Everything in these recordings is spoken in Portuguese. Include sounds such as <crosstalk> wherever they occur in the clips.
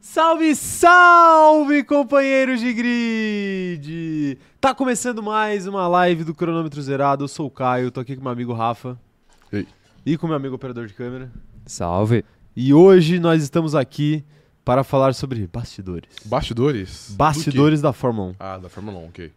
Salve, salve, companheiros de grid! Tá começando mais uma live do Cronômetro Zerado. Eu sou o Caio, tô aqui com meu amigo Rafa. Ei. E com meu amigo operador de câmera. Salve. E hoje nós estamos aqui para falar sobre bastidores. Bastidores? Bastidores da Fórmula 1. Do quê? Ah, da Fórmula 1, ok.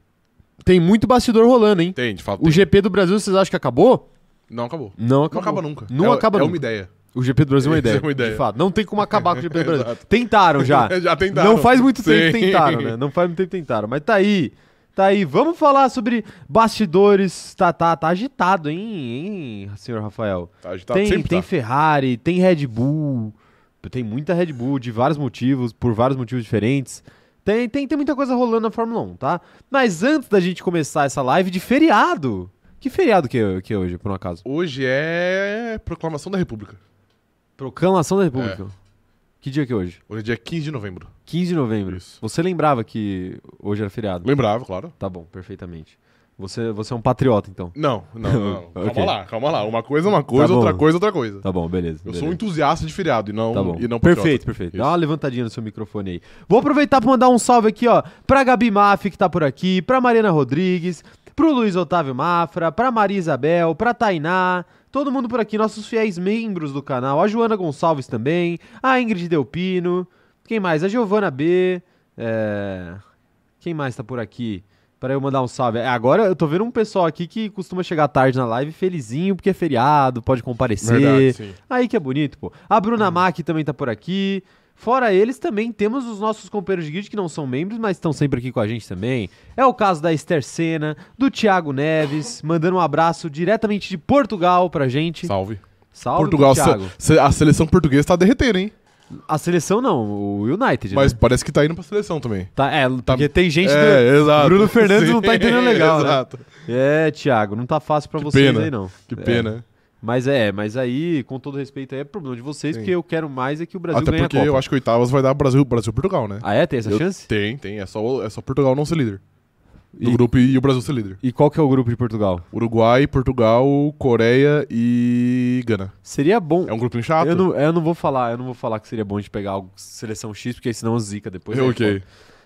Tem muito bastidor rolando, hein? Tem, de fato. O tem. GP do Brasil, vocês acham que acabou? Não acabou. Não Não acabou. acaba nunca. Não é, acaba é nunca. uma ideia. O GP do Brasil é <laughs> uma Isso ideia. é uma ideia. De fato, não tem como acabar com o GP <laughs> do Brasil. tentaram <laughs> já. É, Já tentaram. Não faz muito tempo que Sim. tentaram, né? Não faz muito tempo que tentaram. Mas tá aí. Tá aí. Vamos falar sobre bastidores. Tá, tá, tá agitado, hein, hein senhor Rafael? Tá agitado, tem sempre tem tá. Ferrari, tem Red Bull. Tem muita Red Bull de vários motivos, por vários motivos diferentes. Tem, tem, tem muita coisa rolando na Fórmula 1, tá? Mas antes da gente começar essa live de feriado. Que feriado que é, que é hoje, por um acaso? Hoje é Proclamação da República. Proclamação da É. República. Que dia que é hoje? Hoje é dia 15 de novembro. 15 de novembro. Isso. Você lembrava que hoje era feriado? Lembrava, claro. Tá bom, perfeitamente. Você, você é um patriota, então. Não, não, não. não. <laughs> Ok. Calma lá, calma lá. Uma coisa é uma coisa, Tá bom. outra coisa é outra coisa. Tá bom, beleza. Eu beleza. sou um entusiasta de feriado e não, Tá bom. e não patriota. perfeito, perfeito. Dá Isso. uma levantadinha no seu microfone aí. Vou aproveitar pra mandar um salve aqui, ó, pra Gabi Maff, que tá por aqui, pra Mariana Rodrigues, pro Luiz Otávio Mafra, pra Maria Isabel, pra Tainá, todo mundo por aqui, nossos fiéis membros do canal, a Joana Gonçalves também, a Ingrid Delpino, quem mais? A Giovana B, é... quem mais tá por aqui? Pra eu mandar um salve. É, Agora eu tô vendo um pessoal aqui que costuma chegar tarde na live felizinho, porque é feriado, pode comparecer. Verdade, sim. Aí que é bonito, pô. A Bruna Uhum. Mack também tá por aqui. Fora eles, também temos os nossos companheiros de guild que não são membros, mas estão sempre aqui com a gente também. É o caso da Esther Senna, do Thiago <laughs> Neves, mandando um abraço diretamente de Portugal pra gente. Salve. Salve Portugal, pro Thiago. se- se- a seleção portuguesa tá derretendo, hein? A seleção não, o United, Mas né? parece que tá indo pra seleção também. Tá, é, porque tem gente... do- é, exato. Bruno Fernandes Sim, não tá entendendo legal, né? exato. É, Thiago, não tá fácil pra Que vocês pena. aí não. Que É. pena. Mas é, mas aí, com todo respeito aí, é problema de vocês, Sim. porque eu quero mais é que o Brasil Até ganhe a porque Copa. eu acho que oitavas vai dar Brasil- Brasil-Portugal, né? Ah é? Tem essa Eu- chance? Tem, tem. É só, é só Portugal não ser líder. Do E- grupo e o Brasil ser líder. E qual que é o grupo de Portugal? Uruguai, Portugal, Coreia e Gana. Seria bom. É um grupinho chato? Eu não, eu não vou falar, eu não vou falar que seria bom de pegar algo seleção X, porque senão zica depois. Eu, aí <laughs> ok. volta-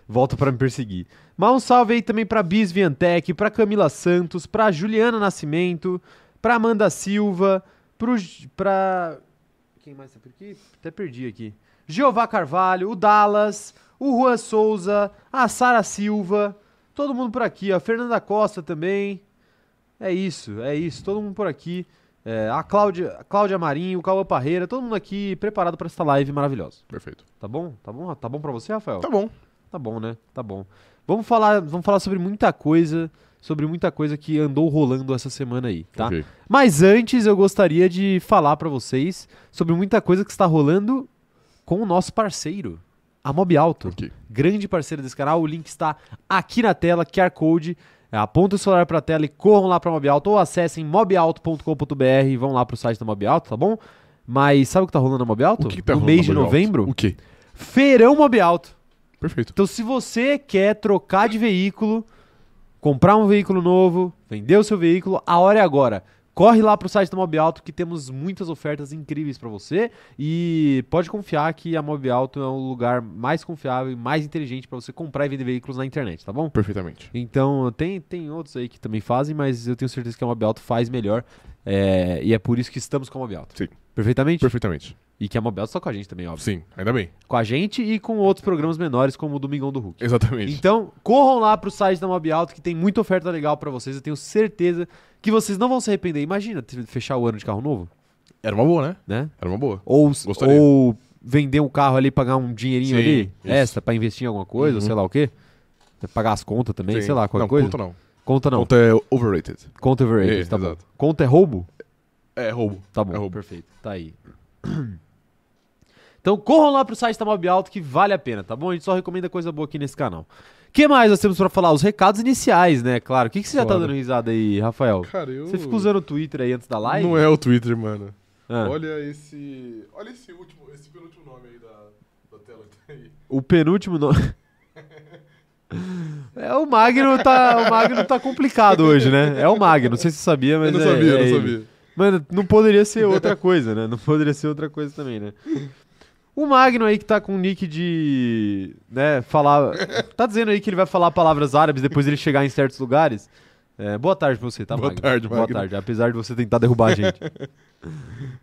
Volta pra me perseguir. Mas um salve aí também pra Bis Viantec, pra Camila Santos, pra Juliana Nascimento, pra Amanda Silva, pro, J- pra. Quem mais tá por aqui? Até perdi aqui. Jeová Carvalho, o Dallas, o Juan Souza, a Sara Silva, todo mundo por aqui, ó. Fernanda Costa também. É isso, é isso. Todo mundo por aqui. É, a Cláudia, a Cláudia Marinho, o Cauã Parreira, todo mundo aqui preparado pra esta live maravilhosa. Perfeito. Tá bom? Tá bom? Tá bom pra você, Rafael? Tá bom. Tá bom, né? Tá bom. Vamos falar, vamos falar sobre muita coisa, sobre muita coisa que andou rolando essa semana aí, tá? Ok. Mas antes eu gostaria de falar pra vocês sobre muita coisa que está rolando com o nosso parceiro, a Mob Alto Ok. grande parceira desse canal. O link está aqui na tela, QR Code. É, Aponta o celular para a tela e corram lá para Mob Alto ou acessem mobalto.com.br e vão lá para o site da Mob Alto, tá bom? Mas sabe o que tá rolando na Mob Alto? O que, que tá no rolando mês de Mob Alto? novembro, O quê? feirão Mob Alto. Perfeito. Então se você quer trocar de veículo, comprar um veículo novo, vender o seu veículo, a hora é agora. Corre lá pro site da Mob Alto que temos muitas ofertas incríveis para você e pode confiar que a Mob Alto é um lugar mais confiável e mais inteligente para você comprar e vender veículos na internet, tá bom? Perfeitamente. Então, tem, tem outros aí que também fazem, mas eu tenho certeza que a Mob Alto faz melhor é, e é por isso que estamos com a Mob Alto. Sim. Perfeitamente? Perfeitamente. E que a Mob Alto está com a gente também, óbvio. Sim, ainda bem. Com a gente e com outros programas menores como o Domingão do Hulk. Exatamente. Então, corram lá pro site da Mob Alto que tem muita oferta legal pra vocês. Eu tenho certeza que vocês não vão se arrepender. Imagina te- fechar o ano de carro novo, Era uma boa, né? né? Era uma boa. Ou, Gostaria. ou vender um carro ali, pagar um dinheirinho Sim, ali, isso. extra, pra investir em alguma coisa, Uhum. sei lá o quê. Pagar as contas também, Sim. sei lá, qualquer não, coisa. Conta não. Conta não. Conta é overrated. Conta overrated, É, tá bom. exato. Conta é roubo? É roubo. Tá bom, É roubo. perfeito. Tá aí. Então corram lá pro site da Mob Alto que vale a pena, tá bom? A gente só recomenda coisa boa aqui nesse canal. O que mais nós temos pra falar? Os recados iniciais, né? Claro. O que, que você já tá Claro. dando risada aí, Rafael? Cara, eu... Você fica usando o Twitter aí antes da live? Não é o Twitter, mano. Ah, Olha esse... Olha esse último... Esse penúltimo nome aí da, da tela que tá aí. O penúltimo nome. <laughs> É, o Magno tá, o Magno tá complicado hoje, né? É o Magno, não sei se você sabia, mas eu não é- sabia, é eu ele. não sabia. Mano, não poderia ser outra coisa, né? Não poderia ser outra coisa também, né? O Magno aí que tá com o nick de. né, falar. tá dizendo aí que ele vai falar palavras árabes depois ele chegar em certos lugares. É, boa tarde pra você, tá, Boa Magno? tarde, Boa Magno. tarde, apesar de você tentar derrubar a gente.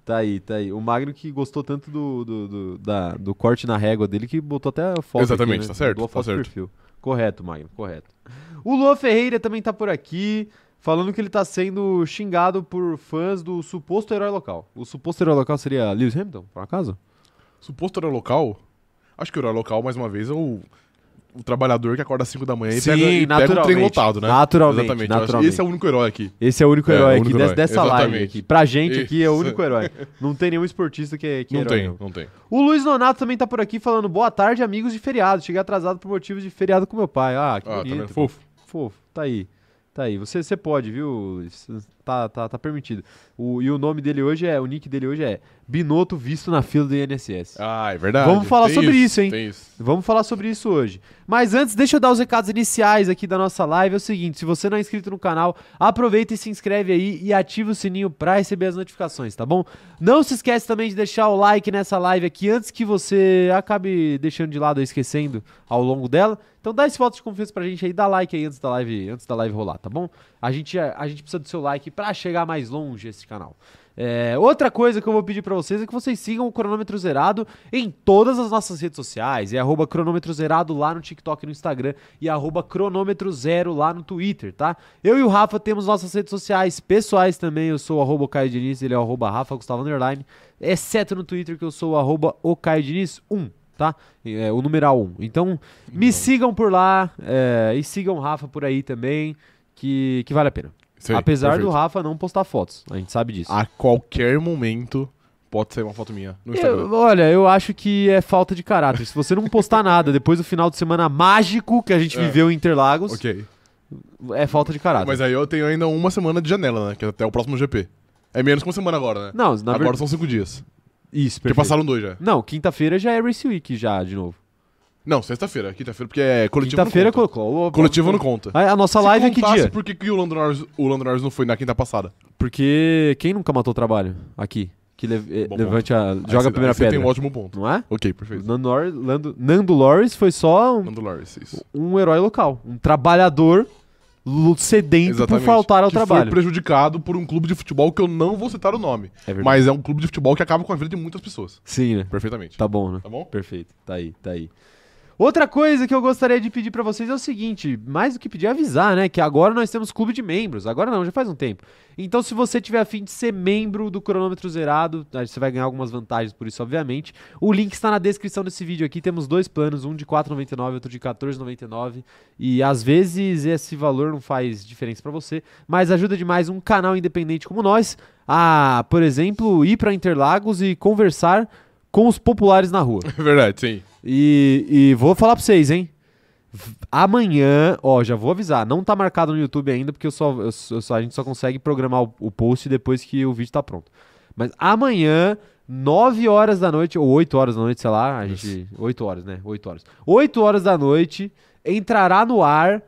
tá aí, tá aí. O Magno que gostou tanto do, do, do, da- do corte na régua dele que botou até a foto. Exatamente, aqui, né? tá certo, Mudou a tá foto do certo. perfil. Correto, Magno, correto. O Luan Ferreira também tá por aqui, falando que ele tá sendo xingado por fãs do suposto herói local. O suposto herói local seria Lewis Hamilton, por acaso? Suposto herói local? Acho que o herói local, mais uma vez, é o, o trabalhador que acorda às 5 da manhã e Sim, pega, e pega um trem naturalmente, lotado, né? naturalmente, Exatamente. eu acho- naturalmente. Esse é o único herói aqui. Esse é o único É, herói aqui, o único dessa, herói, dessa live exatamente. aqui. Pra gente aqui é o Isso. único herói. Não tem nenhum esportista que é que é Não herói, tem, não tem. Ah, O Luiz Nonato também tá por aqui falando boa tarde, amigos de feriado. Cheguei atrasado por motivos de feriado com meu pai. Ah, que Ah, tá bonito. vendo? Fofo. Fofo, tá aí. Tá aí. Você, você pode, viu? Luiz? Tá, tá, tá permitido. O, e o nome dele hoje é, o nick dele hoje é Binotto visto na fila do INSS. Ah, é verdade. Vamos falar Tem sobre isso, hein? Tem isso. Vamos falar sobre isso hoje. Mas antes, deixa eu dar os recados iniciais aqui da nossa live. É o seguinte, se você não é inscrito no canal, aproveita e se inscreve aí e ativa o sininho pra receber as notificações, tá bom? Não se esquece também de deixar o like nessa live aqui antes que você acabe deixando de lado ou esquecendo ao longo dela. Então dá esse voto de confiança pra gente aí, dá like aí antes da live, antes da live rolar, tá bom? A gente, a gente precisa do seu like pra chegar mais longe esse canal. É, outra coisa que eu vou pedir pra vocês é que vocês sigam o Cronômetro Zerado em todas as nossas redes sociais. É arroba cronômetro zerado lá no TikTok e no Instagram e arroba cronômetro zero lá no Twitter, tá? Eu e o Rafa temos nossas redes sociais pessoais também. Eu sou o arroba o Caio Diniz, ele é o arroba Rafa Gustavo Underline, exceto no Twitter que eu sou o arroba o Caio Diniz 1, tá? É, o numeral 1. Então, me sigam por lá é, e sigam o Rafa por aí também, que, que vale a pena. Isso aí, Apesar perfeito. do Rafa não postar fotos, a gente sabe disso. A qualquer momento pode sair uma foto minha no Instagram. Eu- olha, eu acho que é falta de caráter. Se você não postar nada depois do final de semana mágico que a gente É. viveu em Interlagos, Ok. é falta de caráter. Mas aí eu tenho ainda uma semana de janela, né? Que é até o próximo GP. É menos que uma semana agora, né? Não, na agora verdade. são cinco dias. Isso, Porque perfeito. passaram dois já. Não, quinta-feira já é Race Week já, de novo. Não, sexta-feira. Quinta-feira, porque é coletivo Quinta-feira é não conta. colocou. Coletivo não conta. A, a nossa live é que contasse, dia? Por que, que o, Lando Norris, o Lando Norris não foi na quinta passada? Porque quem nunca matou o trabalho aqui? Que le- eh, Bom levante a. Aí joga cê- a primeira aí cê pedra. tem um ótimo ponto. Não é? Ok, perfeito. Nando, Nor- Lando- Nando Norris foi só um, Lando Norris, isso. um herói local. Um trabalhador lu- sedento por faltar ao que trabalho. foi prejudicado por um clube de futebol que eu não vou citar o nome. É verdade. mas é um clube de futebol que acaba com a vida de muitas pessoas. Sim, né? Perfeitamente. Tá bom, né? Tá bom? <laughs> Perfeito, tá aí, tá aí. Outra coisa que eu gostaria de pedir pra vocês é o seguinte, mais do que pedir é avisar, né, que agora nós temos clube de membros. Agora não, já faz um tempo. Então se você tiver a fim de ser membro do Cronômetro Zerado, aí você vai ganhar algumas vantagens por isso, obviamente. O link está na descrição desse vídeo aqui. Temos dois planos, um de R$ 4,99, outro de R$ 14,99. E às vezes esse valor não faz diferença pra você, mas ajuda demais um canal independente como nós a, por exemplo, ir pra Interlagos e conversar com os populares na rua. É verdade, sim. E, e vou falar pra vocês, hein? V- Amanhã, ó, já vou avisar, não tá marcado no YouTube ainda, porque eu só, eu só- eu só- a gente só consegue programar o, o post depois que o vídeo tá pronto. Mas amanhã, 9 horas da noite, ou 8 horas da noite, sei lá, a gente. 8 horas, né? 8 horas. 8 horas da noite, entrará no ar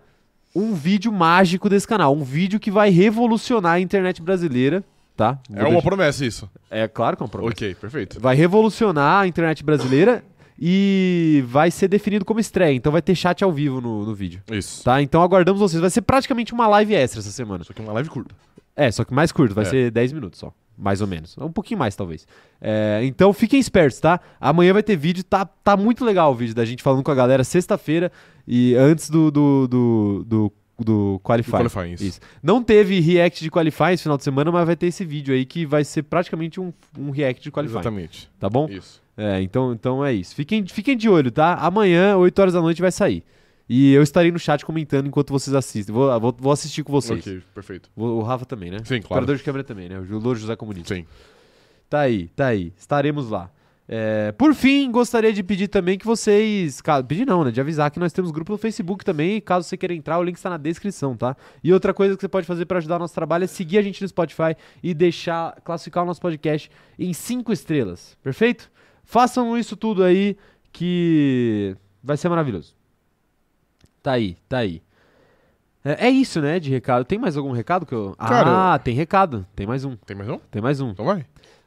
um vídeo mágico desse canal. Um vídeo que vai revolucionar a internet brasileira, tá? Vou É uma deixar- promessa isso. é claro que é um problema. Ok, perfeito. Vai revolucionar a internet brasileira e vai ser definido como estreia. Então vai ter chat ao vivo no, no vídeo. Isso. Tá? Então aguardamos vocês. Vai ser praticamente uma live extra essa semana. Só que é uma live curta. É, só que mais curto, vai É. ser 10 minutos só. Mais ou menos. Um pouquinho mais, talvez. É, então fiquem espertos, tá? Amanhã vai ter vídeo, tá, tá muito legal o vídeo da gente falando com a galera sexta-feira e antes do. do, do, do do Qualify. Qualifying, isso. Não teve react de Qualify esse final de semana, mas vai ter esse vídeo aí que vai ser praticamente um, um react de Qualify. Exatamente. Tá bom? Isso. É, então, então é isso. Fiquem, fiquem de olho, tá? Amanhã, 8 horas da noite, vai sair. E eu estarei no chat comentando enquanto vocês assistem. Vou, vou, vou assistir com vocês. Ok, perfeito. Vou- o Rafa também, né? Sim, O claro. operador de câmera também, né? O Louro José Comunista. Sim. Tá aí, tá aí. Estaremos lá. É, por fim, gostaria de pedir também que vocês. ca- Pedir não, né? De avisar que nós temos grupo no Facebook também. E caso você queira entrar, o link está na descrição, tá? E outra coisa que você pode fazer para ajudar o nosso trabalho é seguir a gente no Spotify e deixar classificar o nosso podcast em cinco estrelas. Perfeito? Façam isso tudo aí que vai ser maravilhoso. Tá aí, tá aí. É, é isso, né? De recado. Tem mais algum recado que eu. Cara, ah, tem recado. Tem mais um. Tem mais um? Tem mais um. Então vai.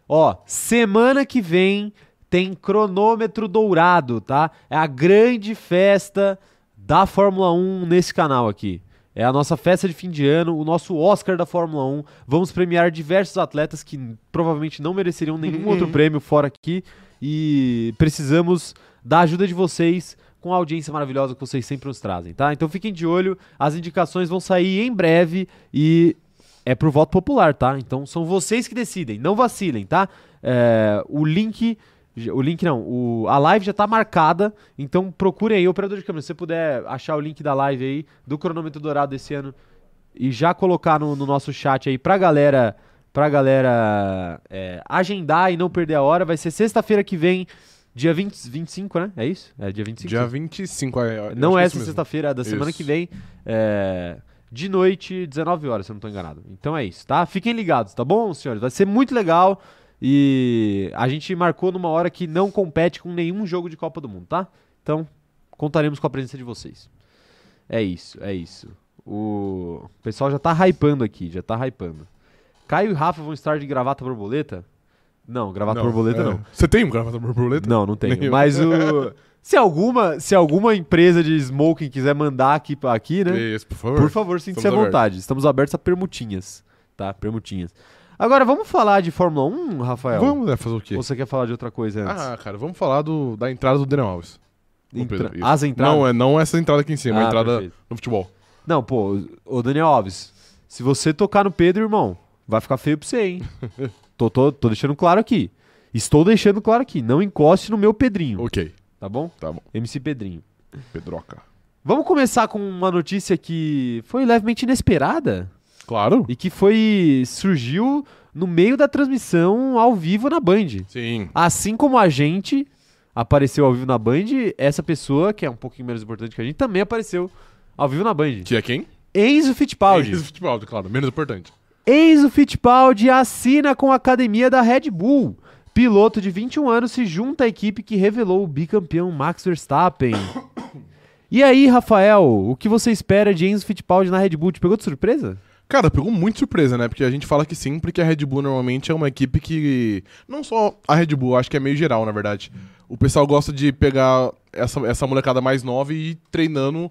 Ó, semana que vem tem cronômetro dourado, tá? É a grande festa da Fórmula 1 nesse canal aqui. É a nossa festa de fim de ano, o nosso Oscar da Fórmula 1. Vamos premiar diversos atletas que n- provavelmente não mereceriam nenhum outro prêmio fora aqui. E precisamos da ajuda de vocês com a audiência maravilhosa que vocês sempre nos trazem, tá? Então fiquem de olho, as indicações vão sair em breve e é pro voto popular, tá? Então são vocês que decidem, não vacilem, tá? É, o link. O link não, o- a live já tá marcada, então procurem aí, operador de câmera, se você puder achar o link da live aí, do cronômetro dourado desse ano, e já colocar no, no nosso chat aí pra galera, pra galera é, agendar e não perder a hora, vai ser sexta-feira que vem, dia 20, 25, né? É isso? É dia 25? Dia 25. é, eu acho Não que é isso essa mesmo. sexta-feira, é da semana Isso. que vem. é, de noite, 19 horas, se eu não tô enganado. Então é isso, tá? Fiquem ligados, tá bom, senhores? Vai ser muito legal. E a gente marcou numa hora que não compete com nenhum jogo de Copa do Mundo, tá? Então, contaremos com a presença de vocês. É isso, é isso. O pessoal já tá hypando aqui, já tá hypando. Caio e Rafa vão estar de gravata borboleta? Não, gravata borboleta é. não. Você tem um gravata borboleta? Não, não tenho. Nem eu. Mas <laughs> o. Se alguma, se alguma empresa de smoking quiser mandar aqui, pra- aqui né? Isso, por favor. Por favor, sinta-se à Estamos vontade. Estamos abertos a permutinhas. Tá? Permutinhas. Agora, vamos falar de Fórmula 1, Rafael? Vamos né, fazer o quê? Ou você quer falar de outra coisa antes? Ah, cara, vamos falar do, da entrada do Daniel Alves. Ô, Entra- Pedro, isso. As entradas. Não, é não essa entrada aqui em cima, é Ah, a entrada perfeito. no futebol. Não, pô, ô Daniel Alves, se você tocar no Pedro, irmão, vai ficar feio pra você, <laughs> hein? tô, tô, tô deixando claro aqui. Estou deixando claro aqui. Não encoste no meu Pedrinho, Ok, tá bom? tá bom. MC Pedrinho. Pedroca. Vamos começar com uma notícia que foi levemente inesperada Claro. e que foi surgiu no meio da transmissão ao vivo na Band. Sim. Assim como a gente apareceu ao vivo na Band, essa pessoa, que é um pouquinho menos importante que a gente, também apareceu ao vivo na Band. Que é quem? Enzo Fittipaldi. Isso, <laughs> Futebol, claro. Menos importante. Enzo Fittipaldi assina com a academia da Red Bull. Piloto de 21 anos se junta à equipe que revelou o bicampeão Max Verstappen. E aí, Rafael, o que você espera de Enzo Fittipaldi na Red Bull? Te pegou de surpresa? Cara, pegou muito surpresa, né? Porque a gente fala que sempre que a Red Bull normalmente é uma equipe que. Não só a Red Bull, acho que é meio geral, na verdade. O pessoal gosta de pegar essa, essa molecada mais nova e ir treinando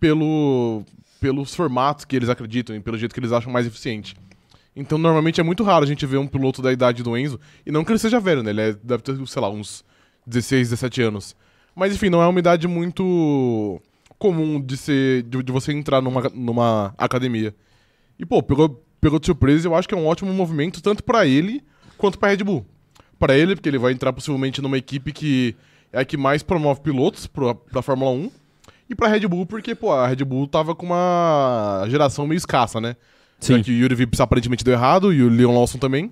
pelo, pelos formatos que eles acreditam e pelo jeito que eles acham mais eficiente. Então, normalmente é muito raro a gente ver um piloto da idade do Enzo. E não que ele seja velho, né? Ele é- deve ter, sei lá, uns 16, 17 anos. Mas, enfim, não é uma idade muito comum de, ser, de, de você entrar numa, numa academia. E, pô, pegou, pegou de surpresa e eu acho que é um ótimo movimento, tanto pra ele quanto pra Red Bull. Pra ele, porque ele vai entrar possivelmente numa equipe que é a que mais promove pilotos pro, pra Fórmula 1. E pra Red Bull, porque, pô, a Red Bull tava com uma geração meio escassa, né? Sim. Já que o Yuri Vips aparentemente deu errado e o Leon Lawson também.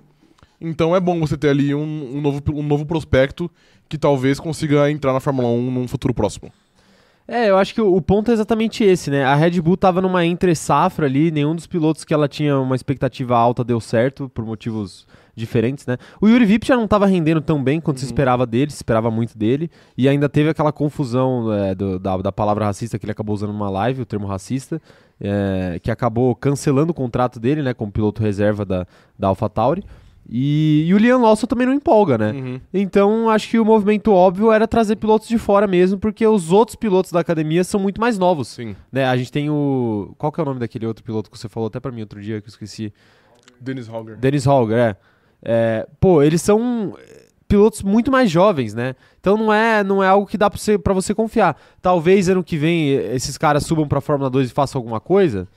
Então é bom você ter ali um, um novo, pil- um novo prospecto que talvez consiga entrar na Fórmula 1 num futuro próximo. É, eu acho que o o ponto é exatamente esse, né? A Red Bull tava numa entre-safra ali, nenhum dos pilotos que ela tinha uma expectativa alta deu certo, por motivos diferentes, né? O Yuri Vip já não tava rendendo tão bem quanto se esperava dele, se esperava muito dele, e ainda teve aquela confusão é, do- da, da palavra racista que ele acabou usando numa live, o termo racista, é, que acabou cancelando o contrato dele, né, como piloto reserva da, da AlphaTauri. E, e o Liam Lawson também não empolga, né? Então, acho que o movimento óbvio era trazer pilotos de fora mesmo, porque os outros pilotos da academia são muito mais novos. Sim. Né? A gente tem o. Qual que é o nome daquele outro piloto que você falou até pra mim outro dia que eu esqueci? Dennis Hauger. Dennis Holger, é. É, Pô, eles são eh, pilotos muito mais jovens, né? Então não é, não é algo que dá pra você, pra você confiar. Talvez ano que vem eh, esses caras subam pra Fórmula 2 e façam alguma coisa.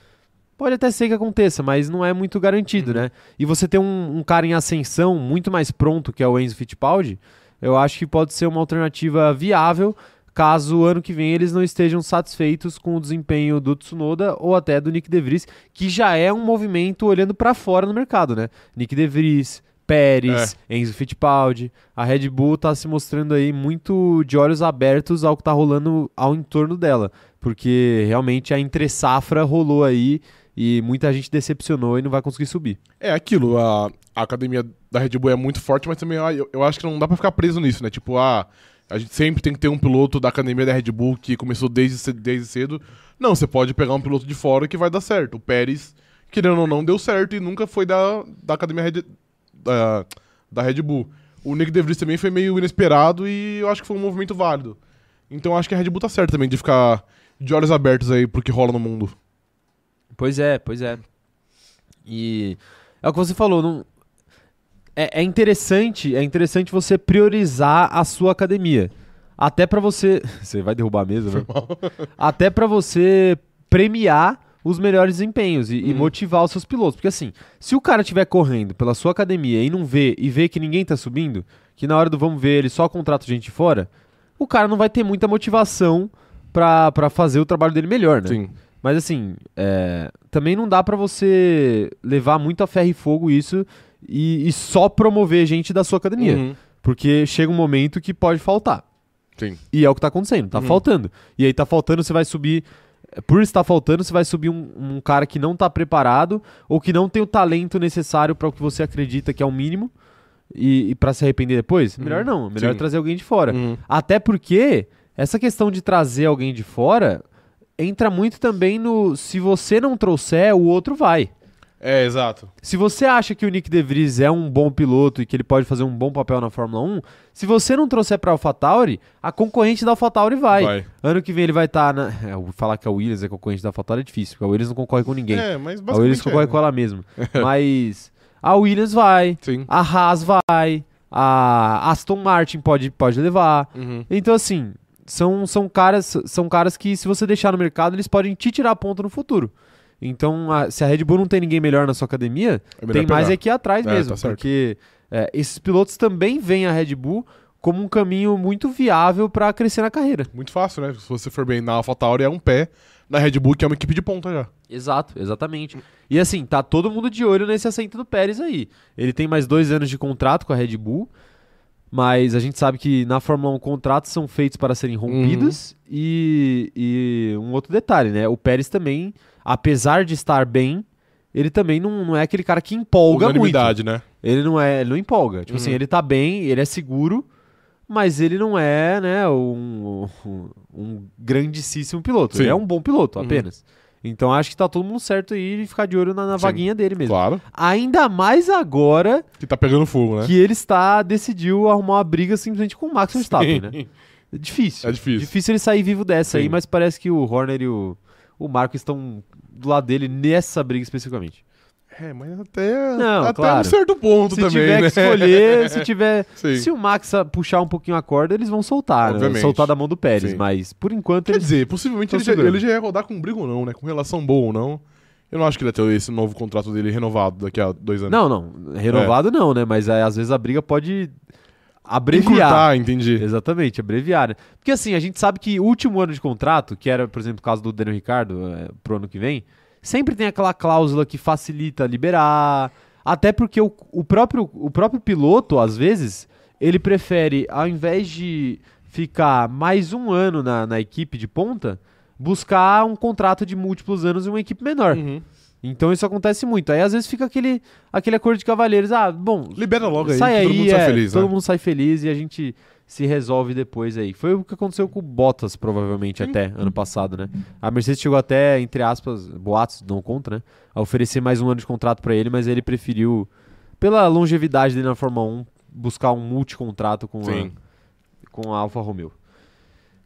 Pode até ser que aconteça, mas não é muito garantido, né? E você ter um, um cara em ascensão muito mais pronto, que é o Enzo Fittipaldi, eu acho que pode ser uma alternativa viável caso ano que vem eles não estejam satisfeitos com o desempenho do Tsunoda ou até do Nick DeVries, que já é um movimento olhando pra fora no mercado, né? Nick DeVries, Pérez, Enzo Fittipaldi, a Red Bull tá se mostrando aí muito de olhos abertos ao que tá rolando ao entorno dela, porque realmente a entre safra rolou aí e muita gente decepcionou e não vai conseguir subir. É aquilo, a, a academia da Red Bull é muito forte, mas também ah, eu, eu acho que não dá pra ficar preso nisso, né? Tipo, ah, a gente sempre tem que ter um piloto da academia da Red Bull que começou desde, ce- desde cedo. Não, você pode pegar um piloto de fora que vai dar certo. O Pérez, querendo ou não, deu certo e nunca foi da, da academia Red, da, da Red Bull. O Nick DeVries também foi meio inesperado e eu acho que foi um movimento válido. Então eu acho que a Red Bull tá certa também de ficar de olhos abertos aí pro que rola no mundo. Pois é, pois é. E é o que você falou, não... é, é interessante, é interessante você priorizar a sua academia. Até pra você, <laughs> você vai derrubar a mesa, né? <laughs> Até pra você premiar os melhores desempenhos e, e Uhum. motivar os seus pilotos, porque assim, se o cara estiver correndo pela sua academia e não vê e vê que ninguém tá subindo, que na hora do vamos ver ele só contrata gente de fora, o cara não vai ter muita motivação pra pra fazer o trabalho dele melhor, né? Sim. Mas assim, é, também não dá pra você levar muito a ferro e fogo isso e, e só promover gente da sua academia. Uhum. Porque chega um momento que pode faltar. Sim. E é o que tá acontecendo, tá Uhum. faltando. E aí tá faltando, você vai subir. é, Por estar faltando, você vai subir um, um cara que não tá preparado ou que não tem o talento necessário pra o que você acredita que é o mínimo e, e para se arrepender depois? Melhor não, melhor Uhum. Sim. trazer alguém de fora. Uhum. Até porque essa questão de trazer alguém de fora entra muito também no se você não trouxer, o outro vai. É, exato. Se você acha que o Nick DeVries é um bom piloto e que ele pode fazer um bom papel na Fórmula 1, se você não trouxer para AlphaTauri, a concorrente da AlphaTauri vai. Vai. Ano que vem ele vai estar na, é, eu vou falar que a Williams é concorrente da AlphaTauri é difícil, porque a Williams não concorre com ninguém. É, mas a Williams basicamente concorre é. com ela mesma. <laughs> Mas a Williams vai, Sim. a Haas vai, a Aston Martin pode pode levar. Uhum. Então, assim, são, são, caras, são caras que, se você deixar no mercado, eles podem te tirar ponto no futuro. Então, a- se a Red Bull não tem ninguém melhor na sua academia, É melhor tem mais pegar. aqui atrás É, mesmo. tá certo. porque é, esses pilotos também veem a Red Bull como um caminho muito viável para crescer na carreira. Muito fácil, né? Se você for bem na AlphaTauri, é um pé. Na Red Bull, que é uma equipe de ponta já. Exato, exatamente. E assim, tá todo mundo de olho nesse assento do Pérez aí. Ele tem mais dois anos de contrato com a Red Bull, mas a gente sabe que na Fórmula 1 contratos são feitos para serem rompidos. E, e um outro detalhe, né? O Pérez também, apesar de estar bem, ele também não, não é aquele cara que empolga muito. Unanimidade, né? Ele não é, ele não empolga. Tipo assim, Uhum. ele tá bem, ele é seguro, mas ele não é, né, um, um, um grandíssimo piloto. Sim. Ele é um bom piloto Uhum. apenas. Então acho que tá todo mundo certo aí de ficar de olho na, na Sim. vaguinha dele mesmo. Claro. Ainda mais agora Que tá pegando fogo, né? que ele está decidiu arrumar uma briga simplesmente com o Max Verstappen, né? É difícil. É difícil. Difícil ele sair vivo dessa aí, Sim. mas parece que o Horner e o, o Marco estão do lado dele nessa briga especificamente. É, mas até, Não, até claro. um certo ponto Se também, tiver né? que escolher, se tiver <laughs> Sim. Se o Max a- puxar um pouquinho a corda, eles vão soltar, né? Obviamente. Soltar da mão do Pérez, Sim. mas por enquanto Quer eles. dizer, possivelmente Tô ele já, segurando. ele já ia rodar com briga ou não, né? Com relação boa ou não. Eu não acho que ele ia ter esse novo contrato dele renovado daqui a dois anos. Não, não. Renovado É. não, né? Mas aí, às vezes a briga pode abreviar. Encurtar, entendi. Exatamente, abreviar. né? Porque assim, a gente sabe que o último ano de contrato, que era, por exemplo, o caso do Daniel Ricardo é, pro ano que vem, sempre tem aquela cláusula que facilita liberar. Até porque o, o próprio, o próprio piloto, às vezes, ele prefere, ao invés de ficar mais um ano na, na equipe de ponta, buscar um contrato de múltiplos anos em uma equipe menor. Uhum. Então isso acontece muito. Aí às vezes fica aquele, aquele acordo de cavalheiros. Ah, bom, Libera logo aí, sai que aí, todo mundo sai é, feliz, todo né? mundo sai feliz e a gente se resolve depois aí. Foi o que aconteceu com o Bottas, provavelmente, até ano passado, né? A Mercedes chegou até, entre aspas, boatos, não conta, né? A oferecer mais um ano de contrato pra ele, mas ele preferiu, pela longevidade dele na Fórmula 1, buscar um multicontrato com Sim. a, com a Alfa Romeo.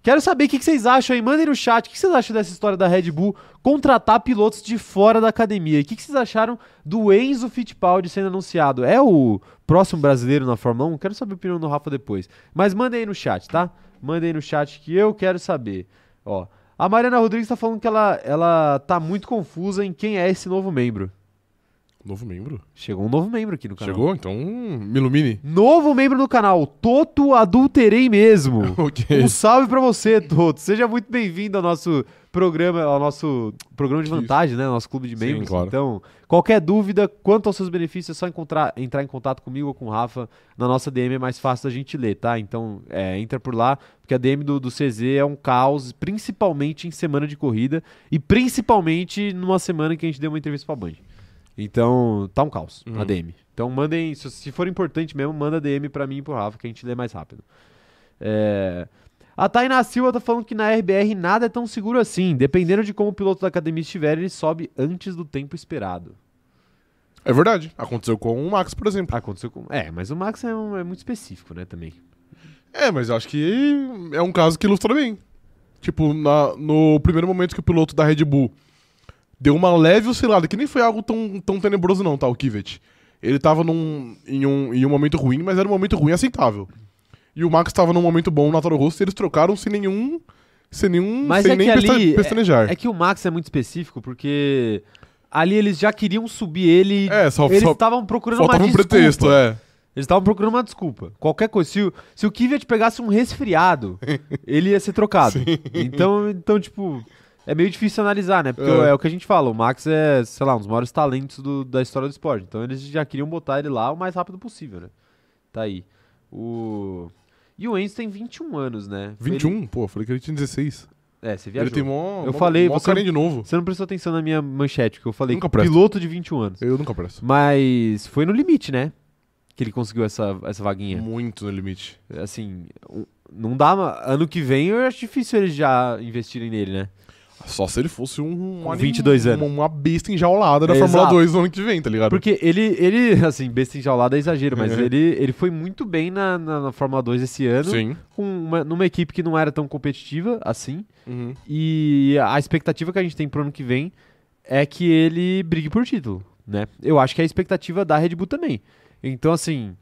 Quero saber o que que vocês acham aí. Mandem no chat o que que vocês acham dessa história da Red Bull contratar pilotos de fora da academia. E O que que vocês acharam do Enzo Fittipaldi sendo anunciado? É o próximo brasileiro na Fórmula 1? Quero saber a opinião do Rafa depois. Mas mandem aí no chat, tá? Mandem aí no chat que eu quero saber. Ó, a Mariana Rodrigues tá falando que ela, ela tá muito confusa em quem é esse novo membro. Novo membro? Chegou um novo membro aqui no canal. Chegou? Então, hum, me ilumine. <laughs> Novo membro do canal, Toto Adulterei Mesmo. <laughs> ok. Um salve pra você, Toto. Seja muito bem-vindo ao nosso programa, ao nosso programa de Isso. vantagem, né? Ao Nosso clube de Sim, membros. claro. Então, qualquer dúvida quanto aos seus benefícios, é só encontrar- entrar em contato comigo ou com o Rafa. Na nossa DM é mais fácil da gente ler, tá? Então, é, entra por lá, porque a DM do, do CZ é um caos, principalmente em semana de corrida e principalmente numa semana que a gente deu uma entrevista pra Band. Então, tá um caos a Uhum. DM. Então, mandem, se, se for importante mesmo, manda DM pra mim e pro Rafa, que a gente lê mais rápido. É, A Tainá Silva tá falando que na RBR nada é tão seguro assim. Dependendo de como o piloto da academia estiver, ele sobe antes do tempo esperado. É verdade. Aconteceu com o Max, por exemplo. Aconteceu com. É, mas o Max é, um- é muito específico, né, também. É, mas eu acho que é um caso que ilustra bem. Tipo, na- no primeiro momento que o piloto da Red Bull deu uma leve oscilada, que nem foi algo tão, tão tenebroso não, tá, o Kivet. Ele tava num, em, um, em um momento ruim, mas era um momento ruim aceitável. E o Max tava num momento bom na Toro Rosso e eles trocaram sem nenhum... Sem nenhum... Mas sem é nem que ali é- pestanejar. É que o Max é muito específico porque ali eles já queriam subir ele. É, só, eles só estavam procurando uma faltava um desculpa. pretexto, é. Eles estavam procurando uma desculpa. Qualquer coisa. Se o, se o Kivet pegasse um <laughs> resfriado, ele ia ser trocado. Então, então, tipo, é meio difícil analisar, né? Porque É. é. o que a gente fala. O Max é, sei lá, um dos maiores talentos do- da história do esporte. Então eles já queriam botar ele lá o mais rápido possível, né? Tá aí. O... E o Enzo tem 21 anos, né? Ele- 21? Pô, falei que ele tinha 16. É, você viajou. Ele tem um- mó... Eu mó- falei, mó você- carinha de novo. Você não prestou atenção na minha manchete, que eu falei Nunca presto. piloto de 21 anos. Eu nunca presto. Mas foi no limite, né? Que ele conseguiu essa, essa vaguinha. Muito no limite. Assim, um- não dá. ma- Ano que vem eu acho difícil eles já investirem nele, né? Só se ele fosse um. Com um 22 anim- anos. Uma, uma besta enjaulada da Exato. Fórmula 2 no ano que vem, tá ligado? Porque ele, ele <laughs> assim, besta enjaulada é exagero, mas ele, ele foi muito bem na, na, na Fórmula 2 esse ano, Sim. com uma- numa equipe que não era tão competitiva assim. Uhum. E a expectativa que a gente tem pro ano que vem é que ele brigue por título, né? Eu acho que é a expectativa da Red Bull também. Então, assim,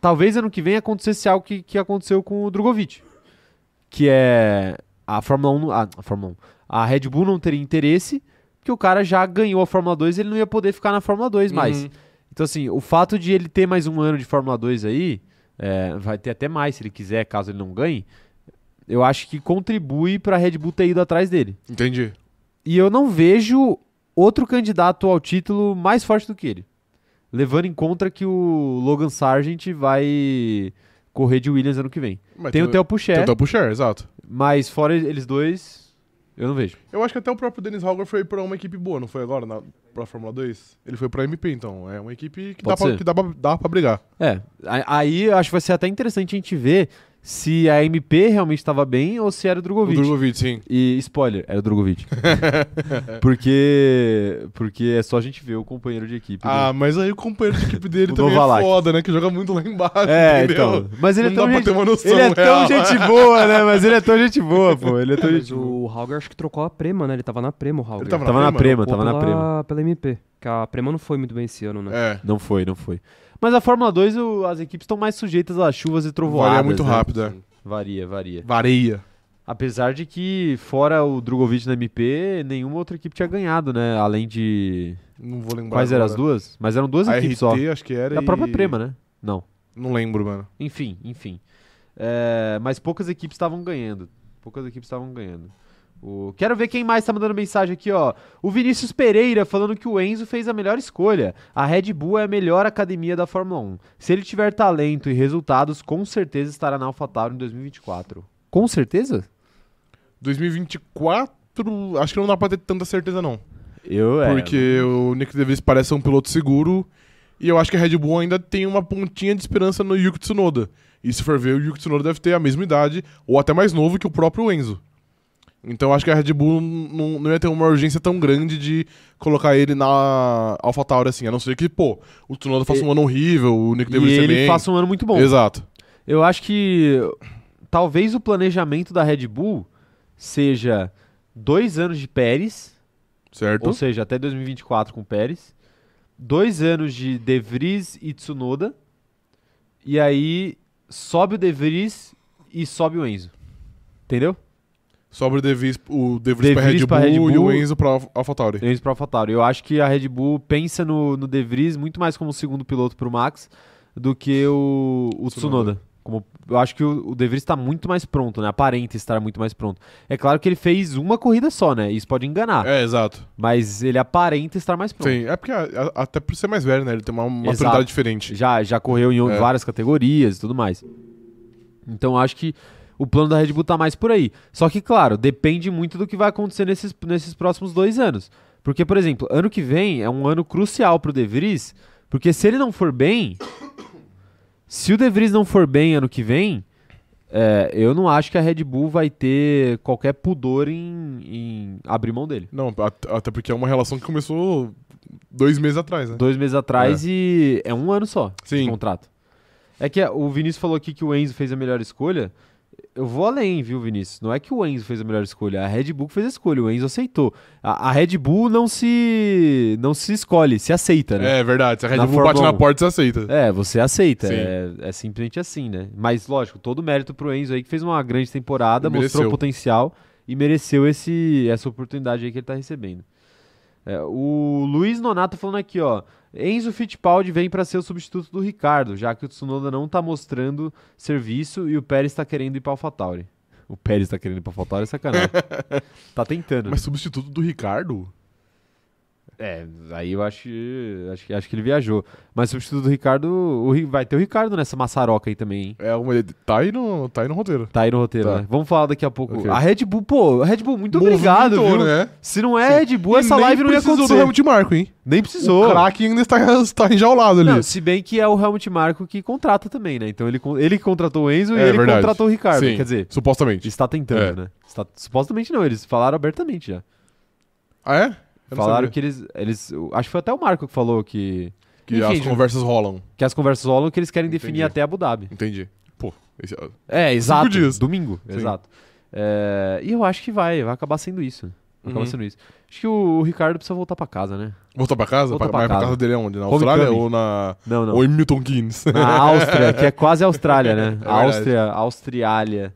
talvez ano que vem acontecesse algo que, que aconteceu com o Drogovic, que é a Fórmula 1, não- a, a Fórmula 1, a Red Bull não teria interesse, porque o cara já ganhou a Fórmula 2 e ele não ia poder ficar na Fórmula 2 mais. Uhum. Então, assim, o fato de ele ter mais um ano de Fórmula 2 aí, é, vai ter até mais se ele quiser, caso ele não ganhe, eu acho que contribui pra Red Bull ter ido atrás dele. Entendi. E eu não vejo outro candidato ao título mais forte do que ele. Levando em conta que o Logan Sargent vai correr de Williams ano que vem. Mas tem o Theo tem Pucher, o Theo Pucher, exato. mas fora eles dois, eu não vejo. Eu acho que até o próprio Dennis Hauger foi pra uma equipe boa, não foi agora? Na, pra Fórmula 2? Ele foi pra MP, então. É uma equipe que, dá Pode pra, ser. que dá, pra, dá pra brigar. É, a- aí eu acho que vai ser até interessante a gente ver se a MP realmente estava bem ou se era o Drogovic. O Drogovic, sim. E spoiler, era o <laughs> Drogovic. porque, porque é só a gente ver o companheiro de equipe. né? do- Ah, mas aí o companheiro de equipe dele <laughs> O também é Novalak. foda, né? Que joga muito lá embaixo, É, <laughs> entendeu? então. Mas ele não é tão dá pra ter gente... uma noção Ele é tão real. gente boa, né? Mas ele é tão gente boa, pô. Ele é tão Tá, Mas gente boa. o Hauger acho que trocou a Prema, né? Ele tava na Prema, o Hauger. Ele tava Tava na prema, né? tava Trocou na prema. pela, Pela MP. Que a Prema não foi muito bem esse ano, né? É, Não foi, não foi. Mas a Fórmula 2, o- as equipes estão mais sujeitas a chuvas e trovoadas. varia muito né? rápido, é. Varia, varia. Varia. Apesar de que, fora o Drogovic na MP, nenhuma outra equipe tinha ganhado, né? Além de. Não vou lembrar Quais eram as agora. duas? Mas eram duas A equipes só. RT, acho que era Da própria e- Prema, né? Não. Não lembro, mano. Enfim, enfim. É, mas poucas equipes estavam ganhando. Poucas equipes estavam ganhando. O- Quero ver quem mais tá mandando mensagem aqui, ó. O Vinícius Pereira falando que o Enzo fez a melhor escolha. A Red Bull é a melhor academia da Fórmula 1. Se ele tiver talento e resultados, com certeza estará na AlphaTauri em 2024. Com certeza? 2024, acho que não dá pra ter tanta certeza, não. Eu é. Porque o Nick DeVries parece ser um piloto seguro. E eu acho que a Red Bull ainda tem uma pontinha de esperança no Yuki Tsunoda. E se for ver, o Yuki Tsunoda deve ter a mesma idade, ou até mais novo que o próprio Enzo. Então eu acho que a Red Bull não, não ia ter uma urgência tão grande de colocar ele na AlphaTauri assim. A não ser que, pô, o Tsunoda faça um ano horrível, o Nick E DeVries ele também. faça um ano muito bom. Exato. Eu acho que talvez o planejamento da Red Bull seja dois anos de Pérez. Certo? Ou seja, até 2024 com o Pérez. Dois anos de De Vries e Tsunoda. E aí sobe o De Vries e sobe o Enzo. Entendeu? Sobre o DeVries, o De De Vries pra, Vries Red pra Red Bull e o Bull. Enzo pra Alpha- AlphaTauri. Enzo para AlphaTauri. Eu acho que a Red Bull pensa no, no De Vries muito mais como segundo piloto pro Max do que o, o Tsunoda. Tsunoda. Como, eu acho que o, o De Vries está muito mais pronto, né? Aparenta estar muito mais pronto. É claro que ele fez uma corrida só, né? Isso pode enganar. É, exato. Mas ele aparenta estar mais pronto. Sim, é porque a- a- até por ser mais velho, né? Ele tem uma uma Exato. maturidade diferente. Já, já correu em É. várias categorias e tudo mais. Então acho que o plano da Red Bull tá mais por aí. Só que, claro, depende muito do que vai acontecer nesses, nesses próximos dois anos. Porque, por exemplo, ano que vem é um ano crucial pro De Vries, porque se ele não for bem, se o De Vries não for bem ano que vem, é, eu não acho que a Red Bull vai ter qualquer pudor em, em abrir mão dele. Não, at- até porque é uma relação que começou dois meses atrás, né? Dois meses atrás e é um ano só de Sim. contrato. É que é, o Vinícius falou aqui que o Enzo fez a melhor escolha. Eu vou além, viu, Vinícius? Não é que o Enzo fez a melhor escolha, a Red Bull que fez a escolha, o Enzo aceitou. A, a Red Bull não se não se escolhe, se aceita, né? É verdade, se a Red Na Bull bate Fórmula na 1. porta, você aceita. É, você aceita. Sim. É, é simplesmente assim, né? Mas, lógico, todo mérito pro Enzo aí, que fez uma grande temporada, E mostrou mereceu. potencial e mereceu esse, essa oportunidade aí que ele tá recebendo. É, o Luiz Nonato falando aqui, ó. Enzo Fittipaldi vem para ser o substituto do Ricardo, já que o Tsunoda não tá mostrando serviço e o Pérez tá querendo ir pra AlphaTauri. O Pérez tá querendo ir pra AlphaTauri, é <laughs> sacanagem. tá tentando. Mas substituto do Ricardo? É, aí eu acho, que- acho, que- acho que ele viajou. Mas substituto do Ricardo, o Ri- vai ter o Ricardo nessa maçaroca aí também, hein? É uma, tá, aí no, tá aí no roteiro. Tá aí no roteiro, Tá. né? Vamos falar daqui a pouco. Ok. A Red Bull, pô, Red Bull, muito obrigado, Movimentou, viu? Né? Se não é Red Bull, E essa nem live não ia precisou acontecer. do Helmut Marko, hein? Nem O precisou. craque ainda está, <laughs> está enjaulado ali. Não, se bem que é o Helmut Marko que contrata também, né? Então ele, con- ele que contratou o Enzo e É ele verdade. contratou o Ricardo. Sim, Quer dizer, supostamente. está tentando, É. né? Está- supostamente não, eles falaram abertamente já. Ah, é? Eu não falaram sabia. que eles, eles. eu Acho que foi até o Marco que falou que. que Enfim, as Ju- conversas rolam. Que as conversas rolam que eles querem definir Entendi. até Abu Dhabi. Entendi. Pô, esse- ah, É, exato. dias. Domingo, Sim. exato. É, e eu acho que vai, vai acabar sendo isso. Vai acabar Uhum. sendo isso. Acho que o, o Ricardo precisa voltar pra casa, né? voltou pra casa? Voltou Pra- pra mas pra casa. casa dele é onde? Na Homecoming. Austrália ou na. Não, não. Ou em Milton Keynes? <laughs> Na Áustria, que é quase Austrália, né? É Áustria, Austriália.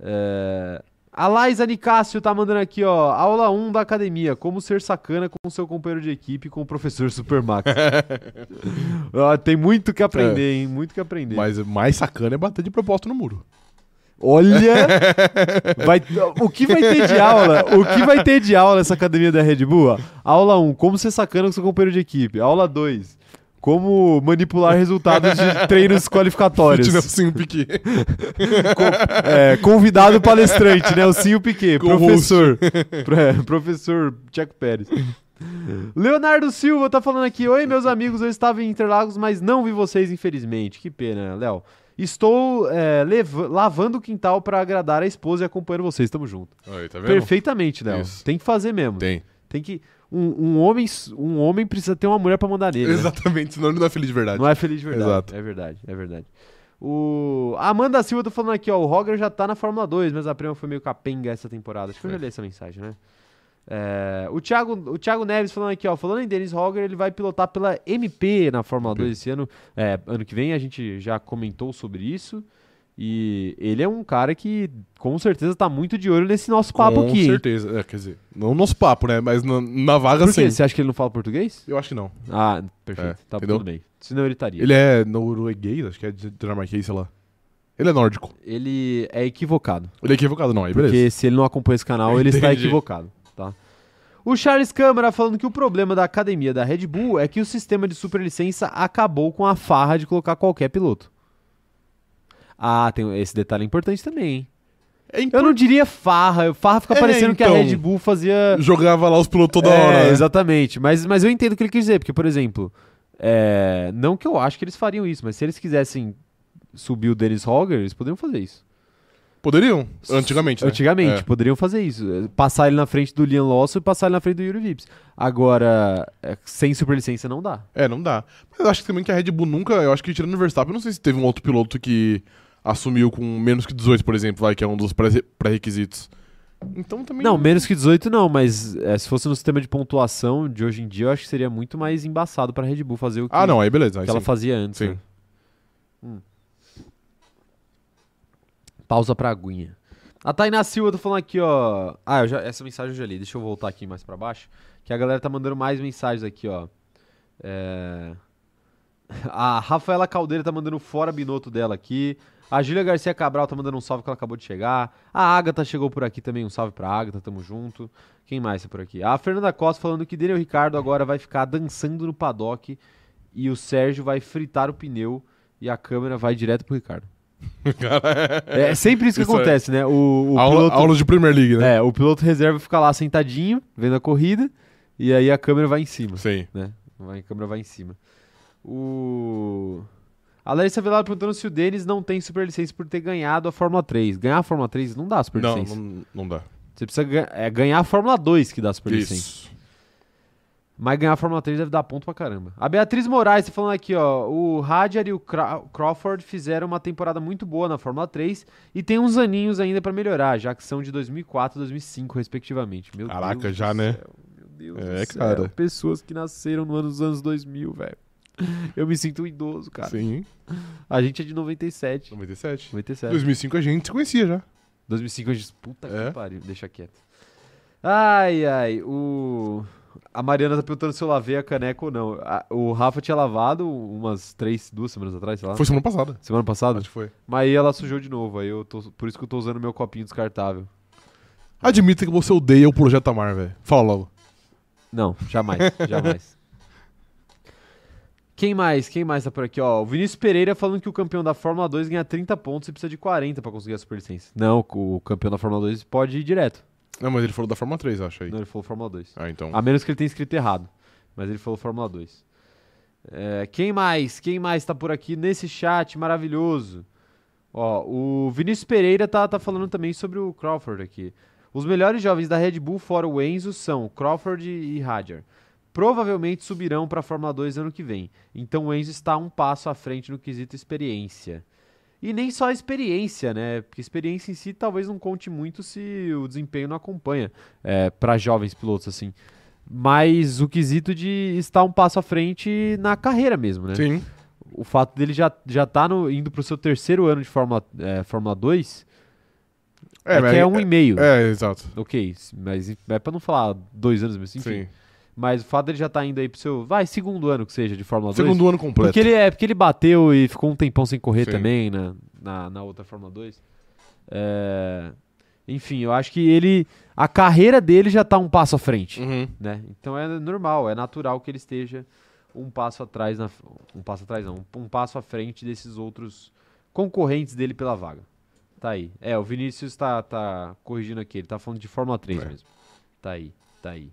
É, A Laisa Nicásio tá mandando aqui, ó. Aula 1 da academia. Como ser sacana com o seu companheiro de equipe, com o professor <laughs> Supermax. Ó, Tem muito que aprender, É. hein? Muito que aprender. Mas mais sacana é bater de propósito no muro. Olha! Vai- o que vai ter de aula? O que vai ter de aula nessa academia da Red Bull? ó? Aula 1, como ser sacana com seu companheiro de equipe. Aula 2, como manipular resultados de treinos <laughs> qualificatórios. Tivemos sim o Piquet. <laughs> <laughs> É, convidado palestrante, né? O Cinho Piquet, Co-host. professor. Pro- é, professor Tcheco Pérez. Leonardo Silva tá falando aqui. Oi, meus amigos, eu estava em Interlagos, mas não vi vocês, infelizmente. Que pena, Léo. Estou é, leva- lavando o quintal para agradar a esposa e acompanhando vocês. Tamo junto. Aí, tá vendo? Perfeitamente, Léo. Isso. Tem que fazer mesmo. Tem, Tem. que. Um, um homem, um homem precisa ter uma mulher para mandar nele. né? Exatamente, senão ele não é feliz de verdade. Não é feliz de verdade. Exato. É verdade, é verdade. O a Amanda Silva tá falando aqui, ó. O Roger já tá na Fórmula 2, mas a prima foi meio capenga essa temporada. Acho que eu já li essa mensagem, né? É, o, Thiago, o Thiago Neves falando aqui, ó. Falando em Dennis Roger, ele vai pilotar pela MP na Fórmula 2 esse ano. É, ano que vem a gente já comentou sobre isso. E ele é um cara que com certeza tá muito de olho nesse nosso papo Com aqui. hein? certeza. É, quer dizer, não nos papo, né? Mas na, na vaga, Por quê? sim. Você acha que ele não fala português? Eu acho que não. Ah, perfeito. É, tá entendeu? tudo bem. Senão ele estaria. Ele é norueguês, acho que é dinamarquês, sei lá. Ele é nórdico. ele é equivocado. Ele é equivocado, não, aí Porque beleza. se ele não acompanha esse canal, ele está Entendi. equivocado, tá? O Charles Câmara falando que o problema da academia da Red Bull é que o sistema de superlicença acabou com a farra de colocar qualquer piloto. Ah, tem esse detalhe é importante também, hein? É imp- Eu não diria farra, farra fica É, parecendo que a então. Red Bull fazia Jogava lá os pilotos toda é, hora. né? Exatamente. Mas, mas eu entendo o que ele quis dizer, porque, por exemplo, é, não que eu acho que eles fariam isso, mas se eles quisessem subir o Dennis Hogger, eles poderiam fazer isso. Poderiam, antigamente. Né? Antigamente, É. poderiam fazer isso. Eh, Passar ele na frente do Liam Lawson e passar ele na frente do Yuri Vips. Agora, eh, sem superlicença não dá. É, não dá. Mas eu acho que também que a Red Bull nunca. Eu acho que tirando o Verstappen, eu não sei se teve um outro piloto que assumiu com menos que 18, por exemplo, vai, que é um dos pré- pré-requisitos. Então também. Não, menos que 18 não, mas eh, se fosse no sistema de pontuação de hoje em dia, eu acho que seria muito mais embaçado pra Red Bull fazer o que, Ah, não, aí beleza. Aí que ela sim. fazia antes. Sim. <laughs> né? Hum. Pausa pra aguinha. A Tainá Silva tá falando aqui, ó. Ah, eu já- essa mensagem eu já li. Deixa eu voltar aqui mais pra baixo. Que a galera tá mandando mais mensagens aqui, ó. É... A Rafaela Caldeira tá mandando fora Binotto dela aqui. A Júlia Garcia Cabral tá mandando um salve que ela acabou de chegar. A Agatha chegou por aqui também, um salve pra Agatha, tamo junto. Quem mais tá por aqui? A Fernanda Costa falando que Daniel Ricardo agora vai ficar dançando no paddock e o Sérgio vai fritar o pneu e a câmera vai direto pro Ricardo. é, sempre isso que Isso é. acontece, né? O, o Aula, piloto, aula de Premier League, né? é, o piloto reserva fica lá sentadinho, vendo a corrida, e aí É. a câmera né? vai em cima. Sim. Vai, a câmera vai em cima. O. A Larissa Velar perguntando se o Denis não tem superlicença por ter ganhado a Fórmula 3. Ganhar a Fórmula 3 não dá Não, superlicença. não, não dá. Você precisa ga- é, ganhar a Fórmula 2 que dá superlicença. Isso. Mas ganhar a Fórmula 3 deve dar ponto pra caramba. A Beatriz Moraes tá falando aqui, ó. O Hadjar e o Cra- Crawford fizeram uma temporada muito boa na Fórmula 3 e tem uns aninhos ainda pra melhorar, já que são de 2004 e 2005, respectivamente. Meu Caraca, Deus já, do né? céu, Meu Deus É, do céu. cara. Pessoas que nasceram no ano- nos anos 2000, velho. Eu me sinto um idoso, cara. Sim, A gente é de 97. 97. 97. 2005 a gente se conhecia já. 2005 eu disse, puta É? que pariu, deixa quieto. Ai, ai, o... A Mariana tá perguntando se eu lavei a caneca ou não. A- o Rafa tinha lavado umas três, duas semanas atrás, sei lá. Foi semana passada. Semana passada? Acho que foi. Mas aí ela sujou de novo, aí eu tô... Por isso que eu tô usando meu copinho descartável. Admita que você odeia o Projeto Amar, velho. Fala logo. Não, <laughs> jamais, jamais. Quem mais? Quem mais tá por aqui? Ó, o Vinícius Pereira falando que o campeão da Fórmula 2 ganha 30 pontos e precisa de 40 pra conseguir a superlicença. Não, o campeão da Fórmula 2 pode ir direto. Não, mas ele falou da Fórmula 3, eu acho aí. Não, ele falou Fórmula 2. Ah, então. A menos que ele tenha escrito errado. Mas ele falou Fórmula 2. É, quem mais? Quem mais tá por aqui nesse chat maravilhoso? Ó, o Vinícius Pereira tá, tá falando também sobre o Crawford aqui. Os melhores jovens da Red Bull, fora o Enzo, são Crawford e Hadjar. Provavelmente subirão para a Fórmula 2 ano que vem. Então o Enzo está um passo à frente no quesito experiência. E nem só a experiência, né? Porque experiência em si talvez não conte muito se o desempenho não acompanha é, para jovens pilotos assim. Mas o quesito de estar um passo à frente na carreira mesmo, né? Sim. O fato dele já, já tá no, indo pro seu terceiro ano de Fórmula, é, Fórmula 2 é, mas que é um e meio. É, exato. Ok, mas é pra não falar dois anos mesmo, enfim. Sim. Mas o fato dele já tá indo aí pro seu, vai, segundo ano que seja de Fórmula 2. Segundo ano completo. Porque ele, é, porque ele bateu e ficou um tempão sem correr Sim. também na, na, na outra Fórmula 2. É, enfim, eu acho que ele, a carreira dele já tá um passo à frente Uhum. né? Então é normal, é natural que ele esteja um passo atrás, na, um passo atrás não, um passo à frente desses outros concorrentes dele pela vaga. Tá aí. É, o Vinícius tá, tá corrigindo aqui, ele tá falando de Fórmula 3 É. mesmo. Tá aí, tá aí.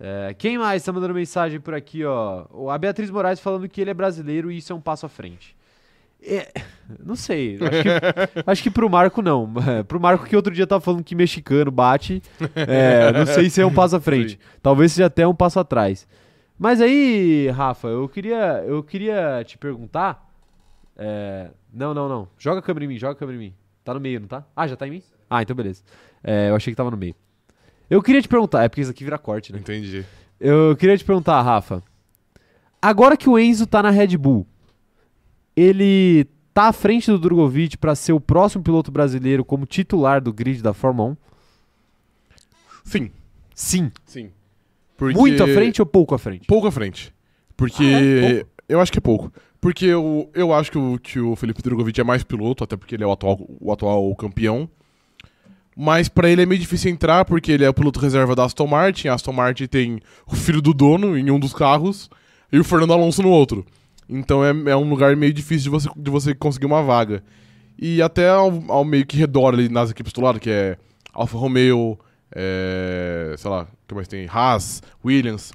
É, quem mais tá mandando mensagem por aqui, ó? O- A Beatriz Moraes falando que ele é brasileiro e isso é um passo à frente. É, não sei, acho que, acho que pro Marco não. <laughs> pro Marco que outro dia tava falando que mexicano bate, é, não sei se é um passo à frente. Talvez seja até um passo atrás. Mas aí, Rafa, eu queria, eu queria te perguntar. é, Não, não, não. Joga a câmera em mim, joga a câmera em mim. Tá no meio, não tá? Ah, já tá em mim? Ah, então beleza. É, eu achei que tava no meio. Eu queria te perguntar, é porque isso aqui vira corte, né? Entendi. Eu queria te perguntar, Rafa. Agora que o Enzo tá na Red Bull, ele tá à frente do Drogovic pra ser o próximo piloto brasileiro como titular do grid da Fórmula 1? Sim. Sim. Sim. Porque... Muito à frente ou pouco à frente? Pouco à frente. Porque. Eu acho que é pouco. Porque eu, eu acho que o, que o Felipe Drogovic é mais piloto, até porque ele é o atual, o atual campeão. Mas pra ele é meio difícil entrar, porque ele é o piloto reserva da Aston Martin. A Aston Martin tem o filho do dono em um dos carros e o Fernando Alonso no outro. Então é, é um lugar meio difícil de você, de você conseguir uma vaga. E até ao, ao meio que redor ali nas equipes do lado, que é Alfa Romeo, é, sei lá, o que mais tem? Haas, Williams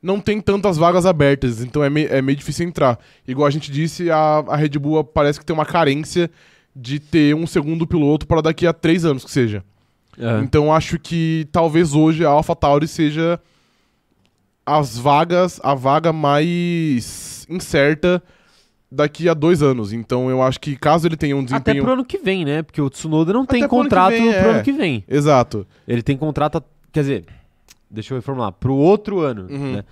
não tem tantas vagas abertas, então é, mei- é meio difícil entrar. Igual a gente disse, a, a Red Bull parece que tem uma carência de ter um segundo piloto para daqui a três anos que seja. É. Então acho que talvez hoje a AlphaTauri seja as vagas, a vaga mais incerta daqui a dois anos. Então eu acho que caso ele tenha um Até desempenho pro ano que vem, né? Porque o Tsunoda não tem Até pro ano que contrato vem, pro é. ano que vem. exato, Ele tem contrato, quer dizer, deixa eu reformular, pro outro ano, Uhum. né?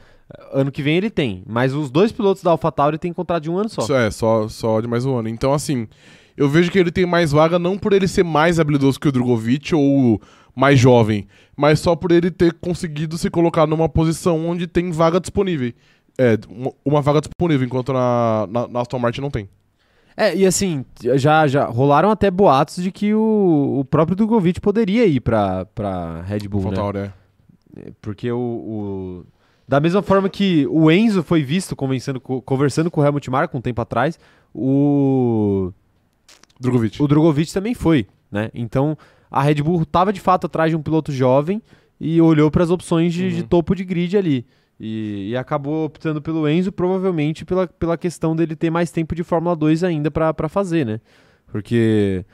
Ano que vem ele tem, mas os dois pilotos da AlphaTauri têm contrato de um ano só. Só- É, só, só de mais um ano. Então, assim, eu vejo que ele tem mais vaga não por ele ser mais habilidoso que o Drogovic ou mais jovem, mas só por ele ter conseguido se colocar numa posição onde tem vaga disponível. É, uma, uma vaga disponível, enquanto na, na, na Aston Martin não tem. É, e assim, já, já rolaram até boatos de que o, o próprio Dugovic poderia ir pra, pra Red Bull, né? Falta né? Porque o, o- Da mesma forma que o Enzo foi visto conversando, co- conversando com o Helmut Marko um tempo atrás, o. Drogovic. O Drogovic também foi, né? Então a Red Bull tava de fato atrás de um piloto jovem e olhou para as opções de, de Uhum. topo de grid ali. E, e acabou optando pelo Enzo, provavelmente pela, pela questão dele ter mais tempo de Fórmula 2 ainda pra pra fazer, né? Porque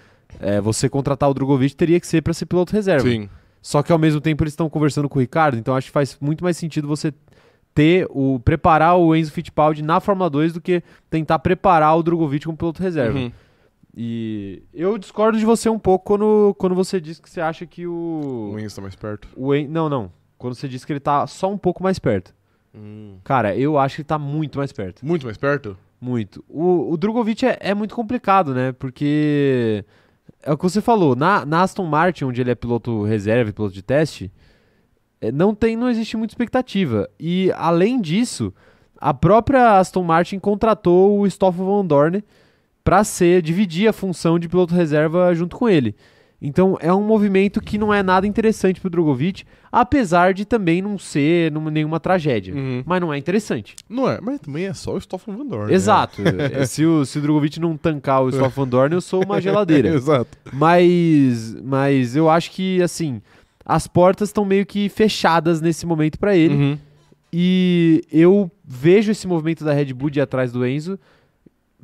é, você contratar o Drogovic teria que ser pra ser piloto reserva. Sim. Só que ao mesmo tempo eles estão conversando com o Ricardo, então acho que faz muito mais sentido você ter o preparar o Enzo Fittipaldi na Fórmula 2 do que tentar preparar o Drogovic como piloto reserva. Uhum. E eu discordo de você um pouco quando, quando você diz que você acha que O o, Enzo tá mais perto. o En- não, não, quando você diz que ele tá só um pouco mais perto. Cara, eu acho que ele tá muito mais perto. Muito mais perto? Muito. O, o Drogovic é, é muito complicado, né? Porque é o que você falou, na, na Aston Martin, onde ele é piloto reserva e piloto de teste, é, não tem, não existe muita expectativa. E além disso, a própria Aston Martin contratou o Stoffel Van Dorn para ser dividir a função de piloto reserva junto com ele. Então é um movimento que não é nada interessante pro Drogovic, apesar de também não ser numa- nenhuma tragédia. Uhum. Mas não é interessante. Não é, mas também é só o Stoffel Van Dorn. né? <laughs> Exato. É, se, o, se o Drogovic não tancar o Stoffan Dorn, eu sou uma <laughs> geladeira. Exato. mas, mas eu acho que, assim, as portas estão meio que fechadas nesse momento pra ele. Uhum. E eu vejo esse movimento da Red Bull de ir atrás do Enzo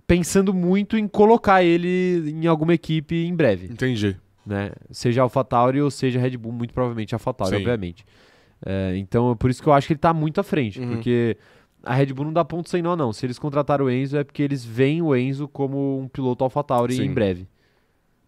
pensando muito em colocar ele em alguma equipe em breve Entendi. né? Seja AlphaTauri ou seja Red Bull, muito provavelmente AlphaTauri, Sim. obviamente. É, então, é por isso que eu acho que ele tá muito à frente, Uhum. porque a Red Bull não dá ponto sem nó, não. Se eles contrataram o Enzo, é porque eles veem o Enzo como um piloto AlphaTauri Sim. É, em breve.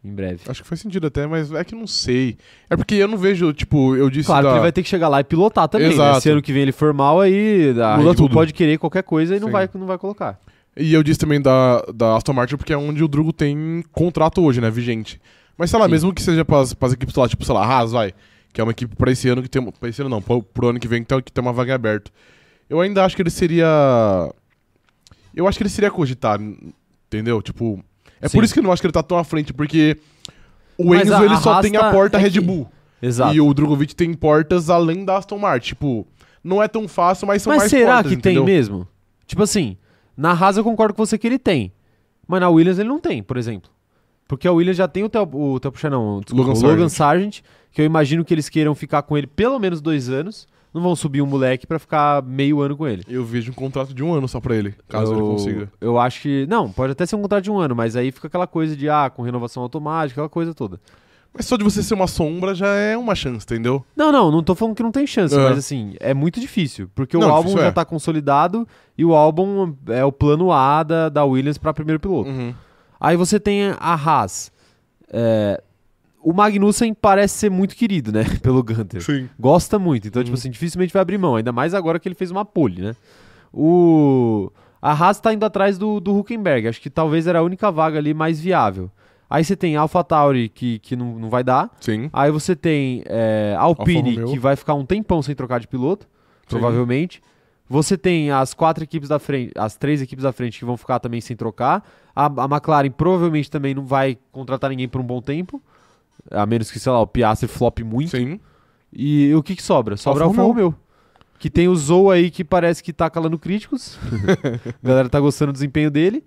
Em breve. Acho que faz sentido até, mas é que não sei. É porque eu não vejo, tipo, eu disse Claro da... que ele vai ter que chegar lá e pilotar também, né? Exato. Se ano que vem ele for mal, aí a Muda Red Bull tudo. pode querer qualquer coisa e não Sim. vai, não vai colocar. E eu disse também da, da Aston Martin, porque é onde o Drugo tem contrato hoje, né, vigente. Mas sei lá, Sim. mesmo que seja pras, pras equipes lá, tipo, sei lá, Haas, vai, que é uma equipe pra esse ano que tem. uma- Pra esse ano não, pro, pro ano que vem que tem, que tem uma vaga aberta. Eu ainda acho que ele seria. Eu acho que ele seria cogitado, entendeu? Tipo. É Sim. por isso que eu não acho que ele tá tão à frente, porque o Mas Enzo a- ele a só Haas tem tá- a porta é Red que- Bull. Exato. E o Drogovic tem portas além da Aston Martin. Tipo, não é tão fácil, mas são Mas mais será portas, que tem entendeu? mesmo? Tipo assim, na Haas eu concordo com você que ele tem. Mas na Williams ele não tem, por exemplo. Porque a Williams já tem o Theo, o Theo Puxa, não, desculpa, Logan o Logan Sargent, que eu imagino que eles queiram ficar com ele pelo menos dois anos. Não vão subir um moleque pra ficar meio ano com ele. Eu vejo um contrato de um ano só pra ele, caso eu, ele consiga. Eu acho que. Não, pode até ser um contrato de um ano, mas aí fica aquela coisa de, ah, com renovação automática, aquela coisa toda. Mas só de você ser uma sombra já é uma chance, entendeu? Não, não, não tô falando que não tem chance, É. mas assim, é muito difícil. Porque Não, o álbum difícil já é. tá consolidado e o álbum é o plano A da, da Williams pra primeiro Hum. piloto. Aí você tem a Haas. É, o Magnussen parece ser muito querido, né? <laughs> Pelo Gunter. Sim. Hum. Gosta muito. Então, tipo assim, dificilmente vai abrir mão. Ainda mais agora que ele fez uma pole, né? O... A Haas tá indo atrás do, do Huckenberg. Acho que talvez era a única vaga ali mais viável. Aí você tem AlphaTauri, que, que não, não vai dar. Sim. Aí você tem é, Alpine, Uhum. Romeo. que vai ficar um tempão sem trocar de piloto, provavelmente. Você tem as quatro equipes da frente, as três equipes da frente que vão ficar também sem trocar. A, a McLaren provavelmente também não vai contratar ninguém por um bom tempo. A menos que, sei lá, o Piastri flop muito. Sim. E o que, que sobra? Sobra o Alfa Alfa Romeo. Que tem o Zou aí que parece que tá calando críticos. A galera tá gostando do desempenho dele.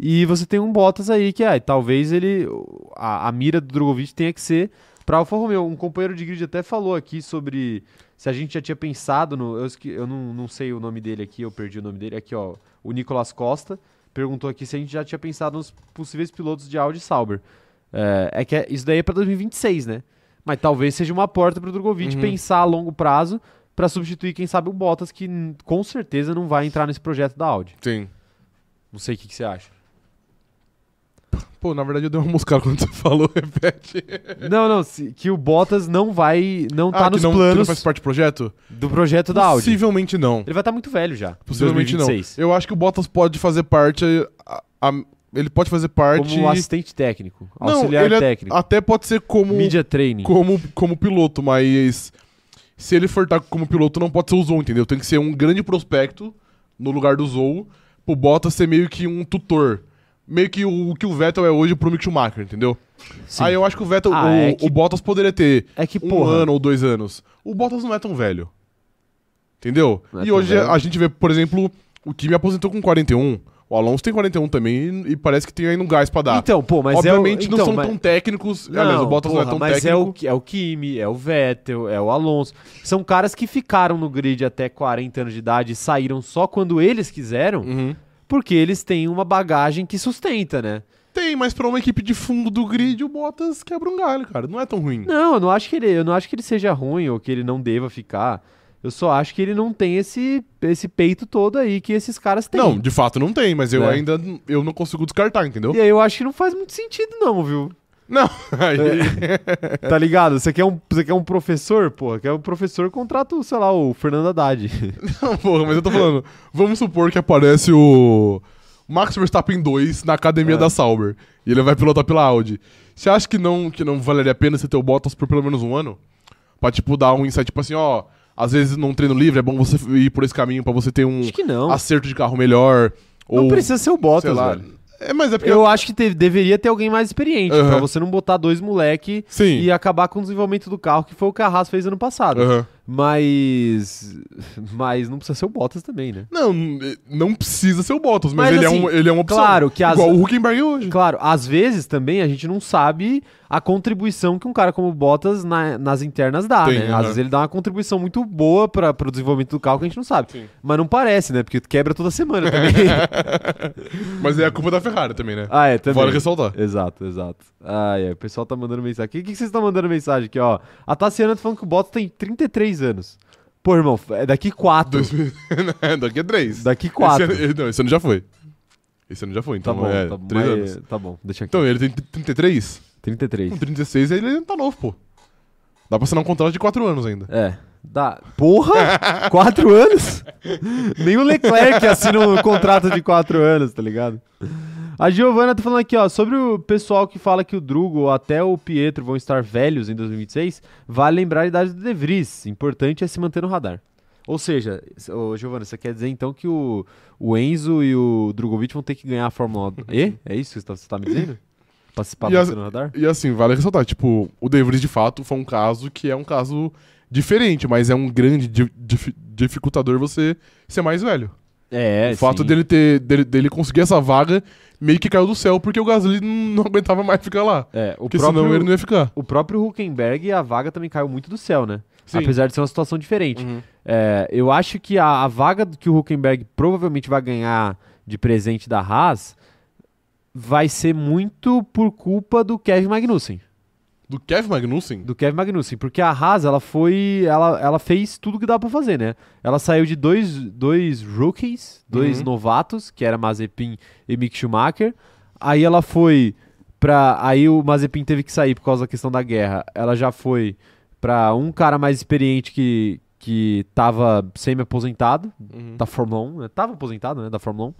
E você tem um Bottas aí que ah, talvez ele. A, a mira do Drogovic tenha que ser pra Alfa Romeo. Um companheiro de grid até falou aqui sobre se a gente já tinha pensado no. Eu, esque- eu não, não sei o nome dele aqui, eu perdi o nome dele. Aqui, ó. O Nicolas Costa perguntou aqui se a gente já tinha pensado nos possíveis pilotos de Audi e Sauber. É, é que é- isso daí é pra 2026, né? Mas talvez seja uma porta pro Drogovic Uhum. pensar a longo prazo pra substituir, quem sabe, o Bottas, que hum, com certeza não vai entrar nesse projeto da Audi. Sim. Não sei o que, que você acha. Pô, na verdade eu dei uma moscada quando você <laughs> falou, repete. <laughs> não, não, se- que o Bottas não vai. Não tá Ah, que nos não, que não planos faz parte do projeto? do projeto da Audi. Possivelmente não. Ele vai estar muito velho já. em Possivelmente 2026, não. Eu acho que o Bottas pode fazer parte. a- a- ele pode fazer parte. Como assistente técnico, Não, auxiliar ele é a- técnico, Até pode ser como, media training. como, como piloto, mas. Se ele for estar como piloto, não pode ser o Zou, entendeu? Tem que ser um grande prospecto no lugar do Zou, pro Bottas ser meio que um tutor. Meio que o o que o Vettel é hoje pro Mick Schumacher, entendeu? Sim. Aí eu acho que o Vettel, Ah, o, é que- o Bottas poderia ter É que, um porra. ano ou dois anos. O Bottas não é tão velho. Entendeu? Não é e tão hoje velho. a gente vê, por exemplo, o Kimi aposentou com 41. O Alonso tem 41 também e, e parece que tem ainda um gás pra dar. Então, pô, mas Obviamente é o... não então, são mas- tão técnicos. é, mas o Bottas não é porra, tão mas técnico. é o, é o Kimi, é o Vettel, é o Alonso. São caras que ficaram no grid até 40 anos de idade e saíram só quando eles quiseram, Uhum. porque eles têm uma bagagem que sustenta, né? Tem, mas pra uma equipe de fundo do grid, o Bottas quebra um galho, cara. Não é tão ruim. Não, eu não acho que ele, eu não acho que ele seja ruim ou que ele não deva ficar. Eu só acho que ele não tem esse, esse peito todo aí que esses caras têm. Não, de fato não tem, mas eu É. ainda eu não consigo descartar, entendeu? E aí eu acho que não faz muito sentido, não, viu? Não, <laughs> aí, Tá ligado? Você quer um, você quer um professor, porra? Quer um professor, contrata, o, sei lá, o Fernando Haddad. É. não, <laughs> porra, mas eu tô falando. Vamos supor que aparece o Max Verstappen 2 na academia É. da Sauber e ele vai pilotar pela Audi. Você acha que não, que não valeria a pena você ter o Bottas por pelo menos um ano? Pra, tipo, dar um insight, tipo assim, ó, às vezes num treino livre é bom você ir por esse caminho pra você ter um <laughs> acho que não. acerto de carro melhor. Não ou, precisa ser o sei Bottas, lá. velho. É, mas é porque. Eu acho que te- deveria ter alguém mais experiente, Aham. pra você não botar dois moleque Sim. e acabar com o desenvolvimento do carro, que foi o que a Haas fez ano passado. Aham. Mas. Mas não precisa ser o Bottas também, né? Não, não precisa ser o Bottas, mas, Mas, ele, assim, é um, ele é uma opção. claro que as- Igual o Huckenberg hoje. Claro, às vezes também a gente não sabe a contribuição que um cara como o Bottas na- nas internas dá, Tem, né? aham. Às vezes ele dá uma contribuição muito boa para o desenvolvimento do carro que a gente não sabe. Sim. Mas não parece, né? Porque quebra toda semana <laughs> também. <laughs> Mas é a culpa da Ferrari também, né? ah, é, também. Vale ressaltar. <laughs> Exato, exato. Ai, ai, o pessoal tá mandando mensagem. O que, que vocês estão mandando mensagem aqui, ó? A Tassiana tá falando que o Bottas tem 33 anos. Pô, irmão, é daqui 4. Dois- Não, Daqui a três. Daqui 4. Esse ano, não, esse ano já foi. Esse ano já foi, Tá então bom, é tá bom. três mas- anos. Tá bom, deixa aqui. Então ele tem 33? Com 33. 36 ele ainda tá novo, pô. Dá pra assinar um contrato de 4 anos ainda. É. Dá. <laughs> Porra! 4 anos? Nem o Leclerc assina um contrato de 4 anos, tá ligado? A Giovana tá falando aqui, ó, sobre o pessoal que fala que o Drugo ou até o Pietro vão estar velhos em 2026, vale lembrar a idade do De Vries. Importante é se manter no radar. Ou seja, s- ô, Giovana, você quer dizer então que o, o Enzo e o Drogovic vão ter que ganhar a Fórmula 1? E? É isso que você tá, você tá me dizendo? Pra se pra E as- manter no radar? E assim, vale ressaltar, tipo, o De Vries de fato foi um caso que é um caso diferente, mas é um grande di- dif- dificultador você ser mais velho. É, o fato sim. dele ter dele, dele conseguir essa vaga meio que caiu do céu porque o Gasly n- não aguentava mais ficar lá. É, o Porque próprio... senão ele não ia ficar. O próprio Huckenberg, a vaga também caiu muito do céu, né? Sim. Apesar de ser uma situação diferente. É, eu acho que a, a vaga do- que o Huckenberg provavelmente vai ganhar de presente da Haas vai ser muito por culpa do Kevin Magnussen. Do Kevin Magnussen? Do Kevin Magnussen. Porque a Haas, ela foi. Ela, ela fez tudo que dava pra fazer, né? Ela saiu de dois, dois rookies, dois Uhum. novatos, que era Mazepin e Mick Schumacher. Aí ela foi pra. Aí o Mazepin teve que sair por causa da questão da guerra. Ela já foi pra um cara mais experiente que, que tava semi-aposentado Uhum. da Fórmula 1, né? Tava aposentado, né? Da Fórmula 1.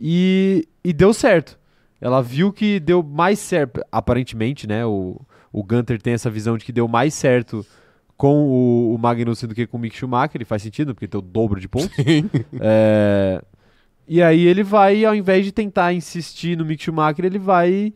E, e deu certo. Ela viu que deu mais certo. Aparentemente, né? O, o Gunter tem essa visão de que deu mais certo com o, o Magnussen do que com o Mick Schumacher. Ele faz sentido, porque tem o dobro de pontos. <laughs> É, e aí ele vai, ao invés de tentar insistir no Mick Schumacher, ele vai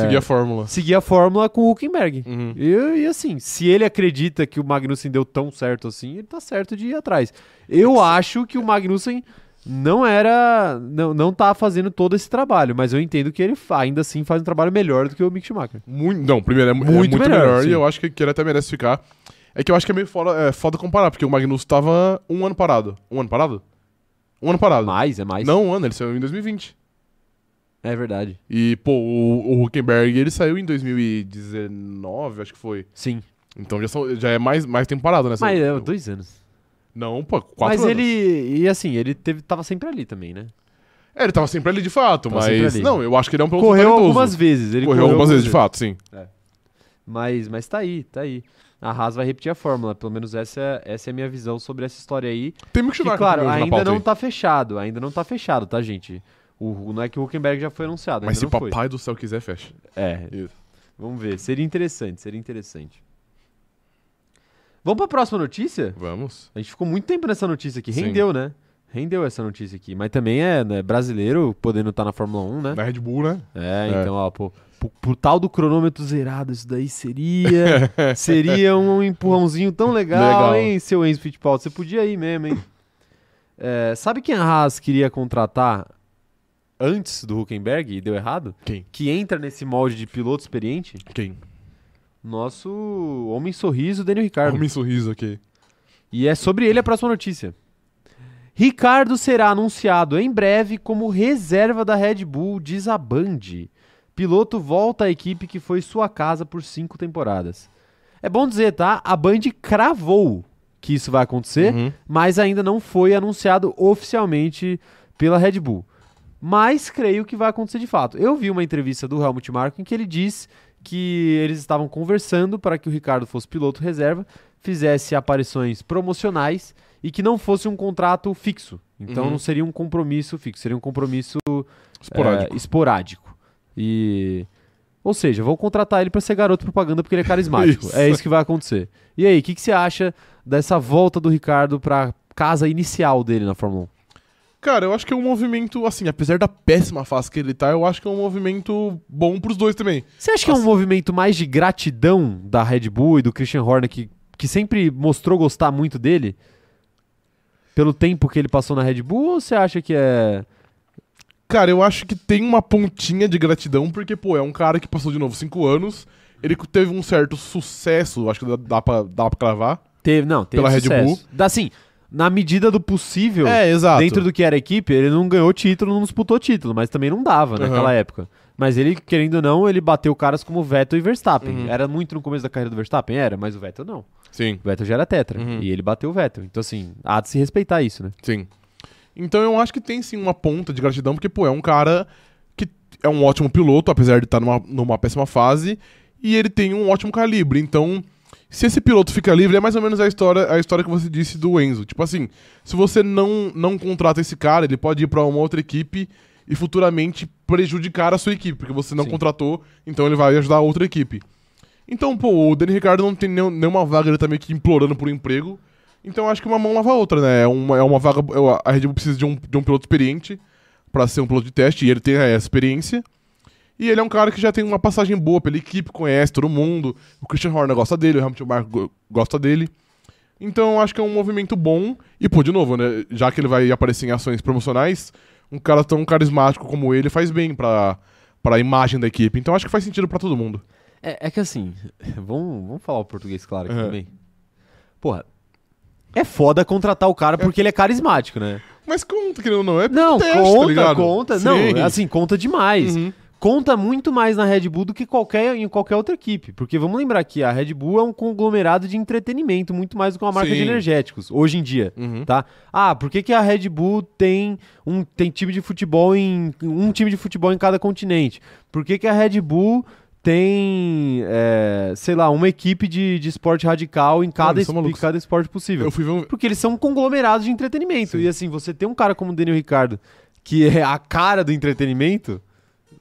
Seguir a fórmula. seguir a fórmula com o Huckenberg. É. Uhum. E, e assim, se ele acredita que o Magnussen deu tão certo assim, ele tá certo de ir atrás. Eu acho que o Magnussen não era. Não, não tá fazendo todo esse trabalho, mas eu entendo que ele fa- ainda assim faz um trabalho melhor do que o Mick Schumacher. Muito, não, primeiro, é mu- é Muito muito, melhor, melhor, sim. e eu acho que, que ele até merece ficar. É que eu acho que é meio foda, é, foda comparar, porque o Magnus tava um ano parado. Um ano parado? Um ano parado. Mais, é mais. Não, um ano, ele saiu em 2020. É verdade. E, pô, o, o Huckenberg, ele saiu em 2019, acho que foi. Sim. Então já, são, já é mais, mais tempo parado, né? São- Mas é dois anos. Não, pô, quatro mas anos. ele. E assim, ele teve, tava sempre ali também, né? É, ele tava sempre ali de fato, Tava sempre mas. ali. Não, eu acho que ele é um piloto Correu talentoso. algumas vezes. Ele correu, algumas vezes, de fato, sim. Mas, mas tá aí, tá aí. A Haas vai repetir a fórmula, pelo menos essa, é- essa é a minha visão sobre essa história aí. Tem Mick Que, Schumacher claro, também hoje na ainda pauta não aí. tá fechado, ainda não tá fechado, tá, gente? O, não é que o Huckenberg já foi anunciado, Mas se ainda não foi. papai do céu quiser, fecha. É, Isso. vamos ver. Seria interessante, seria interessante. Vamos pra próxima notícia? Vamos. A gente ficou muito tempo nessa notícia aqui, Sim. rendeu, né? Rendeu essa notícia aqui. Mas também é né, brasileiro podendo estar na Fórmula 1, né? Na Red Bull, né? É, É. então, ó, pô, pro, pro tal do cronômetro zerado, isso daí seria seria um empurrãozinho tão legal, Legal. hein, seu Enzo Fittipaldi? Você podia ir mesmo, hein? É, sabe quem a Haas queria contratar antes do Huckenberg e deu errado? Quem? Que entra nesse molde de piloto experiente? Quem? Nosso homem sorriso, Daniel Ricardo. Homem um sorriso aqui. E é sobre ele a próxima notícia. Ricardo será anunciado em breve como reserva da Red Bull, diz a Band. Piloto volta à equipe que foi sua casa por cinco temporadas. É bom dizer, tá? A Band cravou que isso vai acontecer, Uhum. mas ainda não foi anunciado oficialmente pela Red Bull. Mas creio que vai acontecer de fato. Eu vi uma entrevista do Helmut Marko em que ele diz que eles estavam conversando para que o Ricardo fosse piloto reserva, fizesse aparições promocionais e que não fosse um contrato fixo. Então Uhum. não seria um compromisso fixo, seria um compromisso Esporádico. é, esporádico. E ou seja, vou contratar ele para ser garoto propaganda porque ele é carismático. Isso. É isso que vai acontecer. E aí, o que, que você acha dessa volta do Ricardo para casa inicial dele na Fórmula 1? Cara, eu acho que é um movimento, assim, apesar da péssima fase que ele tá, eu acho que é um movimento bom pros dois também. Você acha que é um Nossa. movimento mais de gratidão da Red Bull e do Christian Horner que, que sempre mostrou gostar muito dele? Pelo tempo que ele passou na Red Bull, ou você acha que é. Cara, eu acho que tem uma pontinha de gratidão, porque, pô, é um cara que passou de novo cinco anos, ele teve um certo sucesso, acho que dá, dá, pra, dá pra cravar. Teve, não, teve Pela Red sucesso. Bull. É, Da- Assim, na medida do possível, exato. dentro do que era a equipe, ele não ganhou título, não disputou título, mas também não dava Uhum. naquela época. Mas ele, querendo ou não, ele bateu caras como Vettel e Verstappen. Uhum. Era muito no começo da carreira do Verstappen? Era, mas o Vettel não. Sim, O Vettel já era tetra. Uhum. E ele bateu o Vettel. Então, assim, há de se respeitar isso, né? sim. Então eu acho que tem sim uma ponta de gratidão, porque, pô, é um cara que é um ótimo piloto, apesar de estar numa, numa péssima fase, e ele tem um ótimo calibre. Então, se esse piloto fica livre, é mais ou menos a história, a história que você disse do Enzo. Tipo assim, se você não, não contrata esse cara, ele pode ir pra uma outra equipe e futuramente prejudicar a sua equipe, porque você não Sim. contratou, então ele vai ajudar a outra equipe. Então, pô, o Dani Ricardo não tem nenhum- nenhuma vaga, ele tá meio que implorando por um emprego. Então eu acho que uma mão lava a outra, né? É uma, é uma vaga. eu- A Red Bull precisa de um, de um piloto experiente pra ser um piloto de teste, e ele tem essa experiência. E ele é um cara que já tem uma passagem boa pela equipe, conhece todo mundo. O Christian Horner gosta dele, o Hamilton Marko go- gosta dele. Então eu acho que é um movimento bom. E, pô, de novo, né? Já que ele vai aparecer em ações promocionais, um cara tão carismático como ele faz bem pra, pra imagem da equipe. Então eu acho que faz sentido pra todo mundo. É, é que assim, <laughs> vamos, vamos falar o português claro aqui Uhum. também. Porra, é foda contratar o cara porque ele é carismático, né? Mas conta, querendo ou não, é Não, teste, tá conta, ligado? conta. Sim. Não, assim, conta demais. Uhum. Conta muito mais na Red Bull do que qualquer, em qualquer outra equipe. Porque vamos lembrar que a Red Bull é um conglomerado de entretenimento, muito mais do que uma marca de Sim. energéticos, hoje em dia. Uhum. Tá? Ah, por que, que a Red Bull tem um tem time de futebol em um time de futebol em cada continente? Por que, que a Red Bull tem, é, sei lá, uma equipe de, de esporte radical em cada, eles es- são em malucos. cada esporte possível? Eu fui ver um. Porque eles são um conglomerado de entretenimento. E assim, você ter um cara como o Daniel Ricardo, que é a cara do entretenimento,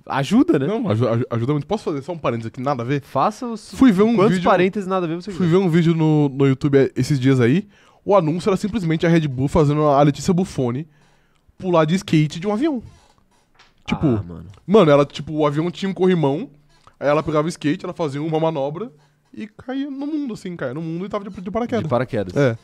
ajuda, né? Não, aju- aju- ajuda muito. Posso fazer só um parênteses aqui, nada a ver? Faça os. Fui ver um Quantos vídeo. parênteses nada a ver você Fui ver um vídeo no, no YouTube é, esses dias aí. O anúncio era simplesmente a Red Bull fazendo a Letícia Buffoni pular de skate de um avião. Tipo, Ah, mano. mano, ela, tipo, o avião tinha um corrimão, aí ela pegava o skate, ela fazia uma manobra e caía no mundo, assim, caía no mundo e tava de, de De paraquedas. paraquedas. É.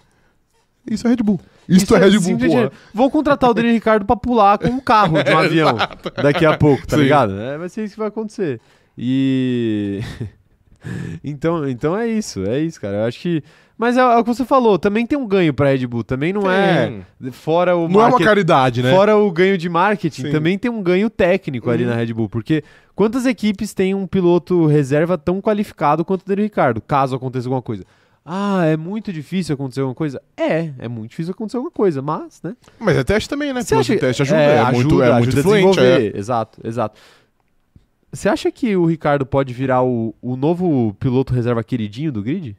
Isso é Red Bull. Isso, é Red Bull, simplesmente- porra. Vou contratar o Daniel Ricardo pra pular com um carro <laughs> de um avião daqui a pouco, tá Sim. ligado? É, vai ser isso que vai acontecer. E. <laughs> então, então é isso, é isso, cara. Eu acho que. Mas é, é o que você falou, também tem um ganho pra Red Bull. Também não é. Fora o Não é uma market- caridade, né? Fora o ganho de marketing, Sim. também tem um ganho técnico ali Uhum. na Red Bull, porque quantas equipes têm um piloto reserva tão qualificado quanto o Daniel Ricardo, caso aconteça alguma coisa? Ah, é muito difícil acontecer alguma coisa? É, é muito difícil acontecer alguma coisa, mas, né? Mas é teste também, né? Você Pô, acha o teste ajuda, é, é, muito, ajuda, é muito ajuda a influente. é. desenvolver. Exato, exato. Você acha que o Ricardo pode virar o, o novo piloto reserva queridinho do grid?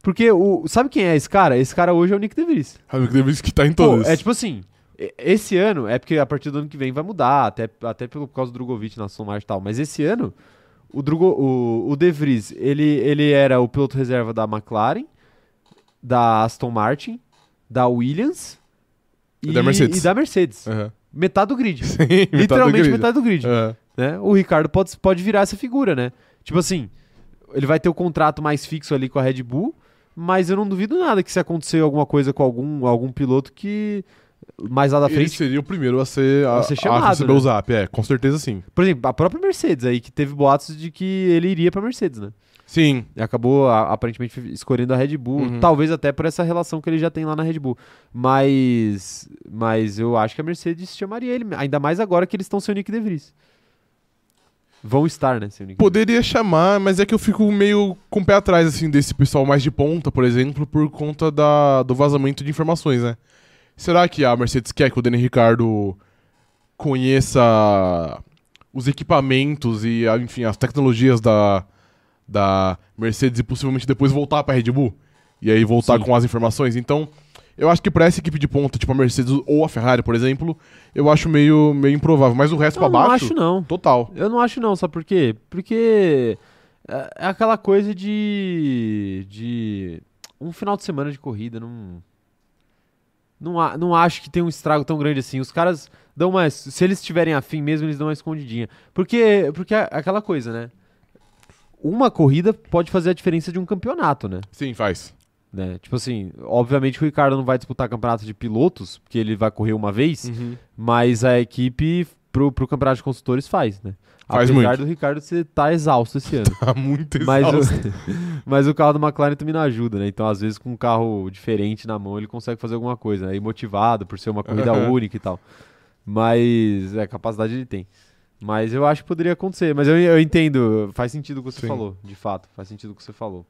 Porque o, sabe quem é esse cara? Esse cara hoje é o Nick DeVries. Ah, meu Deus, que tá em Pô, todas. é tipo assim, e- esse ano, é porque a partir do ano que vem vai mudar, até, até pelo, por causa do Drogovic na Aston Martin e tal, mas esse ano, o, Drugo, o, o De Vries, ele, ele era o piloto reserva da McLaren, da Aston Martin, da Williams E da Mercedes. e da Mercedes. <laughs> Aham. Metade do grid. Sim, <laughs> metade do Literalmente grid. metade do grid. É. né? O Ricardo pode, pode virar essa figura, né? Tipo assim, ele vai ter o contrato mais fixo ali com a Red Bull, mas eu não duvido nada que se acontecer alguma coisa com algum, algum piloto que mais lá da Ele frente. seria o primeiro a ser, a, A ser a chamado, receber né? o zap, é, com certeza sim. Por exemplo, a própria Mercedes aí, que teve boatos de que ele iria pra Mercedes, né? Sim, E acabou a- aparentemente escolhendo a Red Bull, Uhum. talvez até por essa relação que ele já tem lá na Red Bull. Mas mas eu acho que a Mercedes chamaria ele, ainda mais agora que eles estão sem o Nick De Vries. Vão estar, né, sem o Nick. De Vries. Poderia chamar, mas é que eu fico meio com o pé atrás, assim, desse pessoal mais de ponta, por exemplo, por conta da, do vazamento de informações, né? Será que a Mercedes quer que o Dani Ricardo conheça os equipamentos e, ah, enfim, as tecnologias da, da Mercedes e possivelmente depois voltar pra Red Bull? E aí voltar Sim. com as informações? Então, eu acho que pra essa equipe de ponta, tipo a Mercedes ou a Ferrari, por exemplo, eu acho meio, meio improvável. Mas o resto Eu pra não baixo, acho não. total. Eu não acho não, sabe por quê? Porque é é aquela coisa de de um final de semana de corrida não não, a- não acho que tem um estrago tão grande assim. Os caras dão uma se eles tiverem afim mesmo, eles dão uma escondidinha. Porque porque é aquela coisa, né? Uma corrida pode fazer a diferença de um campeonato, né? Sim, faz. Né? Tipo assim, obviamente que o Ricardo não vai disputar campeonato de pilotos, porque ele vai correr uma vez, mas a equipe pro, pro campeonato de consultores faz, né? Faz Apesar muito. do Ricardo você tá exausto esse ano. <laughs> Tá muito mas, exausto. o, <laughs> mas o carro do McLaren também não ajuda, né? Então, às vezes, com um carro diferente na mão, ele consegue fazer alguma coisa, né? E motivado por ser uma corrida Aham. única e tal. Mas é, capacidade ele tem. Mas eu acho que poderia acontecer. Mas eu, eu entendo, faz sentido o que você Sim. falou, de fato. Faz sentido o que você falou.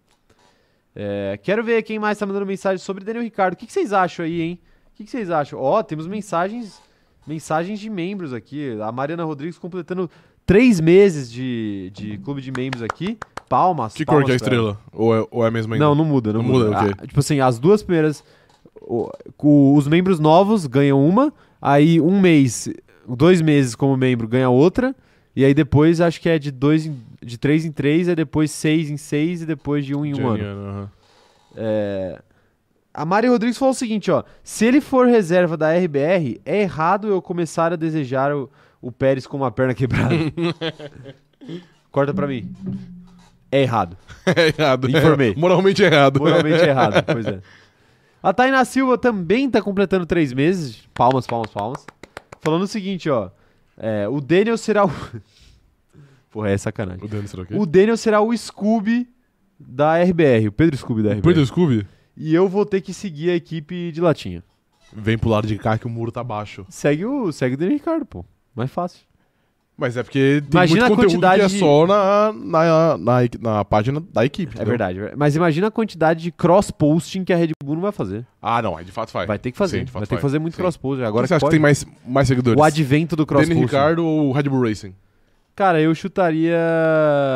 É, quero ver quem mais tá mandando mensagem sobre Daniel Ricardo. O que, que vocês acham aí, hein? O que, que vocês acham? Ó, temos mensagens mensagens de membros aqui. A Mariana Rodrigues completando três meses de, de clube de membros aqui. Palmas. Que palmas cor que é a pra ela. estrela? Ou é, ou é a mesma ainda? Tá Não, não muda, não, Não muda. muda, ok. Ah, tipo assim, as duas primeiras. o- o- os membros novos ganham uma, aí um mês, dois meses como membro ganha outra, e aí depois acho que é de dois em- de três em três, aí depois seis em seis, e depois de um em um ano. É, A Mari Rodrigues falou o seguinte, ó. Se ele for reserva da RBR, é errado eu começar a desejar o, o Pérez com uma perna <laughs> quebrada. Corta pra mim. É errado. <laughs> é errado. Informei. É, moralmente errado. Moralmente errado, pois é. A Tainá Silva também tá completando três meses. Palmas, palmas, palmas. Falando o seguinte, ó. é, o Daniel será o... <laughs> Porra, é sacanagem. <laughs> O Dani será o quê? O Daniel será o Scooby da RBR, o Pedro Scooby da RBR. Pedro Scooby? E eu vou ter que seguir a equipe de latinha. Vem pro lado de cá que o muro tá baixo. Segue o, segue o Daniel Ricardo, pô. Mais fácil. Mas é porque tem Imagina a muito conteúdo que quantidade é de- só na, na, na, equi- na página da equipe. É entendeu? verdade. Mas imagina a quantidade de cross-posting que a Red Bull não vai fazer. Ah, não, aí de fato faz. Vai ter que fazer. Sim, de fato vai ter que vai. fazer muito Sim. cross-posting. Agora Agora você acha que pode- tem mais, mais seguidores? o advento do Dani cross-posting. Ricardo ou Red Bull Racing? Cara, eu chutaria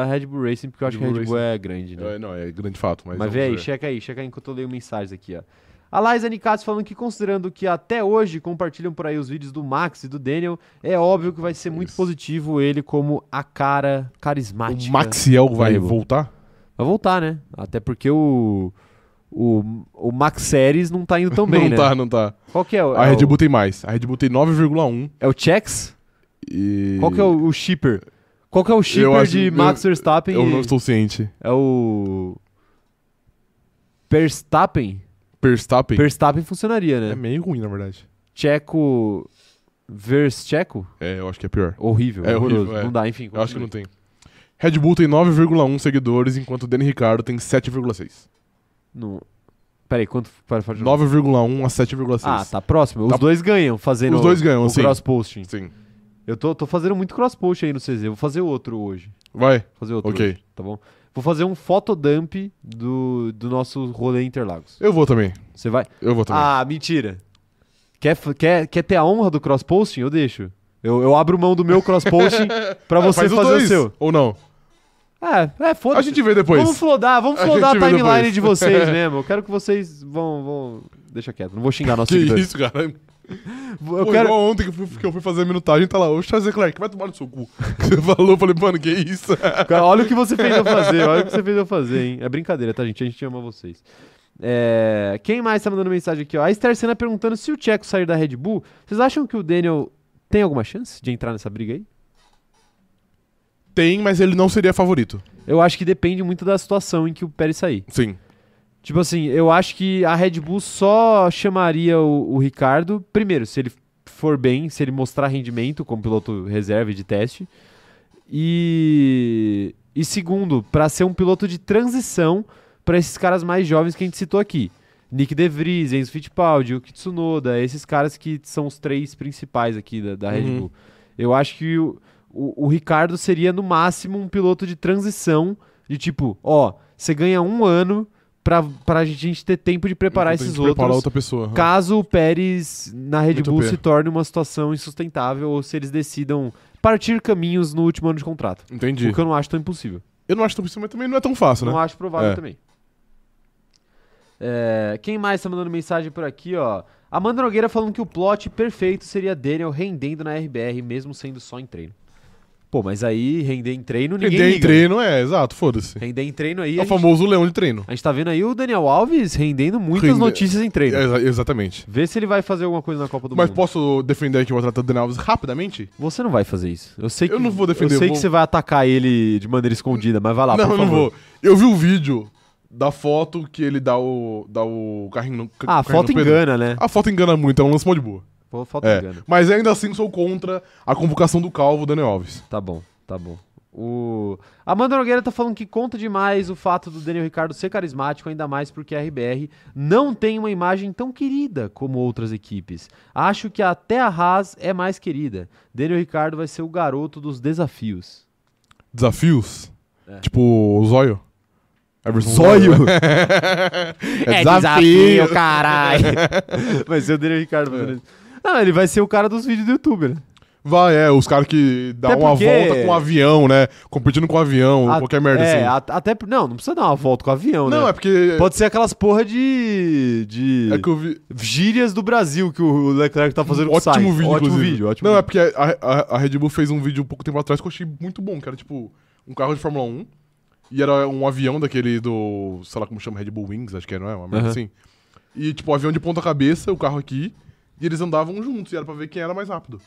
Red Bull Racing, porque eu acho Red que a Bull Red Bull é grande, né? É, não, é grande fato. Mas, Mas é vamos vê aí, ver. checa aí, checa aí enquanto eu leio mensagens aqui, ó. A Laís Anicates falando que, considerando que até hoje compartilham por aí os vídeos do Max e do Daniel, é óbvio que vai ser muito Isso. positivo ele como a cara O carismática. Maxiel vai Red Bull. voltar? Vai voltar, né? Até porque o. O, o Max Series não tá <laughs> indo tão bem, não né? tá, não tá. Qual que é o. A é Red o- Bull tem mais. A Red Bull tem 9,1 É o Chex? e... Qual que é o, o shipper? Qual que é o shipper acho- de eu- Max Verstappen? Eu e- não estou ciente. É o. Verstappen? Verstappen? Verstappen funcionaria, É né? meio ruim, na verdade. Tcheco. Verscheco? É, eu acho que é pior. Horrível. É horrível, horroroso. é. Não dá, enfim. Eu acho que não tem. Red Bull tem 9,1 seguidores, enquanto o Danny Ricardo tem 7,6. não. Peraí, quanto. Para, para de novo. 9,1 a 7,6. Ah, tá próximo. Os Tá- dois ganham fazendo Os dois ganham, o sim. cross-posting. Sim. Eu tô, tô fazendo muito cross-post aí no CZ. Vou fazer outro hoje. Vai. Vou fazer outro Ok. hoje, tá bom? Vou fazer um fotodump do, do nosso rolê Interlagos. Eu vou também. Você vai. Eu vou também. Ah, mentira. Quer, f- quer, quer ter a honra do cross-posting? Eu deixo. Eu, eu abro mão do meu <laughs> cross-posting pra você Faz os fazer dois, o seu. Ou não? É, é A foda-se. gente vê depois. Vamos flodar, vamos <laughs> A flodar a, gente vê timeline depois. de <laughs> vocês mesmo. Eu quero que vocês vão... vão... Deixa quieto, não vou xingar nossos Que seguidores. isso, cara? Eu Pô, quero... Igual ontem que eu, fui, que eu fui fazer a minutagem, tá lá, ô Charles Leclerc, vai tomar no seu cu. <laughs> Você falou, eu falei, mano, que isso? Cara, olha o que você fez eu fazer, olha o que você fez eu fazer, hein? É brincadeira, tá, gente? A gente ama vocês. É, Quem mais tá mandando mensagem aqui, ó? A Esther Senna perguntando se o Tcheco sair da Red Bull, vocês acham que o Daniel tem alguma chance de entrar nessa briga aí? Tem, mas ele não seria favorito. Eu acho que depende muito da situação em que o Pérez sair. Sim. Tipo assim, eu acho que a Red Bull só chamaria o, o Ricardo, primeiro, se ele for bem, se ele mostrar rendimento como piloto reserva e de teste. E, e segundo, para ser um piloto de transição para esses caras mais jovens que a gente citou aqui. Nick De Vries, Enzo Fittipaldi, o Kitsunoda, esses caras que são os três principais aqui da, da Red Uhum. Bull. Eu acho que o, o, o Ricardo seria, no máximo, um piloto de transição, de tipo, ó, você ganha um ano pra, pra gente ter tempo de preparar Então tem esses que Preparar outros, outra pessoa. aham. caso o Pérez na Red Muito Bull bem. se torne uma situação insustentável ou se eles decidam partir caminhos no último ano de contrato. Entendi. O que eu não acho tão impossível. Eu não acho tão possível, mas também não é tão fácil, né? Não acho provável É. também. É, quem mais tá mandando mensagem por aqui, ó? Amanda Nogueira falando que o plot perfeito seria Daniel rendendo na RBR, mesmo sendo só em treino. Pô, mas aí render em treino, ninguém Render em liga. treino, é, exato, foda-se. Render em treino aí, É a o gente, famoso leão de treino. a gente tá vendo aí o Daniel Alves rendendo muitas Rende- notícias em treino. É, exa- exatamente. Vê se ele vai fazer alguma coisa na Copa do Mas Mundo. posso defender aqui o atleta Daniel Alves rapidamente? Você não vai fazer isso. Eu sei que Eu não vou defender, Eu sei eu que vou- você vai atacar ele de maneira escondida, mas vai lá, não, por não favor. vou. Eu vi o vídeo da foto que ele dá o, dá o carrinho no Ah, a carrinho foto no Pedro. engana, né? A foto engana muito, é um lance mó de boa. Pô, foto É. engana. Mas ainda assim sou contra a convocação do calvo Daniel Alves. Tá bom, tá bom. O Amanda Nogueira tá falando que conta demais o fato do Daniel Ricardo ser carismático, ainda mais porque a RBR não tem uma imagem tão querida como outras equipes. Acho que até a Haas é mais querida. Daniel Ricardo vai ser o garoto dos desafios. Desafios? É. Tipo, o Zóio? Everson <laughs> é desafio. desafio, caralho! <laughs> vai ser o Daniel Ricardo É. fazendo isso. Não, ele vai ser o cara dos vídeos do YouTube, né? Vai, é, os caras que dá Até uma porque- volta com um avião, né? Competindo com um avião, A- qualquer merda é, assim. a- até... por- Não, não precisa dar uma volta com o avião, Não, né? é porque. Pode ser aquelas porra de... de... É que eu vi. Gírias do Brasil que o Leclerc tá fazendo com o ótimo Sainz. vídeo, ótimo inclusive. vídeo, ótimo Não, é vídeo. porque a, a- a Red Bull fez um vídeo pouco tempo atrás que eu achei muito bom, que era tipo um carro de Fórmula 1 e era um avião daquele do. sei lá como chama, Red Bull Wings, acho que é, não é? Uma merda Aham. assim. E tipo, o avião de ponta-cabeça, o carro aqui, e eles andavam juntos e era pra ver quem era mais rápido.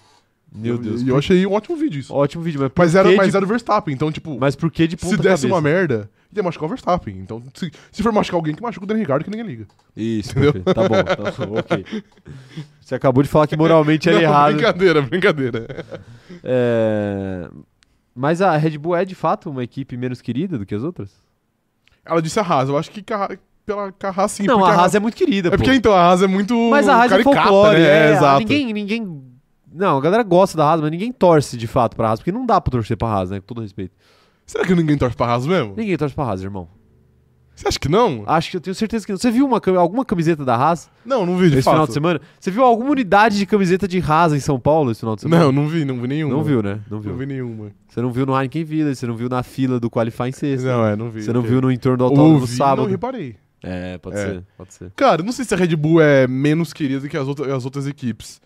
Meu Eu- Deus. E eu achei um ótimo vídeo isso. Ótimo vídeo, mas por Mas era, que mas de... era o Verstappen, então tipo. Mas por que de ponta se cabeça? desse uma merda, ia machucar o Verstappen. Então, se, se for machucar alguém, que machuca o Daniel Ricardo, que ninguém liga. Isso, perfeito. tá bom, tá <laughs> bom, ok. Você acabou de falar que moralmente era Não, errado. Brincadeira, brincadeira. É, Mas a Red Bull é de fato uma equipe menos querida do que as outras? Ela disse a Haas, eu acho que ca- pela que a Haas sim. não, porque a Haas é muito querida, É pô. porque então a Haas é muito. Mas a Haas é caricata, folclore, né? é, exato. Ninguém, ninguém... Não, a galera gosta da Haas, mas ninguém torce de fato pra Haas, porque não dá pra torcer pra Haas, né? Com todo respeito. Será que ninguém torce pra Haas mesmo? Ninguém Ah, torce pra Haas, irmão. Você acha que não? Acho que eu tenho certeza que não. Você viu uma, cam- alguma camiseta da Haas Não, não vi de esse final fato. de semana? Você viu alguma unidade de camiseta de Haas em São Paulo esse final de semana? Não, não vi, não vi nenhuma. Não viu, né? Não Não viu. vi nenhuma. Você não viu no Heineken Village, você não viu na fila do Qualify em sexta. Não, é, não vi. Você não ok. viu no entorno do autódromo Ouvi, sábado. não reparei. É, pode É. ser, pode ser. Cara, não sei se a Red Bull é menos querida que as outras, as outras equipes.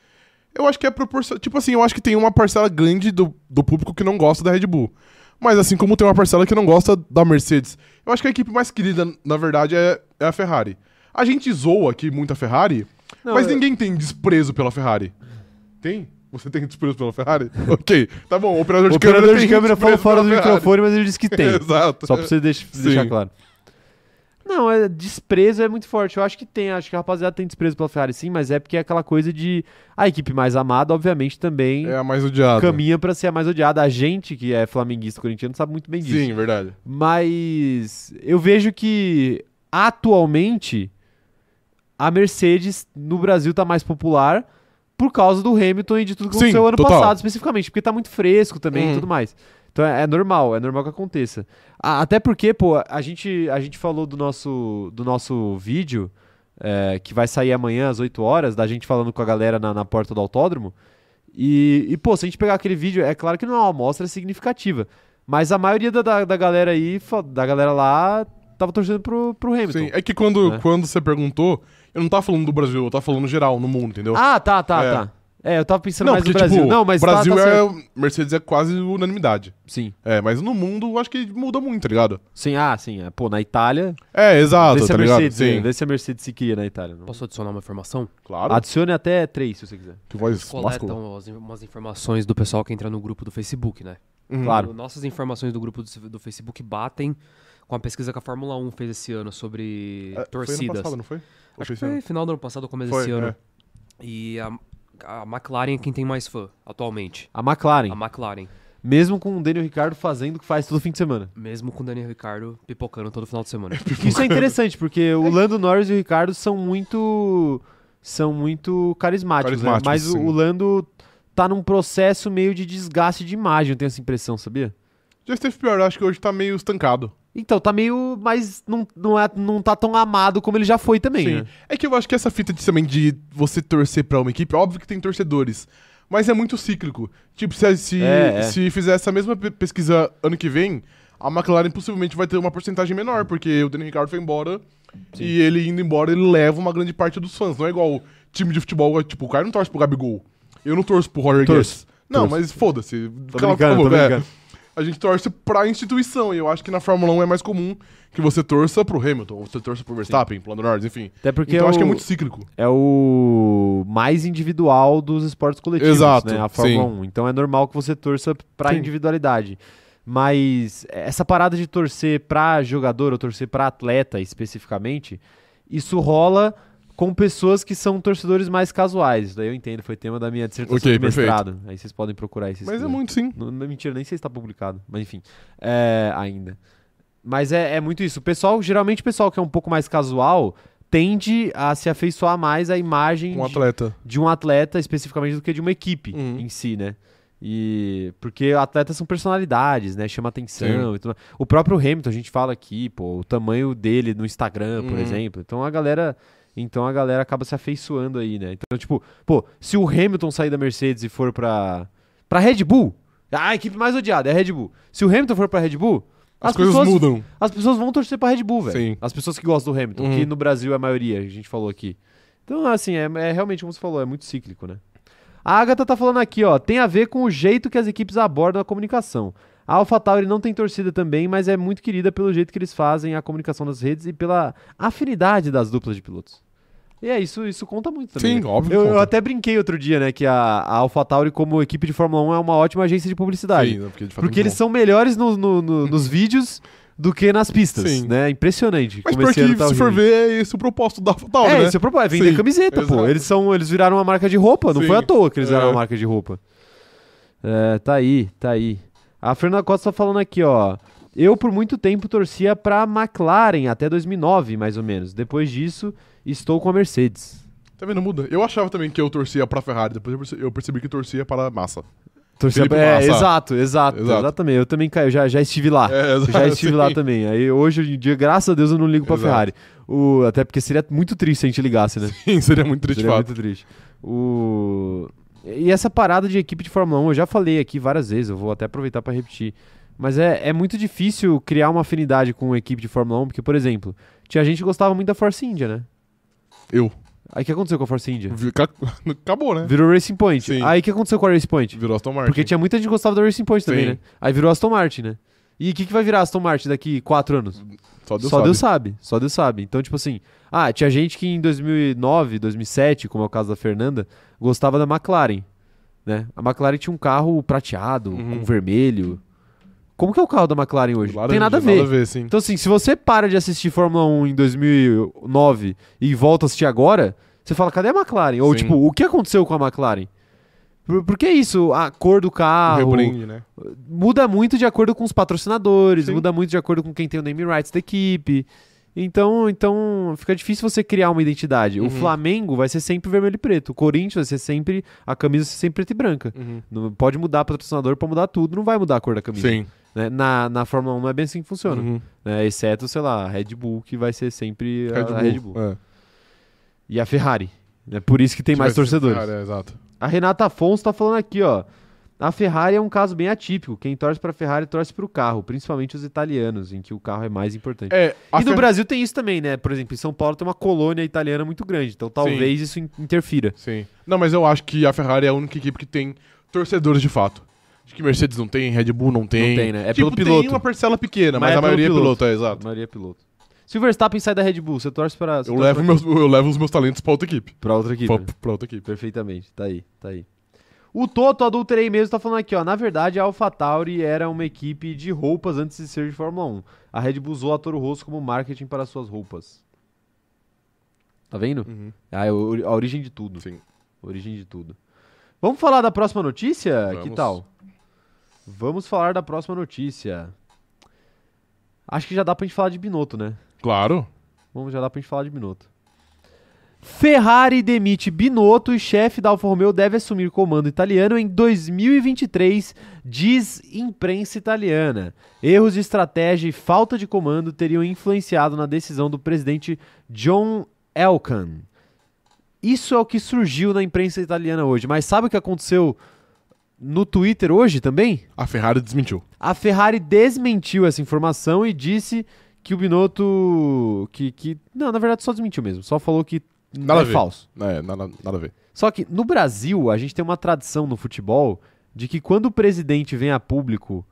Eu acho que é proporcional. Tipo assim, eu acho que tem uma parcela grande do, do público que não gosta da Red Bull. Mas assim como tem uma parcela que não gosta da Mercedes. Eu acho que a equipe mais querida, na verdade, é, é a Ferrari. A gente zoa aqui muito a Ferrari, Não, mas eu- ninguém tem desprezo pela Ferrari. Tem? Você tem desprezo pela Ferrari? <laughs> ok, tá bom. O operador O de operador de tem câmera falou desprezo fora do pela Ferrari. microfone, mas ele disse que tem. <laughs> Exato. Só pra você deix- Sim. deixar claro. Não, é, desprezo é muito forte. Eu acho que tem, acho que a rapaziada tem desprezo pela Ferrari sim, mas é porque é aquela coisa de a equipe mais amada, obviamente, também É a mais odiada. caminha pra ser a mais odiada. A gente que é flamenguista corintiano sabe muito bem disso. Sim, verdade. Mas eu vejo que atualmente a Mercedes no Brasil tá mais popular por causa do Hamilton e de tudo que Sim, aconteceu ano total. passado, especificamente, porque tá muito fresco também Uhum. e tudo mais. Então é, é normal, é normal que aconteça. A- até porque, pô, a gente, a gente falou do nosso, do nosso vídeo é, que vai sair amanhã às 8 horas, da gente falando com a galera na, na porta do autódromo. E, e, pô, se a gente pegar aquele vídeo, é claro que não é uma amostra significativa. Mas a maioria da, da, da galera aí, fa- da galera lá, tava torcendo pro, pro Hamilton. Sim, é que quando, né? quando você perguntou, eu não tava falando do Brasil, eu tava falando geral, no mundo, entendeu? Ah, tá, tá, É. tipo, tá. É, eu tava pensando mais no Brasil. não, mas tá- Brasil tá certo. é. Mercedes é quase unanimidade. Sim, É, mas no mundo eu acho que mudou muito, tá ligado? sim, ah, sim. é. Pô, na Itália. É, exato, vê, se tá a ligado? Mercedes, né? Sim, vê se a Mercedes se cria na Itália. não? Posso adicionar uma informação? claro. Adicione até três, se você quiser. que voz máscula. É, Coletam as- umas informações do pessoal que entra no grupo do Facebook, né? Uhum. Claro. Nossas informações do grupo do, do Facebook batem com a pesquisa que a Fórmula 1 fez esse ano sobre É, Foi ano torcidas. passado, não foi? Ou Acho que esse ano? foi final do ano passado ou começo Foi, desse ano. é. E a, a McLaren é quem tem mais fã atualmente. A McLaren, A McLaren. mesmo com o Daniel Ricardo fazendo o que faz todo fim de semana. Mesmo com o Daniel Ricardo pipocando todo final de semana. <laughs> Isso é interessante, porque É. o Lando Norris e o Ricardo são muito. são muito carismáticos, né? Carismáticos, Mas o, sim. o Lando tá num processo meio de desgaste de imagem, eu tenho essa impressão, sabia? Já esteve pior, acho que hoje tá meio estancado. Então, tá meio. Mas não, não, é, não tá tão amado como ele já foi também, Sim. né? É que eu acho que essa fita de, também de você torcer pra uma equipe, óbvio que tem torcedores. Mas é muito cíclico. Tipo, se, se, É, é. se fizer essa mesma pe- pesquisa ano que vem, a McLaren possivelmente vai ter uma porcentagem menor, porque o Daniel Ricardo foi embora e ele indo embora, ele leva uma grande parte dos fãs. Não é igual time de futebol, é, tipo, o cara não torce pro Gabigol. Eu não torço pro Roger Torço. Guedes. Não, Torço. mas foda-se. Tô Cala a brincando, tô boca, é. brincando. A gente torce pra instituição, e eu acho que na Fórmula 1 é mais comum que você torça pro Hamilton, ou você torça pro Verstappen, pro Lando Norris, enfim. Até porque então eu acho que é o- muito cíclico. é o mais individual dos esportes coletivos, Exato, né? A Fórmula sim. 1. Então é normal que você torça pra Sim. individualidade. Mas essa parada de torcer pra jogador ou torcer pra atleta especificamente, isso rola com pessoas que são torcedores mais casuais. Isso daí eu entendo, foi tema da minha dissertação Ok, de perfeito. mestrado. Aí vocês podem procurar esses Mas é muito sim. não, não, mentira, nem sei se tá publicado, mas enfim, é, ainda. Mas é, é muito isso. O pessoal, geralmente o pessoal que é um pouco mais casual, tende a se afeiçoar mais à imagem de, Um atleta. de um atleta especificamente do que de uma equipe Uhum. em si, né? E porque atletas são personalidades, né? Chama atenção. e tudo mais. O próprio Hamilton, a gente fala aqui, pô, o tamanho dele no Instagram, por Uhum. exemplo. Então a galera, então a galera acaba se afeiçoando aí, né? Então, tipo, pô, se o Hamilton sair da Mercedes e for pra pra Red Bull, a equipe mais odiada é a Red Bull. Se o Hamilton for pra Red Bull, As, coisas pessoas, mudam. as pessoas vão torcer pra Red Bull, velho. Sim. As pessoas que gostam do Hamilton, Uhum. que no Brasil é a maioria, a gente falou aqui. Então, assim, é, é realmente como você falou, é muito cíclico, né? A Agatha tá falando aqui, ó, tem a ver com o jeito que as equipes abordam a comunicação. A AlphaTauri não tem torcida também, mas é muito querida pelo jeito que eles fazem a comunicação nas redes e pela afinidade das duplas de pilotos. E é isso, isso conta muito também. Sim, né? óbvio que Eu, eu conta. até brinquei outro dia, né, que a, a AlphaTauri como equipe de Fórmula 1 é uma ótima agência de publicidade. Sim, né, porque de fato Porque é muito Uhum. eles são melhores no- no- no- nos vídeos do que nas pistas, Sim. né? Impressionante. bom. Mas como esse ano porque, tá se for horrível. ver, é esse o propósito da Fatal, É, né? esse é o propósito, é vender Sim, camiseta, pô. exato. Eles, são, eles viraram uma marca de roupa, não Sim, foi à toa que eles viraram é. uma marca de roupa. É, tá aí, tá aí. A Fernanda Costa tá falando aqui, ó. Eu, por muito tempo, torcia pra McLaren, até 2009, mais ou menos. Depois disso, estou com a Mercedes. Tá vendo? Muda. Eu achava também que eu torcia pra Ferrari, depois eu perce- eu percebi que torcia para a massa. Torcia Felipe é, Massa. exato, exato, Exato. exatamente. Eu também caí, eu já, já estive lá. É, Ah, Eu exato, <laughs> já estive sim. lá também. Aí hoje em dia, graças a Deus, eu não ligo pra Exato. Ferrari. O, até porque seria muito triste se a gente ligasse, né? Sim, seria muito triste, de Seria fato. muito triste. O... E essa parada de equipe de Fórmula 1, eu já falei aqui várias vezes, eu vou até aproveitar pra repetir. Mas é, é muito difícil criar uma afinidade com a equipe de Fórmula 1, porque, por exemplo, tinha gente que gostava muito da Force India, né? Eu. Aí o que aconteceu com a Force India? Vi- ca- <laughs> Acabou, né? Virou Racing Point. Sim. Aí o que aconteceu com a Racing Point? Virou Aston Martin. Porque tinha muita gente que gostava da Racing Point também, Sim. né? Aí virou Aston Martin, né? E o que, que vai virar Aston Martin daqui quatro anos? Só Deus Só sabe. Deus sabe. Só Deus sabe. Então, tipo assim, ah, tinha gente que em 2009, 2007, como é o caso da Fernanda, gostava da McLaren, né? A McLaren tinha um carro prateado, Uhum. com vermelho. Como que é o carro da McLaren hoje? Não Laranja, Tem nada a ver. Nada a ver, sim. Então, assim, se você para de assistir Fórmula 1 em 2009 e volta a assistir agora, você fala, cadê a McLaren? Ou, Sim. tipo, o que aconteceu com a McLaren? Por, por que isso? A cor do O carro rebrand, né? muda muito de acordo com os patrocinadores, Sim. muda muito de acordo com quem tem o name rights da equipe. Então, então fica difícil você criar uma identidade. O Uhum. Flamengo vai ser sempre vermelho e preto. O Corinthians vai ser sempre. A camisa vai ser sempre preta e branca. Uhum. Não, pode mudar patrocinador pra mudar tudo, não vai mudar a cor da camisa. Sim. né? Na, na Fórmula 1 não é bem assim que funciona. Uhum. né? Exceto, sei lá, a Red Bull, que vai ser sempre a- Red a Bull. Red Bull. É. E a Ferrari. É por isso que tem mais Tivesse- torcedores. Cara, é, exato. A Renata Afonso tá falando aqui, ó. A Ferrari é um caso bem atípico. Quem torce pra Ferrari torce pro carro, principalmente os italianos, em que o carro é mais importante. É, a e no Fer- Brasil tem isso também, né? Por exemplo, em São Paulo tem uma colônia italiana muito grande, então talvez isso in- interfira. Sim. Não, mas eu acho que a Ferrari é a única equipe que tem torcedores de fato. Acho que Mercedes não tem, Red Bull não tem. Não tem, né? É tipo, pelo piloto. tem uma parcela pequena, Mas mas, é a pelo maioria é piloto. piloto, é, A exato. maioria é piloto. Se o Verstappen sai da Red Bull, você torce pra. você Eu torce levo, pra meus, eu levo os meus talentos pra outra equipe. quem? pra outra equipe. Pra, né? pra outra equipe. Perfeitamente. Tá aí, tá aí. O Toto Adulterei mesmo tá falando aqui, ó. Na verdade, a AlphaTauri era uma equipe de roupas antes de ser de Fórmula 1. A Red Bull usou a Toro Rosso como marketing para suas roupas. Tá vendo? Uhum. Ah, é o- a origem de tudo. Sim. Origem de tudo. Vamos falar da próxima notícia? Que Vamos. tal? Vamos falar da próxima notícia. Acho que já dá pra gente falar de Binotto, né? Claro. Vamos, já dá pra gente falar de Binotto. Ferrari demite Binotto e chefe da Alfa Romeo deve assumir comando italiano em 2023, diz imprensa italiana. Erros de estratégia e falta de comando teriam influenciado na decisão do presidente John Elkann. Isso é o que surgiu na imprensa italiana hoje, mas sabe o que aconteceu no Twitter hoje também? A Ferrari desmentiu. A Ferrari desmentiu essa informação e disse que o Binotto. Que, que, não, na verdade só desmentiu mesmo. Só falou que Nada a é ver. falso. É, nada, nada a ver. Só que no Brasil, a gente tem uma tradição no futebol de que quando o presidente vem a público.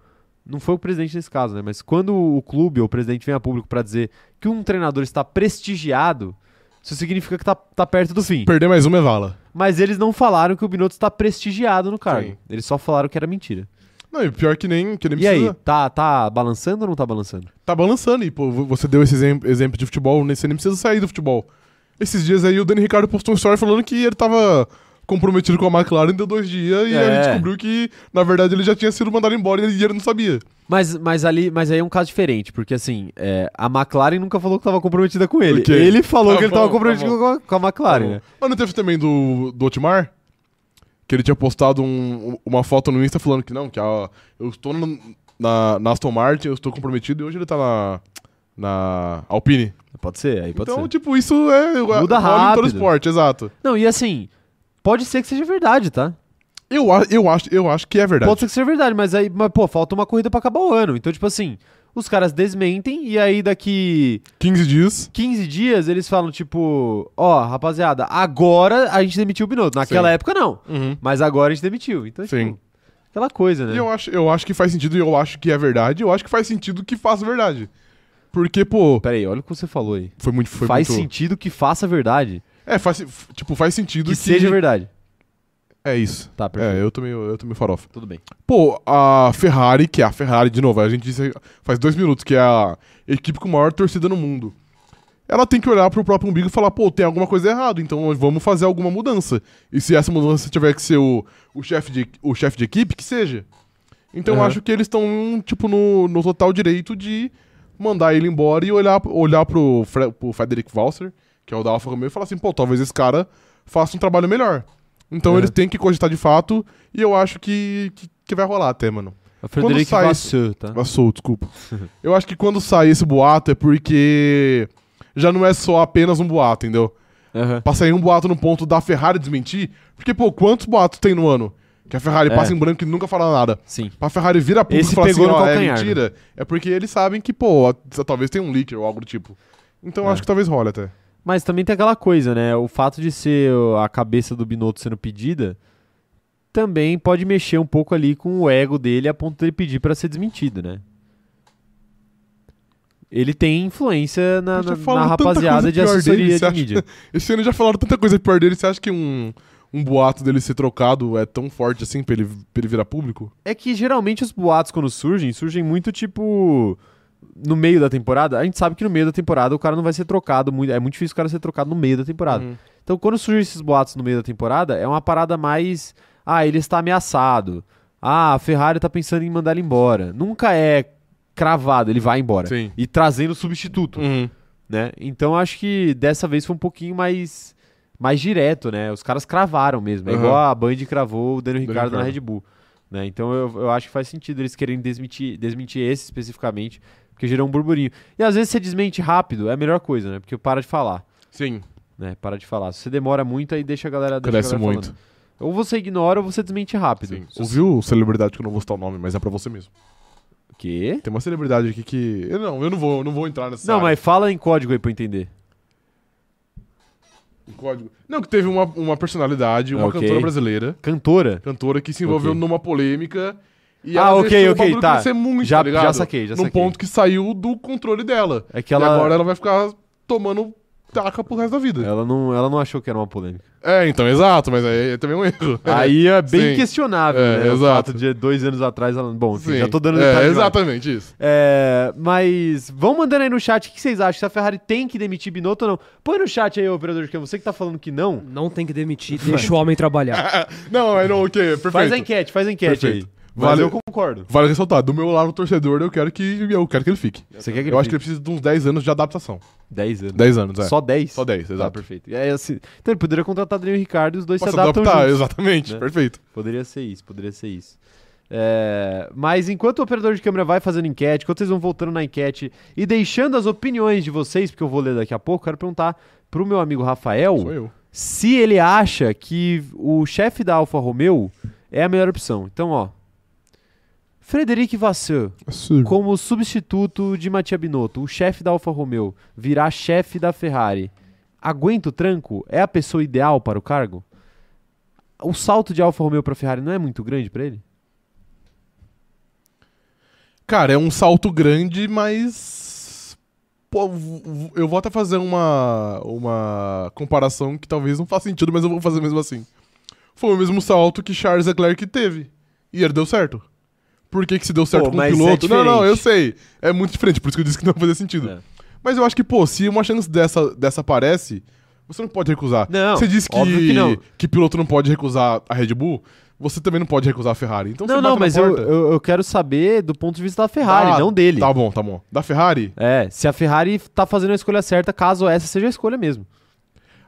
Não foi o presidente nesse caso, né? Mas quando o clube ou o presidente vem a público pra dizer que um treinador está prestigiado, isso significa que tá, tá perto do fim. Perder mais uma é vala. Mas eles não falaram que o Binotto está prestigiado no cargo. Sim. Eles só falaram que era mentira. Não, e pior que nem, que nem E aí, precisa. tá, tá balançando ou não tá balançando? Tá balançando. E, pô, vo- você deu esse exem- exemplo de futebol, né? você nem precisa sair do futebol. Esses dias aí o Dani Ricardo postou um story falando que ele tava comprometido com a McLaren, deu dois dias, e É. a gente descobriu que, na verdade, ele já tinha sido mandado embora e ele não sabia. Mas, mas, ali, mas aí é um caso diferente, porque assim, é, a McLaren nunca falou que estava comprometida com ele. Ok. Ele falou Tá que ele bom, estava tá comprometido bom. Tá com, a, com a McLaren, né? Mas não teve também do, do Otmar? Que ele tinha postado um- uma foto no Insta falando que não, que a, eu estou no- na, na Aston Martin, eu estou comprometido, e hoje ele tá na, na Alpine. Pode ser, aí pode então, ser. tipo, isso é... Muda rola em todo rápido. esporte, exato. Não, e assim, pode ser que seja verdade, tá? Eu, a- eu, acho, eu acho que é verdade. Pode ser que seja verdade, mas aí, mas, pô, falta uma corrida pra acabar o ano. Então, tipo assim, os caras desmentem e aí daqui 15 dias. 15 dias eles falam, tipo, ó, rapaziada, agora a gente demitiu o Binotto. Naquela Sim. época não, mas agora a gente demitiu. Então, Sim. tipo, aquela coisa, né? E eu acho, eu acho que faz sentido, e eu acho que é verdade, eu acho que faz sentido que faça verdade. Porque, pô, Peraí, olha o que você falou aí. foi muito. Foi Faz muito... sentido que faça verdade. É, faz, f- tipo, faz sentido que seja verdade. É isso. Tá, perfeito. É, eu tomei, eu tomei farofa. Tudo bem. Pô, a Ferrari, que é a Ferrari, de novo, a gente disse faz dois minutos que é a equipe com a maior torcida no mundo. Ela tem que olhar pro próprio umbigo e falar, pô, tem alguma coisa errada, então vamos fazer alguma mudança. E se essa mudança tiver que ser o, o chefe de, o chefe de equipe, que seja. Então eu Aham. acho que eles estão, tipo, no, no total direito de mandar ele embora e olhar, olhar pro, Fre- pro Frederick Walser, que é o da Alfa Romeo, e falar assim, pô, talvez esse cara faça um trabalho melhor. Então Aham. eles têm que cogitar de fato, e eu acho que, que, que vai rolar até, mano. É o Frederico sai Vasseur, tá? Passou, <laughs> desculpa. Eu acho que quando sai esse boato é porque já não é só apenas um boato, entendeu? Aham. Pra sair um boato no ponto da Ferrari desmentir, porque, pô, quantos boatos tem no ano? Que a Ferrari É. passa em branco e nunca fala nada. Sim. Pra Ferrari virar público Esse e falar assim, pegou no ó, é calcanhar, né? mentira, é porque eles sabem que, pô, t- talvez tenha um leak ou algo do tipo. Então eu É. acho que talvez role até. Mas também tem aquela coisa, né? O fato de ser ó, a cabeça do Binotto sendo pedida também pode mexer um pouco ali com o ego dele a ponto dele pedir pra ser desmentido, né? Ele tem influência na, Poxa, na- falaram na tanta rapaziada coisa de pior dele, assessoria você de acha? mídia. Esse ano já falaram tanta coisa pior dele, você acha que um, um boato dele ser trocado é tão forte assim pra ele, pra ele virar público? É que geralmente os boatos, quando surgem, surgem muito tipo. No meio da temporada. A gente sabe que no meio da temporada o cara não vai ser trocado. muito- É muito difícil o cara ser trocado no meio da temporada. Então, quando surgem esses boatos no meio da temporada, é uma parada mais. Ah, ele está ameaçado. Ah, a Ferrari tá pensando em mandar ele embora. Nunca é cravado, ele vai embora. Sim. E trazendo substituto, Uhum. né? Então acho que dessa vez foi um pouquinho mais mais direto, né? Os caras cravaram mesmo. É Aham. igual a Band cravou o Daniel Daniel Ricardo na Ricciardo. Red Bull. Né? Então eu, eu acho que faz sentido eles quererem desmentir, desmentir esse especificamente, porque gerou um burburinho. E às vezes você desmente rápido, é a melhor coisa, né? Porque para de falar Sim. né? Para de falar. Se você demora muito, aí deixa a galera. Deixa a Cresce galera muito. falando. Ou você ignora ou você desmente rápido. Sim. Se você- Ouviu celebridade que eu não vou citar o nome, mas é pra você mesmo. O quê? Tem uma celebridade aqui que. Eu não, eu não vou, eu não vou entrar nessa. Não, área. mas fala em código aí pra eu entender. Em código. Não, que teve uma, uma personalidade, uma Ah, Ok. cantora brasileira, Cantora? cantora que se envolveu Ok. numa polêmica. E Ah, ela ok, deixou o ok, bagulho tá. crescer muito, Já- tá ligado? já saquei, já Num saquei. ponto que saiu do controle dela. É que ela. E agora ela vai ficar tomando taca pro resto da vida. Ela não, ela não achou que era uma polêmica. É, então, exato, mas aí é também um erro. <laughs> Aí <laughs> é bem Sim. questionável, É, né? O exato. fato de dois anos atrás ela. Bom, enfim, Sim. já tô dando É, detalhe demais. exatamente isso. É, mas vão mandando aí no chat o que vocês acham, se a Ferrari tem que demitir Binotto ou não. Põe no chat aí, operador de câmbio, você que tá falando que não. Não tem que demitir, deixa o homem trabalhar. Não, mas não, o quê? Perfeito. Faz a enquete, faz a enquete Perfeito. aí. Mas Vale- eu concordo. Vale ressaltar, do meu lado torcedor, eu quero que eu quero que ele fique. Você quer que Eu acho que ele precisa de uns 10 anos de adaptação. 10 anos. 10 anos, é. Só 10? Só 10, Tá, exato. perfeito. É, assim, então ele poderia contratar Daniel Ricardo e os dois Posso se adaptam adaptar, juntos. exatamente, né? perfeito. Poderia ser isso, poderia ser isso. É, mas enquanto o operador de câmera vai fazendo enquete, enquanto vocês vão voltando na enquete e deixando as opiniões de vocês, porque eu vou ler daqui a pouco, quero perguntar pro meu amigo Rafael Sou eu. se ele acha que o chefe da Alfa Romeo é a melhor opção. Então, ó. Frederic Vasseur, Hum. como substituto de Mattia Binotto, o chefe da Alfa Romeo, virá chefe da Ferrari. Aguenta o tranco? É a pessoa ideal para o cargo? O salto de Alfa Romeo para Ferrari não é muito grande para ele? Cara, é um salto grande, mas pô, v- v- eu vou até fazer uma uma comparação que talvez não faça sentido, mas eu vou fazer mesmo assim. Foi o mesmo salto que Charles Leclerc teve e ele deu certo. Por que, que se deu certo Pô, com o mas é piloto? não, não, eu diferente. sei. É muito diferente, por isso que eu disse que não fazia sentido. É. Mas eu acho que, pô, se uma chance dessa, dessa aparece, você não pode recusar. Não, você disse que, óbvio que não. que piloto não pode recusar a Red Bull, você também não pode recusar a Ferrari. Então você não, não, bate na mas eu, porta. eu, eu quero saber do ponto de vista da Ferrari, Ah, não dele. Tá bom, tá bom. Da Ferrari, É, se a Ferrari tá fazendo a escolha certa, caso essa seja a escolha mesmo.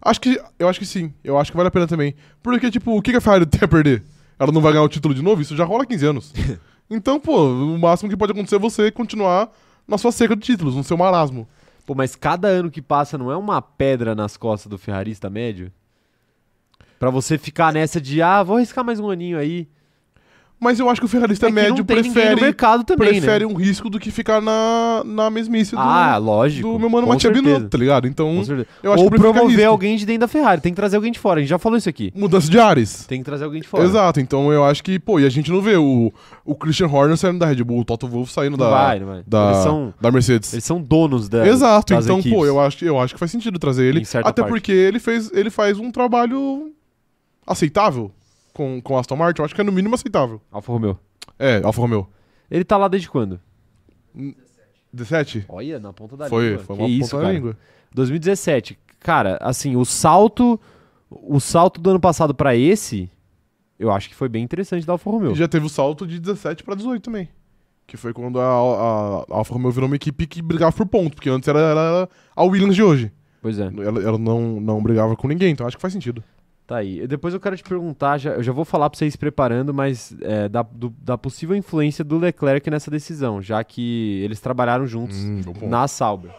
acho que, eu acho que sim. Eu acho que vale a pena também. Porque, tipo, o que que a Ferrari <laughs> tem a perder? Ela não vai ganhar o título de novo? Isso já rola há <laughs> 15 anos. então, pô, o máximo que pode acontecer é você continuar na sua seca de títulos, no seu marasmo. Pô, mas cada ano que passa não é uma pedra nas costas do ferrarista médio? Pra você ficar nessa de, ah, vou arriscar mais um aninho aí. Mas eu acho que o ferrarista É que médio não tem ninguém no prefere, mercado também, prefere né? um risco do que ficar na, na mesmice do, ah, lógico. do meu mano com Matia Binotto, certeza, tá ligado? Então, com certeza. eu acho Ou que eu prefiro ficar promover risco. alguém de dentro da Ferrari. Tem que trazer alguém de fora. A gente já falou isso aqui. mudança de ares. Tem que trazer alguém de fora. Exato, então eu acho que, pô, e a gente não vê o, o Christian Horner saindo da Red Bull, o Toto Wolff saindo Não da, vai, não vai. da, Eles são- da Mercedes. Eles são donos da. Exato, das então, pô, equipes. eu acho, eu acho que faz sentido trazer ele. Em certa Até parte. porque ele, fez, ele faz um trabalho aceitável com, com a Aston Martin, eu acho que é no mínimo aceitável. Alfa Romeo. É, Alfa Romeo. Ele tá lá desde quando? 17? Olha, na ponta da Foi, língua. foi Que uma isso, ponta na cara. língua. 2017. Cara, assim, o salto. O salto do ano passado pra esse. Eu acho que foi bem interessante da Alfa Romeo. E já teve o salto de 17 pra 18 também. Que foi quando a, a- a Alfa Romeo virou uma equipe que brigava por ponto, porque antes era, era a Williams de hoje. Pois é. Ela, ela não, não brigava com ninguém, então acho que faz sentido. Tá aí. E Depois eu quero te perguntar, já- eu já vou falar pra vocês preparando, mas é, da, do- da possível influência do Leclerc nessa decisão, já que eles trabalharam juntos Hum, bom ponto. na Sauber.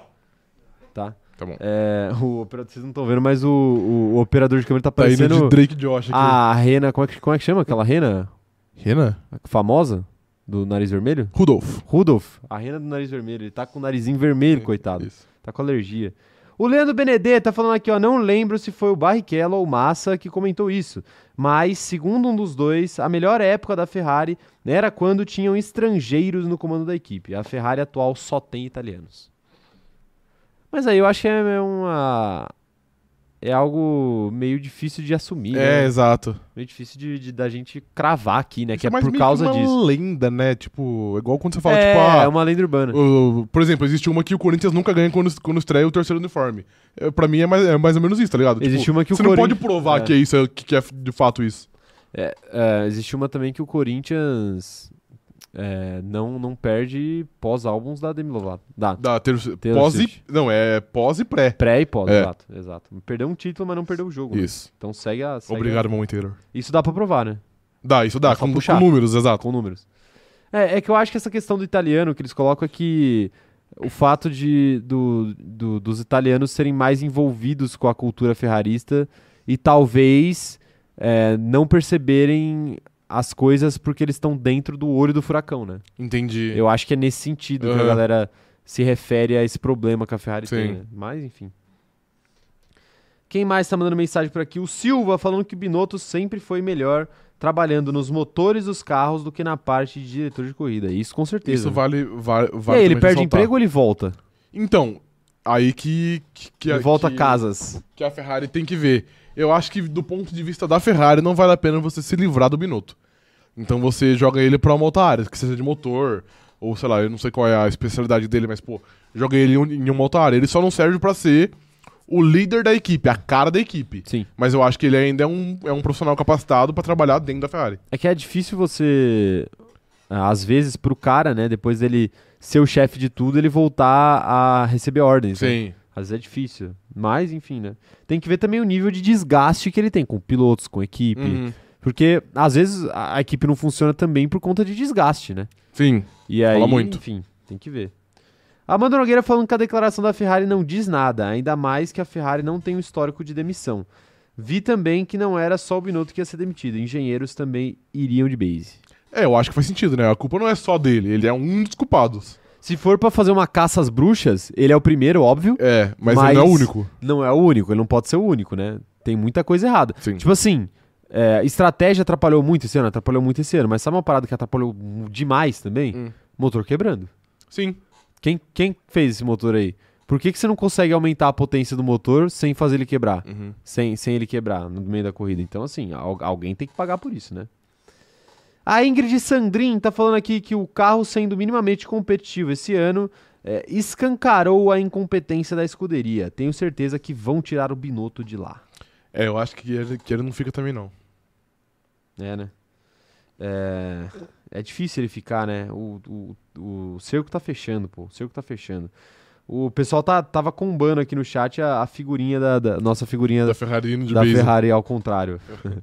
Tá? Tá bom. É, o opera- vocês não estão vendo, mas o, o- o operador de câmera tá Tá indo parecendo de Drake Josh aqui. a Rena, como é, que, como é que chama aquela Rena Renan? famosa do nariz vermelho? Rudolfo. Rudolf, a Rena do nariz vermelho, ele tá com o narizinho É. vermelho, coitado. Isso. Tá com alergia. O Leandro Benedetto tá falando aqui, ó. Não lembro se foi o Barrichello ou o Massa que comentou isso. Mas, segundo um dos dois, a melhor época da Ferrari era quando tinham estrangeiros no comando da equipe. A Ferrari atual só tem italianos. Mas aí eu acho que é uma. É algo meio difícil de assumir, É, né? exato. Meio difícil de, de- da gente cravar aqui, né? Isso que é mais por meio causa que uma disso. lenda, né? Tipo, é igual quando você fala, é, tipo, ah, é uma lenda urbana. o- por exemplo, existe uma que o Corinthians nunca ganha quando, quando estreia o terceiro uniforme. É, pra mim é mais, é mais ou menos isso, tá ligado? Existe tipo, uma que o Você não pode Corinthians- provar é. que é isso, é- que que é de fato isso. É, existe uma também que o Corinthians é, não, não perde pós-álbuns da Demi Lovato. Da, Da terceira. Taylor Pós e. Swift. Não, é pós e pré. Pré e pós, É. exato, exato. Perdeu um título, mas não perdeu o jogo. né? Isso. Então segue a. segue a- Obrigado, mão Taylor. Isso dá pra provar, né? Dá, isso dá, É só com, puxar. com números, exato. Com números. É, é que eu acho que essa questão do italiano que eles colocam é que o fato de, do, do- dos italianos serem mais envolvidos com a cultura ferrarista e talvez é, não perceberem as coisas porque eles estão dentro do olho do furacão, né? Entendi. Eu acho que é nesse sentido que a Aham. galera se refere a esse problema que a Ferrari Sim. tem, né? Mas, enfim. Quem mais tá mandando mensagem por aqui? O Silva falando que o Binotto sempre foi melhor trabalhando nos motores dos carros do que na parte de diretor de corrida. Isso com certeza. Isso né? vale. vale, e vale aí, ele perde também ressaltar. emprego ou ele volta? Então, Aí que. que, que e volta que, Casas. que a Ferrari tem que ver. Eu acho que do ponto de vista da Ferrari não vale a pena você se livrar do Binotto. Então você joga ele pra uma outra área, que seja de motor, ou sei lá, eu não sei qual é a especialidade dele, mas pô, joga ele em um- em uma outra área. Ele só não serve pra ser o líder da equipe, a cara da equipe. Sim. Mas eu acho que ele ainda é um, é um profissional capacitado pra trabalhar dentro da Ferrari. É que é difícil você, às vezes, pro cara, né, depois dele ser o chefe de tudo, ele voltar a receber ordens. né? Sim. Às vezes é difícil. Mas, enfim, né? Tem que ver também o nível de desgaste que ele tem com pilotos, com equipe. Uhum. Porque, às vezes, a a equipe não funciona também por conta de desgaste, né? Sim. E aí, Fala muito. enfim, tem que ver. Amanda Nogueira falando que a declaração da Ferrari não diz nada, ainda mais que a Ferrari não tem um histórico de demissão. Vi também que não era só o Binotto que ia ser demitido, engenheiros também iriam de base. É, eu acho que faz sentido, né? A culpa não é só dele, ele é um dos culpados. Se for pra fazer uma caça às bruxas, ele é o primeiro, óbvio, É, mas, Mas- ele não é o único. não é o único, ele não pode ser o único, né? Tem muita coisa errada. Sim. Tipo assim, é, estratégia atrapalhou muito esse ano, atrapalhou muito esse ano, mas sabe uma parada que atrapalhou demais também? Hum. Motor quebrando. Sim. Quem, quem fez esse motor aí? Por que, que você não consegue aumentar a potência do motor sem fazer ele quebrar? Uhum. Sem, sem ele quebrar no meio da corrida. Então, assim, al- alguém tem que pagar por isso, né? A Ingrid Sandrin tá falando aqui que o carro sendo minimamente competitivo esse ano é, escancarou a incompetência da escuderia. Tenho certeza que vão tirar o Binotto de lá. É, eu acho que ele, que ele não fica também, não. É, né? É, é difícil ele ficar, né? O, o, o cerco tá fechando, pô. O cerco tá fechando. O pessoal tá, tava combando aqui no chat a, a figurinha da, da- Nossa figurinha Da da, Ferrari indo de da base. Ferrari ao contrário. <laughs>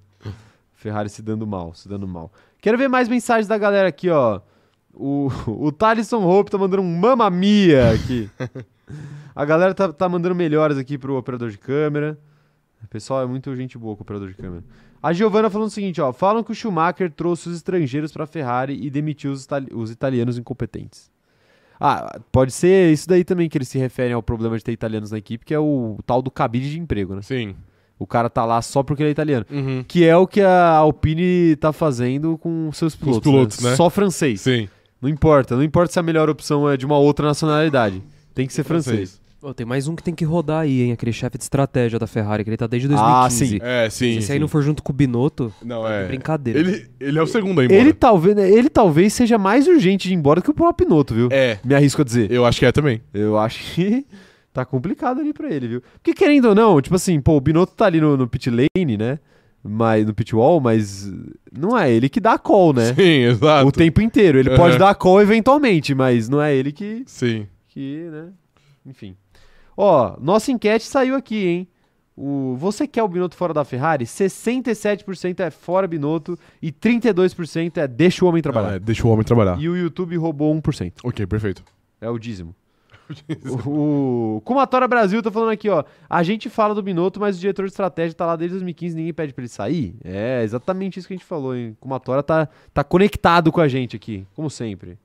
Ferrari se dando mal, se dando mal. Quero ver mais mensagens da galera aqui, ó. O, o Thalisson Hope tá mandando um mamma mia aqui. A galera tá, tá mandando melhoras aqui pro operador de câmera. O pessoal é muito gente boa com o operador de câmera. A Giovana falando o seguinte, ó. Falam que o Schumacher trouxe os estrangeiros pra Ferrari e demitiu os, itali- os italianos incompetentes. Ah, pode ser isso daí também que eles se referem ao problema de ter italianos na equipe, que é o tal do cabide de emprego, né? Sim. O cara tá lá só porque ele é italiano. Uhum. Que é o que a Alpine tá fazendo com seus pilotos. pilotos, né? Só francês. Sim. Não importa. Não importa se a melhor opção é de uma outra nacionalidade. Tem que ser francês. Ô, tem mais um que tem que rodar aí, hein? Aquele chefe de estratégia da Ferrari, que ele tá desde Ah, 2015. sim. É, Se sim. esse aí não for junto com o Binotto, Não, é é. brincadeira. Ele, ele é o segundo aí, Ele talvez, né, ele talvez seja mais urgente de ir embora do que o próprio Pinoto, viu? É. Me arrisco a dizer. Eu acho que é também. Eu acho que <laughs> tá complicado ali pra ele, viu? Porque querendo ou não, tipo assim, pô, o Binotto tá ali no, no pit lane, né? Mas, no pit wall, mas não é ele que dá a call, né? Sim, exato. O tempo inteiro. Ele Aham. pode dar a call eventualmente, mas não é ele que Sim. que, né? Enfim. Ó, nossa enquete saiu aqui, hein? O, você quer o Binotto fora da Ferrari? 67% é fora Binotto e 32% é deixa o homem Não, é, trabalhar. deixa o homem trabalhar. E o YouTube roubou 1%. Ok, perfeito. É o <laughs> dízimo. O, o Kumatora Brasil tá falando aqui, ó. A gente fala do Binotto, mas o diretor de estratégia tá lá desde 2015 ninguém pede pra ele sair. É, exatamente isso que a gente falou, hein? O Kumatora tá, tá conectado com a gente aqui, como sempre.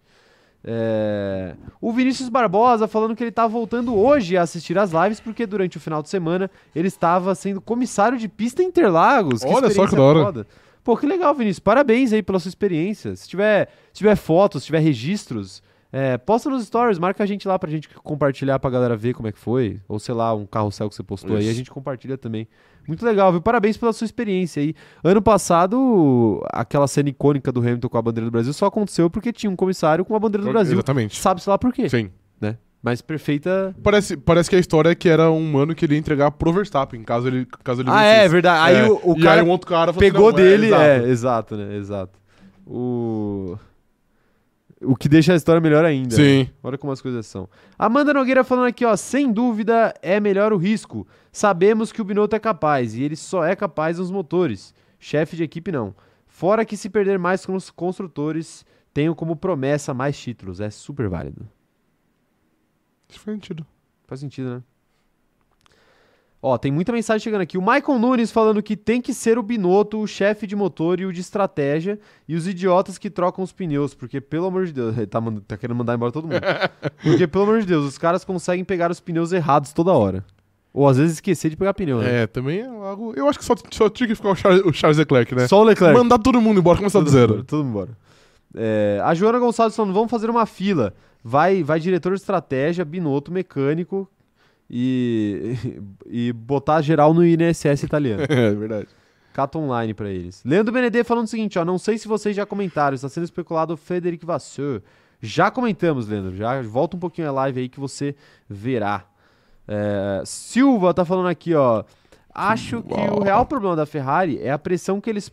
É, O Vinícius Barbosa falando que ele tá voltando hoje a assistir as lives, porque durante o final de semana ele estava sendo comissário de pista em Interlagos. Olha só que experiência da hora. foda. Pô, que legal, Vinícius. Parabéns aí pela sua experiência. Se tiver, se tiver fotos, se tiver registros, é, posta nos stories, marca a gente lá pra gente compartilhar pra galera ver como é que foi. Ou sei lá, um carrossel que você postou aí, Isso. a gente compartilha também. Muito legal, viu? Parabéns pela sua experiência aí. Ano passado, aquela cena icônica do Hamilton com a bandeira do Brasil só aconteceu porque tinha um comissário com a bandeira do Brasil. Exatamente. Sabe-se lá por quê, Sim. né? Mas perfeita. Parece, parece que a história é que era um mano que ele ia entregar pro Verstappen, caso ele, caso ele Ah, é vencesse. verdade. Aí É, o, o e cara aí um outro cara falou assim, pegou não, dele. exato. É exato. né? Exato. O. O que deixa a história melhor ainda. Sim. Olha como as coisas são. Amanda Nogueira falando aqui, ó. Sem dúvida é melhor o risco. Sabemos que o Binotto é capaz e ele só é capaz nos motores. Chefe de equipe não. Fora que se perder mais com os construtores, tenho como promessa mais títulos. É super válido. Isso faz sentido. Faz sentido, né? Ó, tem muita mensagem chegando aqui. O Michael Nunes falando que tem que ser o Binotto, o chefe de motor e o de estratégia, e os idiotas que trocam os pneus, porque pelo amor de Deus, <laughs> ele tá, mand- tá querendo mandar embora todo mundo. Porque pelo amor de Deus, os caras conseguem pegar os pneus errados toda hora. Ou às vezes esquecer de pegar pneu, né? É, também é algo. Eu acho que só, só tinha que ficar o Charles, o Charles Leclerc, né? Só o Leclerc. Mandar todo mundo embora, começar do <laughs> zero. Tudo embora. É, a Joana Gonçalves falando, vamos fazer uma fila. Vai, vai diretor de estratégia, Binotto, mecânico, e, <laughs> e botar geral no INSS italiano. <laughs> É verdade. Cata online pra eles. Leandro Benedê falando o seguinte, ó, não sei se vocês já comentaram, está sendo especulado o Frederic Vasseur. Já comentamos, Leandro, já volta um pouquinho a live aí que você verá. É, Silva tá falando aqui, ó, acho que o Uau. real problema da Ferrari é a pressão que eles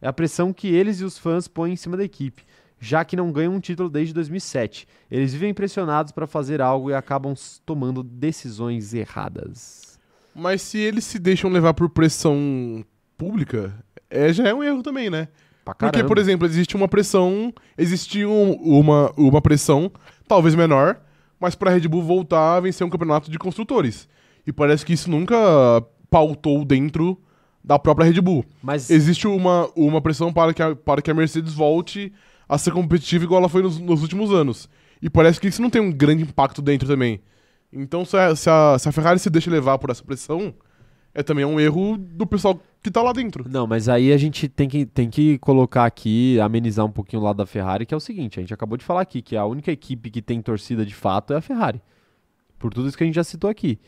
é a pressão que eles e os fãs põem em cima da equipe, já que não ganham um título desde 2007. Eles vivem pressionados pra fazer algo e acabam s- tomando decisões erradas. Mas se eles se deixam levar por pressão pública, é, já é um erro também, né? Pra Porque, caramba. por exemplo, existe uma pressão, existe um- uma, uma pressão, talvez menor, mas pra Red Bull voltar a vencer um campeonato de construtores. E parece que isso nunca pautou dentro da própria Red Bull. Mas Existe uma, uma pressão para que, a, para que a Mercedes volte a ser competitiva igual ela foi nos, nos últimos anos. E parece que isso não tem um grande impacto dentro também. Então, se a, se a- se a Ferrari se deixa levar por essa pressão, é também um erro do pessoal que tá lá dentro. Não, mas aí a gente tem que, tem que colocar aqui, amenizar um pouquinho o lado da Ferrari, que é o seguinte, a gente acabou de falar aqui que a única equipe que tem torcida de fato é a Ferrari. Por tudo isso que a gente já citou aqui.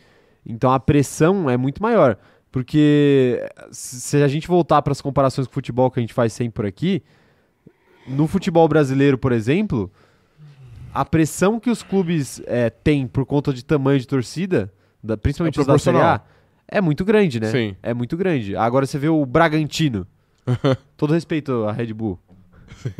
Então a pressão é muito maior, porque se se a gente voltar para as comparações com o futebol que a gente faz sempre por aqui, no futebol brasileiro, por exemplo, a pressão que os clubes eh, têm por conta de tamanho de torcida, da- principalmente os da Série A, proporcional. é muito grande, né? Sim. É muito grande. Agora você vê o <laughs> Bragantino. Todo respeito à Red Bull.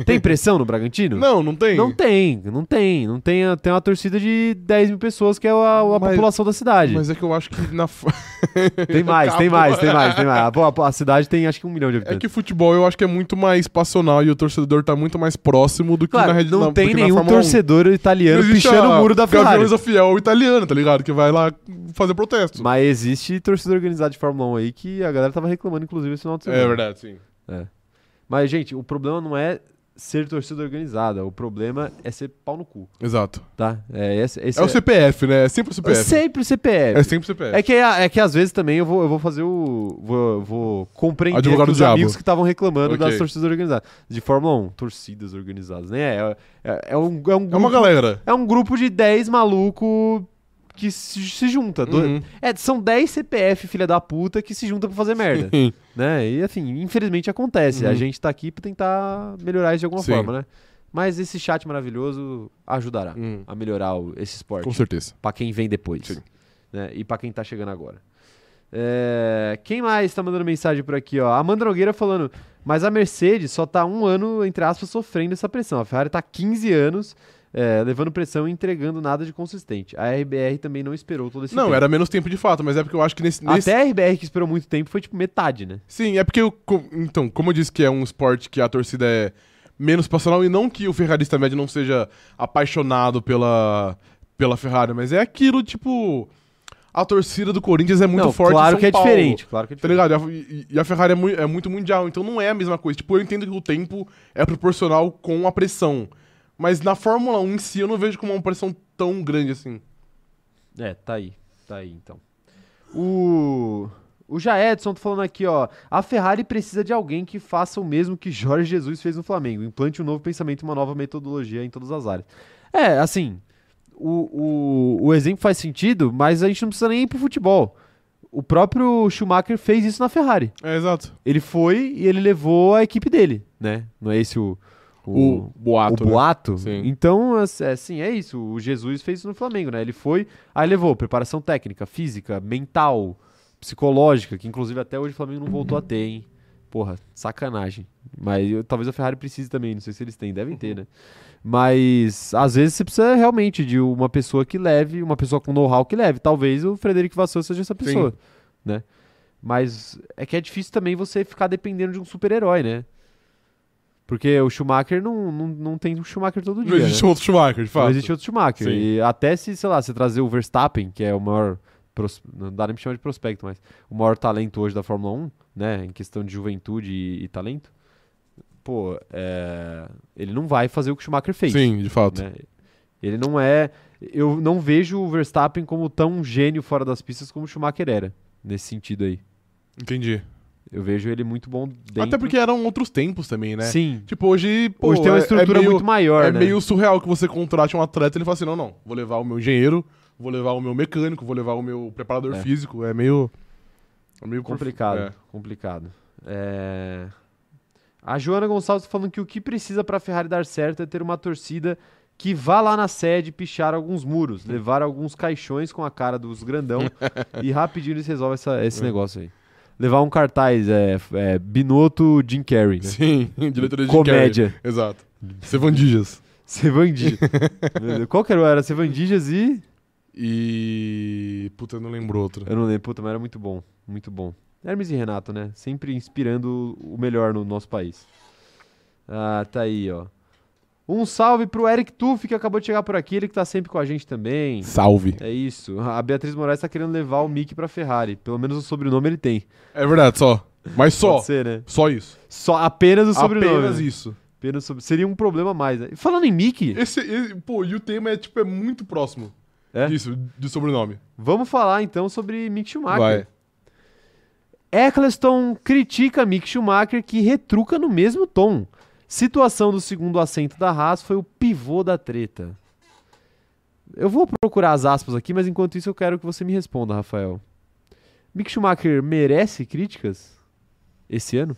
Tem pressão no Bragantino? Não, não tem. Não tem, não tem. Não tem, tem uma torcida de 10 mil pessoas que é a, a Mas- população da cidade. Mas é que eu acho que na. <laughs> f- <laughs> tem mais, tem Acabou. mais, tem mais, tem mais. A, a- a cidade tem acho que um milhão de É habitantes. que futebol eu acho que é muito mais passional e o torcedor tá muito mais próximo do que claro, na Red não na- tem do que na nenhum Fórmula 1. torcedor italiano Não existe pichando a o muro da Ferrari. Gaviões da Fiel italiana, tá ligado? Que vai lá fazer protesto. Mas existe torcedor organizado de Fórmula 1 aí que a galera tava reclamando, inclusive, esse final de semana. É verdade, sim. Mas, gente, o problema não é ser torcida organizada. O problema é ser pau no cu, Exato. tá? É, esse, esse É o CPF, né? É sempre o CPF. É sempre o CPF. É sempre o CPF. É que, é que às vezes também eu vou, eu vou fazer o. Vou, vou compreender Advogado que os do diabo. amigos que estavam reclamando Ok. das torcidas organizadas. De Fórmula 1, torcidas organizadas, né? É, é, é um, é, um É uma grupo, galera. é um grupo de 10 maluco que se, se junta. Do- Uhum. é, são 10 CPF, filha da puta, que se junta pra <laughs> fazer É. merda. né? E assim, infelizmente acontece. A Uhum. gente tá aqui pra tentar melhorar isso de alguma Sim. forma, né? Mas esse chat maravilhoso ajudará Uhum. a melhorar o- esse esporte. Com certeza. Pra quem vem depois. Sim. Né? E pra quem tá chegando agora. É, Quem mais tá mandando mensagem por aqui? Ó? A Amanda Nogueira falando, mas a Mercedes só tá um ano, entre aspas, sofrendo essa pressão. A Ferrari tá 15 anos é, levando pressão e entregando nada de consistente. A RBR também não esperou todo esse Não, tempo. era menos tempo de fato, mas é porque eu acho que nesse. nesse- Até a RBR que esperou muito tempo foi tipo metade, né? Sim, é porque eu. co- Então, como eu disse que é um esporte que a torcida é menos passional, e não que o ferrarista médio não seja apaixonado pela, pela Ferrari, mas é aquilo, tipo. A torcida do Corinthians é muito não, forte. em claro São que é Paulo, diferente. Claro que é Tá diferente. ligado? E a- E e a Ferrari é mui- é muito mundial, então não é a mesma coisa. Tipo, eu entendo que o tempo é proporcional com a pressão. Mas na Fórmula 1 em si eu não vejo como uma pressão tão grande assim. É, tá aí. Tá aí, então. O... O Jaedson tá falando aqui, ó. A Ferrari precisa de alguém que faça o mesmo que Jorge Jesus fez no Flamengo. Implante um novo pensamento e uma nova metodologia em todas as áreas. É, assim, o, o, o exemplo faz sentido, mas a gente não precisa nem ir pro futebol. O próprio Schumacher fez isso na Ferrari. É, exato. Ele foi e ele levou a equipe dele, né? Não é esse o... O, boato. O né? boato? Sim. Então, ass- é, assim, é isso. O Jesus fez isso no Flamengo, né? Ele foi, aí levou preparação técnica, física, mental, psicológica, que inclusive até hoje o Flamengo não voltou a ter, hein? Porra, sacanagem. Mas eu- talvez a Ferrari precise também, não sei se eles têm, devem ter, né? Mas às vezes você precisa realmente de uma pessoa que leve, uma pessoa com know-how que leve. Talvez o Frederico Vassou seja essa pessoa, né? Mas é que é difícil também você ficar dependendo de um super-herói, né? Porque o Schumacher não, não, não tem o Schumacher todo dia. Não existe um né? outro Schumacher, de fato. não existe outro Schumacher. Sim. E até se, sei lá, você trazer o Verstappen, que é o maior. pros- Não dá nem pra chamar de prospecto, mas o maior talento hoje da Fórmula 1, né? Em questão de juventude e, e talento. Pô, é, ele não vai fazer o que o Schumacher fez. Sim, de fato. né? Ele não é. Eu não vejo o Verstappen como tão gênio fora das pistas como o Schumacher era, nesse sentido aí. Entendi. Eu vejo ele muito bom dentro. Até porque eram outros tempos também, né? Sim. Tipo, hoje, pô, hoje tem uma é- estrutura é meio, muito maior, É né? meio surreal que você contrate um atleta e ele fala assim, não, não, vou levar o meu engenheiro, vou levar o meu mecânico, vou levar o meu preparador É. físico. É meio. É meio conf- Complicado, é. complicado. É... A Joana Gonçalves falando que o que precisa pra Ferrari dar certo é ter uma torcida que vá lá na sede pichar alguns muros, levar alguns caixões com a cara dos <laughs> grandão e rapidinho eles resolvem essa- esse negócio aí. Levar um cartaz, é, f- é Binotto Jim Carrey, né? Sim, <laughs> diretoria de Comédia. Carrey. Exato. Sevandijas. <laughs> Sevandijas. Meu Deus, Qual que era? Era Sevandijas e... E. Puta, eu não lembro outro. Eu não lembro, puta, mas era muito bom, muito bom. Hermes e Renato, né? Sempre inspirando o melhor no nosso país. Ah, tá aí, ó. Um salve pro Eric Tuff, que acabou de chegar por aqui, ele que tá sempre com a gente também. Salve. É isso. A Beatriz Moraes tá querendo levar o Mickey pra Ferrari. Pelo menos o sobrenome ele tem. É verdade, só. Mas só. Pode ser, né? Só isso. Só apenas o sobrenome. Apenas né? isso. Apenas o sobre- Seria um problema a mais. Né? E Falando em Mickey, Esse, esse- pô, e o tema é, tipo, é muito próximo É? disso, de sobrenome. vamos falar então sobre Mick Schumacher. Vai. Eccleston critica Mick Schumacher que retruca no mesmo tom. Situação do segundo assento da Haas foi o pivô da treta. Eu vou procurar as aspas aqui, mas enquanto isso eu quero que você me responda, Rafael. Mick Schumacher merece críticas esse ano?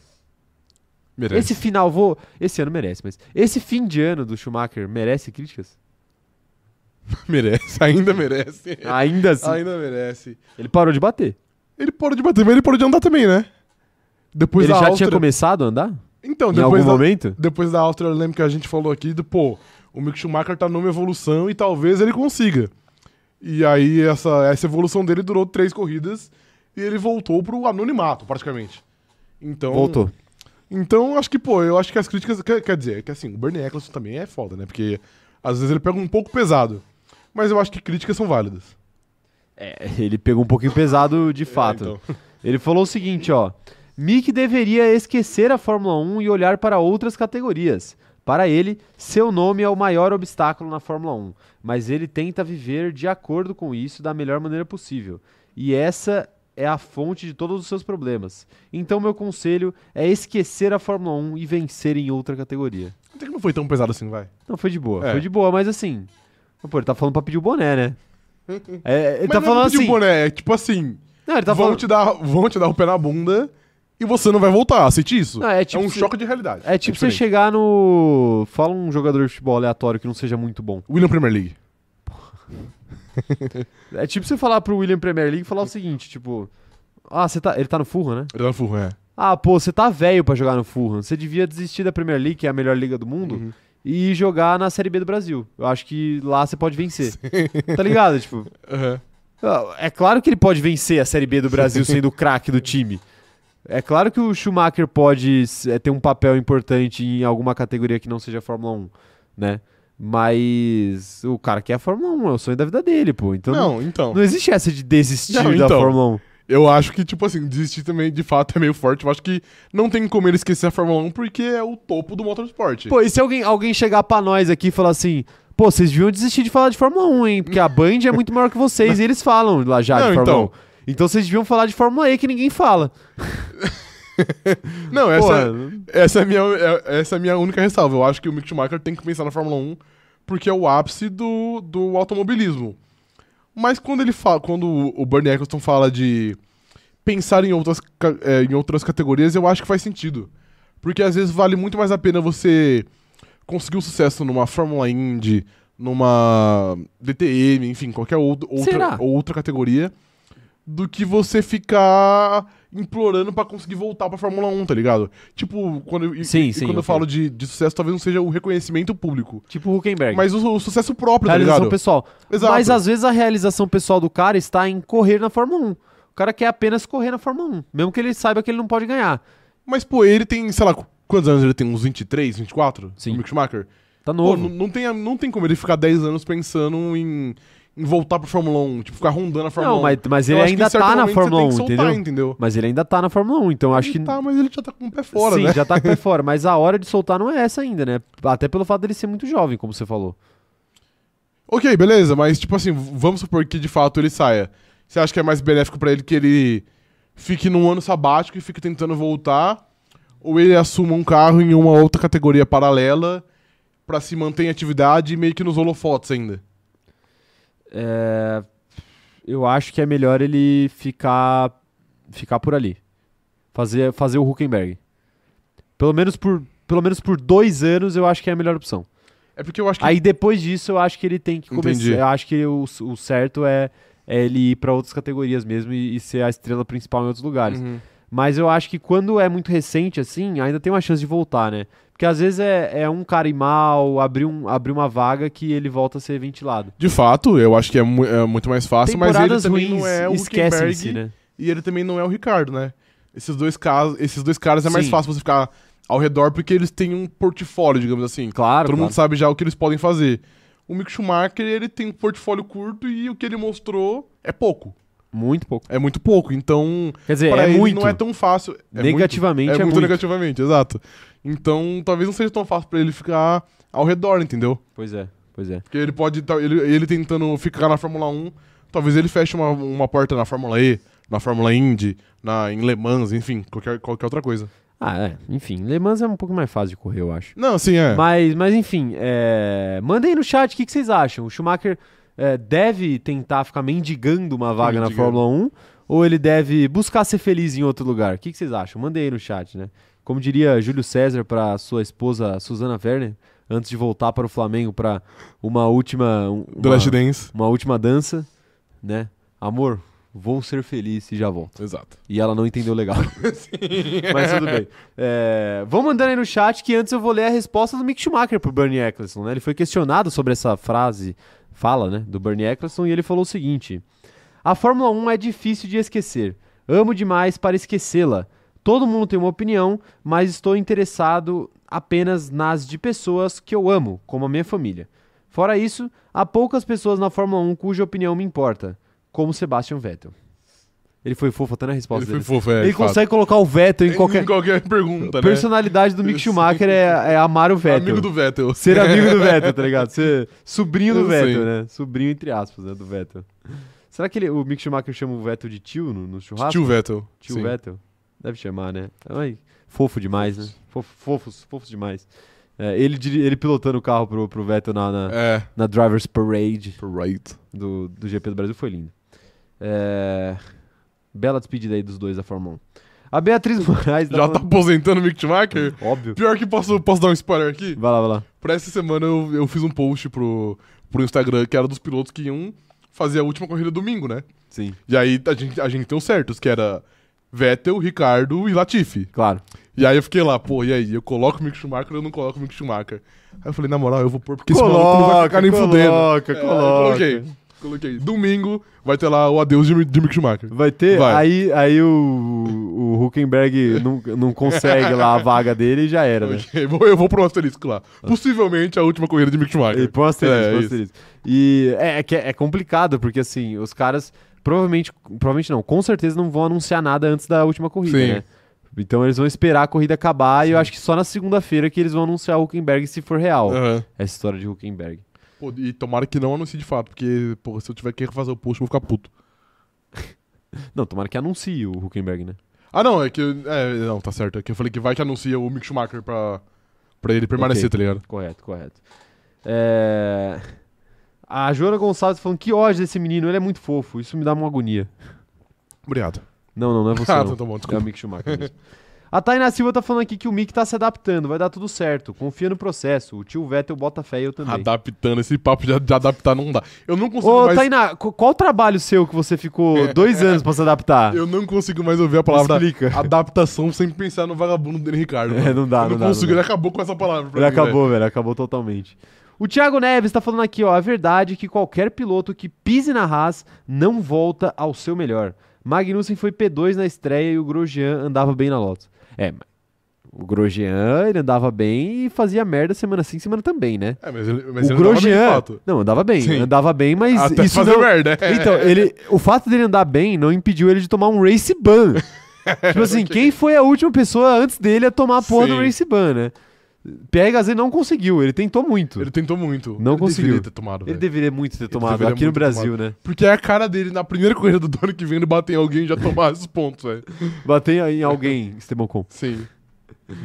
Merece. Esse final vou, esse ano merece, mas esse fim de ano do Schumacher merece críticas? <laughs> Merece. Ainda merece. Ainda assim, Ainda merece. ele parou de bater. Ele parou de bater, mas ele parou de andar também, né? Depois ele da já Áustria- tinha começado a andar? Então, em depois algum da, momento? depois da Áustria, eu lembro que a gente falou aqui do, pô, o Mick Schumacher tá numa evolução e talvez ele consiga. E aí essa, essa evolução dele durou três corridas e ele voltou pro anonimato, praticamente. Então, Voltou. Então, acho que, pô, eu acho que as críticas. Quer, quer dizer, que assim, o Bernie Eccleston também é foda, né? Porque às vezes ele pega um pouco pesado. Mas eu acho que críticas são válidas. É, ele pegou um pouquinho pesado de fato. É, então. Ele falou o seguinte, ó. Mick deveria esquecer a Fórmula 1 e olhar para outras categorias. Para ele, seu nome é o maior obstáculo na Fórmula 1, mas ele tenta viver de acordo com isso da melhor maneira possível. E essa é a fonte de todos os seus problemas. Então meu conselho é esquecer a Fórmula 1 e vencer em outra categoria. Até que não foi tão pesado assim, vai. Não, foi de boa. É. Foi de boa, mas assim... Pô, ele tá falando pra pedir o boné, <laughs> né? É, ele Mas tá não é falando pedir assim... boné, é tipo assim. Não, ele tá vão, falando... te dar, vão te dar o pé na bunda e você não vai voltar. Aceite isso. Não, é tipo um se- choque de realidade. É tipo você diferente. chegar no. Fala um jogador de futebol aleatório que não seja muito bom. William Premier League. É tipo você falar pro William Premier League e falar o seguinte, tipo. Ah, você tá. Ele tá no Fulham, né? Ele tá no Fulham, é. Ah, pô, você tá velho pra jogar no Fulham. Você devia desistir da Premier League, que é a melhor liga do mundo, Uhum. e jogar na Série B do Brasil. Eu acho que lá você pode <laughs> vencer. Tá ligado? Tipo. Aham. ah, É claro que ele pode vencer a Série B do <laughs> Brasil sendo o craque do time. É claro que o Schumacher pode eh, ter um papel importante em alguma categoria que não seja a Fórmula 1, né? Mas o cara quer a Fórmula 1, é o sonho da vida dele, pô. Então não, Não, então. não existe essa de desistir Não, da então. Fórmula 1. Eu acho que, tipo assim, desistir também de fato é meio forte. Eu acho que não tem como ele esquecer a Fórmula 1 porque é o topo do motorsport. Pô, e se alguém, alguém chegar pra nós aqui e falar assim, pô, vocês deviam desistir de falar de Fórmula 1, hein? Porque a Band é muito maior que <laughs> vocês e eles falam lá já Não, de Fórmula então. 1. Então vocês deviam falar de Fórmula E que ninguém fala. Não, Pô, essa, essa, é a minha, é- essa é a minha única ressalva. Eu acho que o Mick Schumacher tem que pensar na Fórmula 1 porque é o ápice do, do automobilismo. Mas quando ele fala, quando o Bernie Eccleston fala de pensar em outras, ca- é, em outras categorias, eu acho que faz sentido. Porque às vezes vale muito mais a pena você conseguir o sucesso numa Fórmula Indy, numa DTM, enfim, qualquer ou- outra, Será? outra categoria, do que você ficar implorando pra conseguir voltar pra Fórmula 1, tá ligado? Tipo, quando, eu- e- Sim, e sim, quando eu ok. falo de, de sucesso, talvez não seja o reconhecimento público, tipo o Huckenberg. mas o, o sucesso próprio, tá realização ligado? pessoal. Exato. Mas às vezes a realização pessoal do cara está em correr na Fórmula 1. O cara quer apenas correr na Fórmula 1, mesmo que ele saiba que ele não pode ganhar. Mas, pô, ele tem, sei lá, qu- quantos anos ele tem? Uns 23, 24? Sim. O Mick Schumacher? Tá novo. Pô, não, é não tem, a- não tem como ele ficar 10 anos pensando em, em voltar pra Fórmula 1, tipo, ficar rondando a Fórmula Não, 1. mas, mas Eu ele acho que em ainda certo tá na momento você Fórmula 1, tem que entendeu? soltar, entendeu? Mas ele ainda tá na Fórmula 1, então acho que. Tá, mas ele já tá com o pé fora, Sim, né? já tá com o pé fora. Mas a hora de soltar não é essa ainda, né? Até pelo fato dele ser muito jovem, como você falou. Ok, beleza, mas tipo assim, v- vamos supor que de fato ele saia. Você acha que é mais benéfico pra ele que ele fique num ano sabático e fique tentando voltar? Ou ele assuma um carro em uma outra categoria paralela pra se manter em atividade e meio que nos holofotes ainda? é, eu acho que é melhor ele ficar ficar por ali. Fazer, fazer o Huckenberg. Pelo menos, por, pelo menos por dois anos eu acho que é a melhor opção. É porque eu acho que. Aí depois disso eu acho que ele tem que começar. Entendi. Eu acho que o, o certo é, é ele ir pra outras categorias mesmo e, e ser a estrela principal em outros lugares. Uhum. Mas eu acho que quando é muito recente, assim, ainda tem uma chance de voltar, né? Porque às vezes é, é um cara ir mal, abrir, um, abrir uma vaga que ele volta a ser ventilado. De fato, eu acho que é, mu- é muito mais fácil, mas ele Temporadas também ruins não é o esquecem-se, Huckenberg né? e ele também não é o Ricardo, né? Esses dois, casos, esses dois caras é mais Sim. fácil você ficar ao redor porque eles têm um portfólio, digamos assim. Claro, Todo claro. mundo sabe já o que eles podem fazer. O Mick Schumacher, ele tem um portfólio curto e o que ele mostrou é pouco. Muito pouco. É muito pouco, então Quer dizer, pra é ele muito. não é tão fácil. É Negativamente muito, é é muito muito. negativamente, exato. Então, talvez não seja tão fácil pra ele ficar ao redor, entendeu? Pois é, pois é. Porque ele pode tá- ele, ele tentando ficar na Fórmula 1, talvez ele feche uma, uma porta na Fórmula E, na Fórmula Indy, na em Le Mans, enfim, qualquer, qualquer outra coisa. Ah, é. Enfim, Le Mans é um pouco mais fácil de correr, eu acho. Não, assim é. Mas, mas enfim, é... mandem aí no chat o que, que vocês acham. O Schumacher é, deve tentar ficar mendigando uma vaga na Mendigando. Fórmula 1 ou ele deve buscar ser feliz em outro lugar? O que, que vocês acham? Mandem aí no chat, né? Como diria Júlio César para sua esposa Susana Werner, antes de voltar para o Flamengo para uma última um- The Last uma, Dance. uma última dança, né? Amor, vou ser feliz e já volto. Exato. E ela não entendeu legal. <laughs> Mas tudo bem. É, vão mandando aí no chat que antes eu vou ler a resposta do Mick Schumacher pro Bernie Eccleston, né? Ele foi questionado sobre essa frase, fala, né, do Bernie Eccleston e ele falou o seguinte: A Fórmula 1 é difícil de esquecer. Amo demais para esquecê-la. Todo mundo tem uma opinião, mas estou interessado apenas nas de pessoas que eu amo, como a minha família. Fora isso, há poucas pessoas na Fórmula 1 cuja opinião me importa, como Sebastian Vettel. Ele foi fofo até na resposta Ele foi dele. né? fofo, é. Ele de fato. consegue colocar o Vettel em qualquer. Em qualquer pergunta, né? Personalidade do Mick Sim. Schumacher é, é amar o Vettel. Amigo do Vettel. Ser amigo <laughs> do Vettel, tá ligado? Ser sobrinho do Eu sei. Vettel, né? Sobrinho, entre aspas, né, do Vettel. Será que ele- o Mick Schumacher chama o Vettel de tio no, no churrasco? Tio Vettel. Tio sim. Vettel? Deve chamar, né? Ai, fofo demais, né? Fofo- fofos, fofos demais. É, ele, diri- ele pilotando o carro pro, pro Vettel na, na, É. na Drivers Parade Tá Right. do, do GP do Brasil foi lindo. É, Bela despedida aí dos dois da Fórmula 1. A Beatriz Moraes... Já tá aposentando o Mick Schumacher? Óbvio. Pior que posso, posso dar um spoiler aqui? Vai lá, vai lá. Pra essa semana eu, eu fiz um post pro, pro Instagram que era dos pilotos que iam fazer a última corrida domingo, né? Sim. E aí a gente, a gente tem os certos, que era Vettel, Ricardo e Latifi. Claro. E aí eu fiquei lá, pô, e aí? Eu coloco o Mick Schumacher ou eu não coloco o Mick Schumacher? Aí eu falei, na moral, eu vou pôr porque esse maluco não vai ficar nem fudendo. Coloca, É, coloca. eu coloquei, coloquei. Domingo vai ter lá o adeus de, Mi- de Mick Schumacher. Vai ter? Vai. Aí, aí o, o Huckenberg não, não consegue lá a vaga dele e já era, né? Ok, vou- eu vou pro asterisco lá. Possivelmente a última corrida de Mick Schumacher. E põe um asterisco, É, põe um isso. asterisco. E é, é que é, é complicado, porque assim, os caras provavelmente, provavelmente não, com certeza não vão anunciar nada antes da última corrida, Sim. né? Então eles vão esperar a corrida acabar e eu acho que só na segunda-feira que eles vão anunciar o Huckenberg se for real. Aham. Essa história de Huckenberg. Pô, e tomara que não anuncie de fato, porque, pô, se eu tiver que refazer o post, eu vou ficar puto. Não, tomara que anuncie o Huckenberg, né? Ah, não, é que. É, não, tá certo. É que eu falei que vai que anuncia o Mick Schumacher pra, pra ele permanecer, Ok. tá ligado? Correto, correto. É, A Joana Gonçalves tá falando que ódio desse menino, ele é muito fofo, isso me dá uma agonia. <laughs> Obrigado. Não, não, não é você. ah, não. tá, tá bom, É o desculpa. Mick Schumacher mesmo. A Tainá Silva tá falando aqui que o Mick tá se adaptando, vai dar tudo certo. Confia no processo. O tio Vettel bota fé e eu também. Adaptando esse papo de, de adaptar não dá. Eu não consigo Ô, tá mais. Tainá, qu- qual o trabalho seu que você <laughs> ficou dois anos pra se adaptar? Eu não consigo mais ouvir a palavra Explica. adaptação sem pensar no vagabundo dele Ricardo. É, não dá, eu não não dá, consigo, não dá. ele acabou com essa palavra. pra Ele mim, velho. acabou, velho, acabou totalmente. O Thiago Neves tá falando aqui, ó. A verdade é que qualquer piloto que pise na Haas não volta ao seu melhor. Magnussen foi P2 na estreia e o Grosjean andava bem na Lotus. É, mas o Grosjean, ele andava bem e fazia merda semana sim, semana também, né? É, mas ele, mas o ele não tava bem, de Grosjean. fato. Não, andava bem. Sim. Andava bem, mas Até isso fazer não... merda. é. Então, ele, o fato dele andar bem não impediu ele de tomar um race <laughs> ban. tipo assim, quem foi a última pessoa antes dele a tomar a porra do Sim. race ban, né? Pegas ele não conseguiu, ele tentou muito. Ele Ele, tentou muito. Não ele conseguiu. deveria ter tomado, velho. deveria muito ter tomado deveria aqui no muito ter Brasil, né? Porque é a cara dele na primeira corrida do ano que vem ele bater em alguém e já tomar esses pontos, velho. Bater em alguém, Esteban Com. Sim.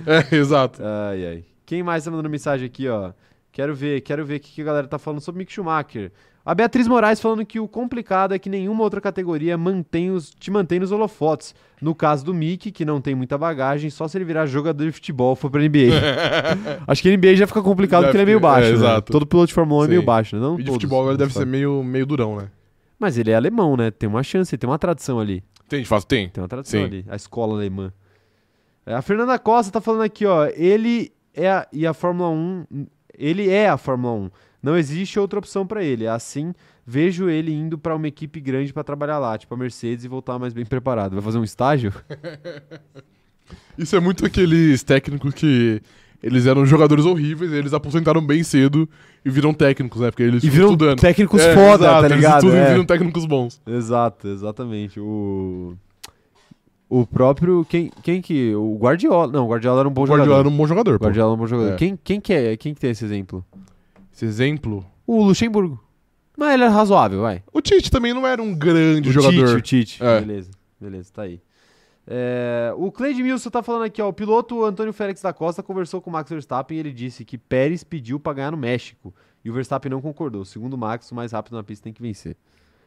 É, <laughs> exato. Ai, ai. Quem mais tá mandando mensagem aqui, ó? Quero ver, quero ver o que que a galera tá falando sobre Mick Schumacher. A Beatriz Moraes falando que o complicado é que nenhuma outra categoria mantém os, te mantém nos holofotes. No caso do Mick, que não tem muita bagagem, só se ele virar jogador de futebol for pra NBA. <laughs> Acho que NBA já fica complicado Já porque ele é meio fica- baixo. é, né? exato. Todo piloto de Fórmula 1 é meio Sim. baixo, né? Não E de todos, futebol ele mas deve só- ser meio, meio durão, né? Mas ele é alemão, né? Tem uma chance, ele tem uma tradição ali. Tem, de fato, tem. Tem uma tradição Sim. ali, a escola alemã. É, A Fernanda Costa tá falando aqui, ó. Ele é a, e a Fórmula 1. Ele é a Fórmula 1. Não existe outra opção pra ele. Assim, vejo ele indo pra uma equipe grande pra trabalhar lá, tipo a Mercedes, e voltar mais bem preparado. Vai fazer um estágio? Isso é muito aqueles técnicos que eles eram jogadores horríveis, eles aposentaram bem cedo e viram técnicos, né? Porque eles E ficam viram estudando. técnicos É, foda, exato, tá ligado? Eles estudam É. e viram técnicos bons. Exato, exatamente. O. O próprio. Quem, quem que. O Guardiola. Não, o Guardiola era um bom O Guardiola jogador. era um bom jogador, pô. Guardiola era um bom jogador. É. Quem, quem, que é, quem que tem esse exemplo? Esse exemplo. O Luxemburgo. Mas ele era razoável, vai. O Tite também não era um grande o Tite, jogador. o Tite. É. Beleza, beleza, tá aí. É, o Cleide Milson tá falando aqui, ó. O piloto Antônio Félix da Costa conversou com o Max Verstappen e ele disse que Pérez pediu pra ganhar no México. E o Verstappen não concordou. Segundo o Max, o mais rápido na pista tem que vencer.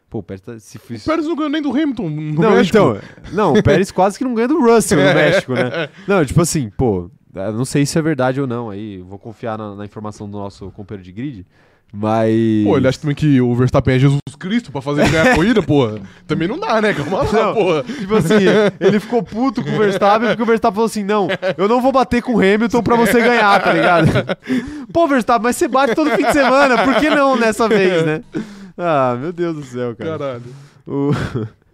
Pô, o Pérez tá, se O fez... <laughs> Pérez não ganhou nem do Hamilton. No não, México. então, não, o Pérez quase que não ganha do Russell <laughs> no México, né? Não, tipo assim, pô, eu não sei se é verdade ou não, aí vou confiar na, na informação do nosso companheiro de grid, mas... Pô, ele acha também que o Verstappen é Jesus Cristo pra fazer ele ganhar <laughs> a corrida, porra. Também não dá, né? Calma lá, Não. porra. Tipo assim, ele ficou puto com o Verstappen porque o Verstappen falou assim: não, eu não vou bater com o Hamilton pra você ganhar, tá ligado? <laughs> Pô, Verstappen, mas você bate todo fim de semana, por que não nessa vez, né? Ah, meu Deus do céu, cara. Caralho. O-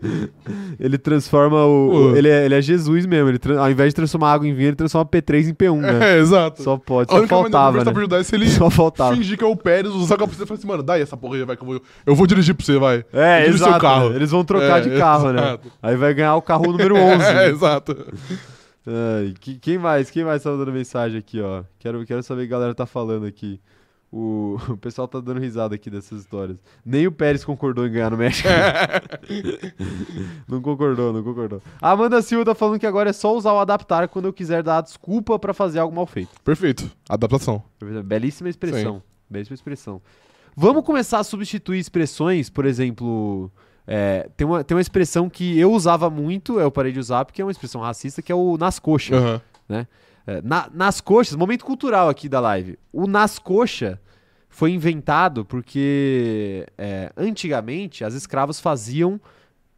<laughs> ele transforma o. Pô. ele, é, ele é Jesus mesmo. Ele tran- Ao invés de transformar água em vinho, ele transforma P3 em P1, né? É, exato. Só pode, a só única maneira do faltava. Verstappen Né? ajudar é se ele Só faltava. fingir que é o Pérez, usar a capacete e falar assim, mano, dá aí essa porra aí, vai, que eu vou, eu vou dirigir pra você, vai. É, Dirige seu exato. carro. Eles vão trocar É, de carro, né? exato. Aí vai ganhar o carro número 11. <laughs> né? <laughs> É, exato. Ai, que- quem mais? Quem mais tá mandando mensagem aqui, ó? Quero, quero saber o que a galera tá falando aqui. O, <laughs> o pessoal tá dando risada aqui dessas histórias. Nem o Pérez concordou em ganhar no México. não concordou, não concordou. A Amanda Silva tá falando que agora é só usar o adaptar quando eu quiser dar a desculpa pra fazer algo mal feito. Perfeito. Adaptação. Belíssima expressão. Belíssima expressão. Vamos começar a substituir expressões, por exemplo. é, tem, uma, tem uma expressão que eu usava muito, eu parei de usar porque é uma expressão racista, que é o nas coxas. Aham. É, na- nas coxas, momento cultural aqui da live. O nas coxa foi inventado porque é, antigamente as escravas faziam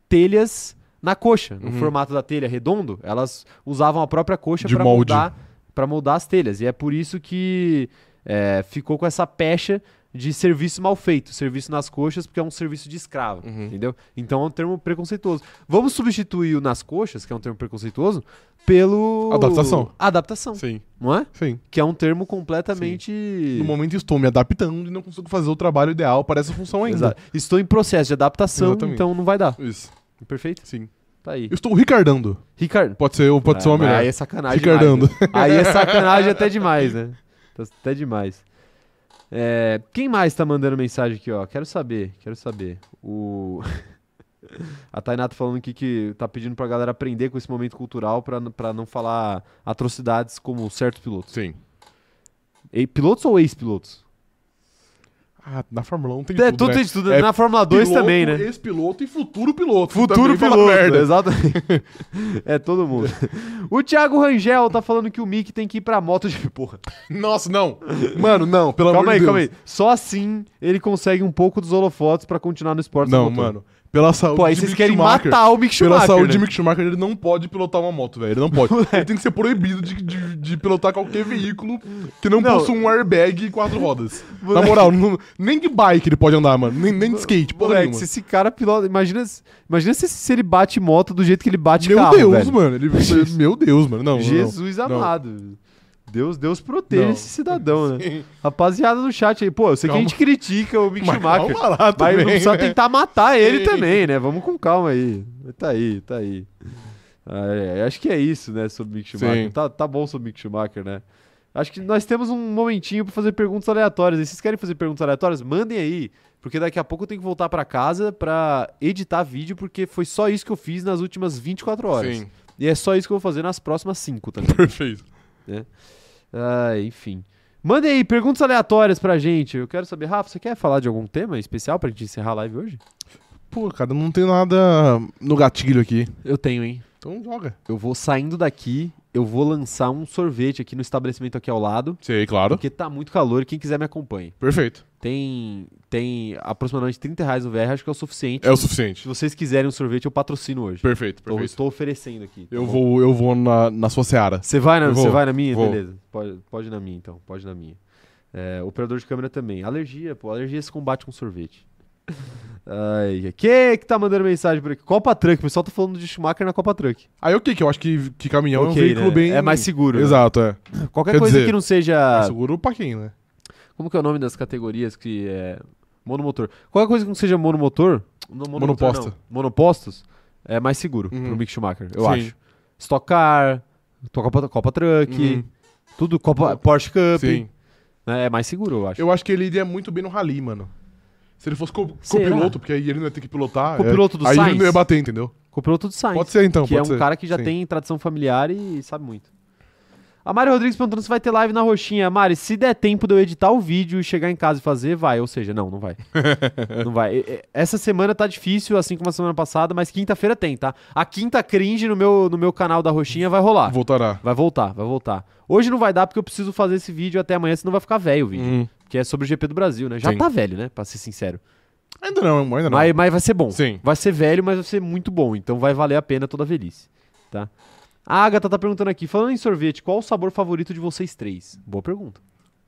telhas na coxa, no Uhum. formato da telha redondo. Elas usavam a própria coxa De para molde. moldar, pra moldar as telhas. E é por isso que é, ficou com essa pecha de serviço mal feito, serviço nas coxas, porque é um serviço de escravo, Uhum. entendeu? Então é um termo preconceituoso. Vamos substituir o nas coxas, que é um termo preconceituoso, pelo Adaptação. Adaptação Sim, não é? sim. Que é um termo completamente. No momento estou me adaptando e não consigo fazer o trabalho ideal para essa função ainda. Exa- Estou em processo de adaptação, Exatamente. então não vai dar. Isso, Perfeito? sim. Tá aí. Eu estou ricardando. Ricardo. Pode ser, pode ser Ah, uma mas melhor. Aí é sacanagem. Ricardando. demais, né? Aí é sacanagem até demais, né? Tá Até demais. É, quem mais tá mandando mensagem aqui, ó? Quero saber, quero saber. O. <laughs> A Tainá tá falando aqui que tá pedindo pra galera aprender com esse momento cultural pra, n- pra não falar atrocidades como certos pilotos. Sim. E- Pilotos ou ex-pilotos? Ah, na Fórmula 1 tem É, tudo, tudo, né? tem de tudo. É Na Fórmula 2 Piloto, também, né? Ex-piloto e futuro piloto. Futuro Também fala piloto, né? merda. exatamente. é todo mundo. O Thiago Rangel tá falando que o Mick tem que ir pra moto de porra. Nossa, não. Mano, não, pelo calma amor aí, de Deus. calma aí. Só assim ele consegue um pouco dos holofotes pra continuar no esporte. Não, motor. mano. Pela saúde Pô, aí de vocês Mick querem Schumacher, matar o Mick Schumacher. Pela saúde de né? Mick Schumacher, ele não pode pilotar uma moto, velho. Ele <laughs> não pode. ele tem que ser proibido de, de- de pilotar qualquer veículo que não, Não. possua um airbag e quatro rodas. Na <laughs> Moleque. moral, não- nem de bike ele pode andar, mano. Nem, nem de skate, porra Moleque, nenhuma. se esse cara pilota. Imagina, se- imagina se, se ele bate moto do jeito que ele bate Meu carro. Deus, velho. mano. Ele, meu Deus, mano. Não, não, não. Jesus Não. amado. Deus, Deus proteja Não. esse cidadão, né? <laughs> Rapaziada no chat aí, pô, eu sei Calma. que a gente critica o Mick Mas Schumacher. calma <laughs> lá Mas não também, precisa né? tentar matar ele Sim. também, né? Vamos com calma aí. Tá aí, tá aí. Ah, é, acho que é isso, né, sobre Mick Schumacher. Sim. Tá, tá bom sobre Mick Schumacher, né? Acho que nós temos um momentinho pra fazer perguntas aleatórias. E se vocês querem fazer perguntas aleatórias, mandem aí. Porque daqui a pouco eu tenho que voltar pra casa pra editar vídeo, porque foi só isso que eu fiz nas últimas 24 horas. Sim, E é só isso que eu vou fazer nas próximas 5 também. perfeito. Ah, enfim. Mandem aí perguntas aleatórias pra gente. Eu quero saber, Rafa, você quer falar de algum tema especial pra gente encerrar a live hoje? Pô, cara, não tem nada no gatilho aqui. Eu tenho, hein? Então joga. Eu vou saindo daqui, eu vou lançar um sorvete aqui no estabelecimento aqui ao lado, Sei, claro. porque tá muito calor. Quem quiser me acompanhe. Perfeito. Tem, tem aproximadamente 30 reais no VR, acho que é o suficiente. É o Se suficiente. vocês quiserem um sorvete, eu patrocino hoje. Perfeito, Eu perfeito. estou oferecendo aqui. tá Eu bom? vou, eu vou na, na sua seara. Você vai na, Eu vou, você vai na minha? vou. Beleza. Pode, pode ir na minha, então. Pode ir na minha. É, operador de câmera também. Alergia, pô. Alergia é se combate com sorvete. <laughs> Ai, quem que tá mandando mensagem por aqui? Copa Truck. O pessoal tá falando de Schumacher na Copa Truck. Aí o que que eu acho que, que caminhão Ok, é um veículo né? bem... É mais seguro. né? Ah. Exato, é. Qualquer Quer coisa dizer, que não Mais seja. seguro pra quem, né? Como que é o nome das categorias que é. Monomotor. Qualquer coisa que não seja monomotor. Não, monomotor Monoposto. não. Monopostos é mais seguro Uhum. pro Mick Schumacher, eu Sim. acho. Stock Car, Copa, Copa Truck, Uhum. tudo Copa, Porsche Cup. Sim. né? É mais seguro, eu acho. Eu acho que ele iria muito bem no rally, mano. Se ele fosse co- Será? copiloto, porque aí ele não ia ter que pilotar. Copiloto é, do aí Sainz? ele não ia bater, entendeu? Comprou tudo Sainz. Pode ser então, que é um pode ser. cara que já Sim. tem tradição familiar e sabe muito. A Mari Rodrigues perguntando se vai ter live na Roxinha. Mari, se der tempo de eu editar o vídeo e chegar em casa e fazer, vai. Ou seja, não, não <laughs> vai. não vai. E- e- Essa semana tá difícil, assim como a semana passada, mas quinta-feira tem, tá? A quinta cringe no meu, no meu canal da Roxinha vai rolar. Voltará. Vai voltar, vai voltar. Hoje não vai dar porque eu preciso fazer esse vídeo até amanhã, senão vai ficar velho o vídeo. Hum. Que é sobre o GP do Brasil, né? Já Sim. tá velho, né? Pra ser sincero. Ainda não, ainda não. é. Mas, mas vai ser bom. Sim. Vai ser velho, mas vai ser muito bom. Então vai valer a pena toda a velhice, tá? A Agatha tá perguntando aqui, falando em sorvete, qual o sabor favorito de vocês três? Boa pergunta.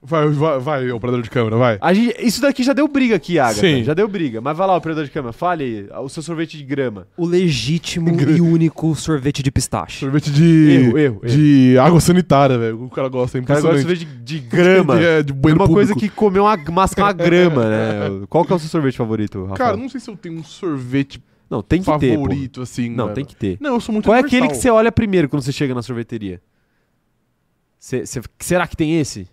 Vai, vai, vai, operador de câmera, vai. A gente- isso daqui já deu briga aqui, Agatha. Sim. Já deu briga. Mas vai lá, operador de câmera, fale aí, o seu sorvete de grama. O legítimo e único sorvete de pistache. Sorvete de. Erro, erro, de água sanitária, velho. O cara gosta, é O cara gosta de impressionante. sorvete de, de grama. É, <laughs> de É banheiro uma coisa público. que comeu uma masca <laughs> uma grama, né? Qual que é o seu sorvete favorito, Rafael? Cara, não sei se eu tenho um sorvete não, tem que ter, pô. favorito, assim. Não, mano. tem que ter. Não, eu sou muito Qual é aquele que você universal. olha primeiro quando você chega na sorveteria? Cê- cê- será que tem esse?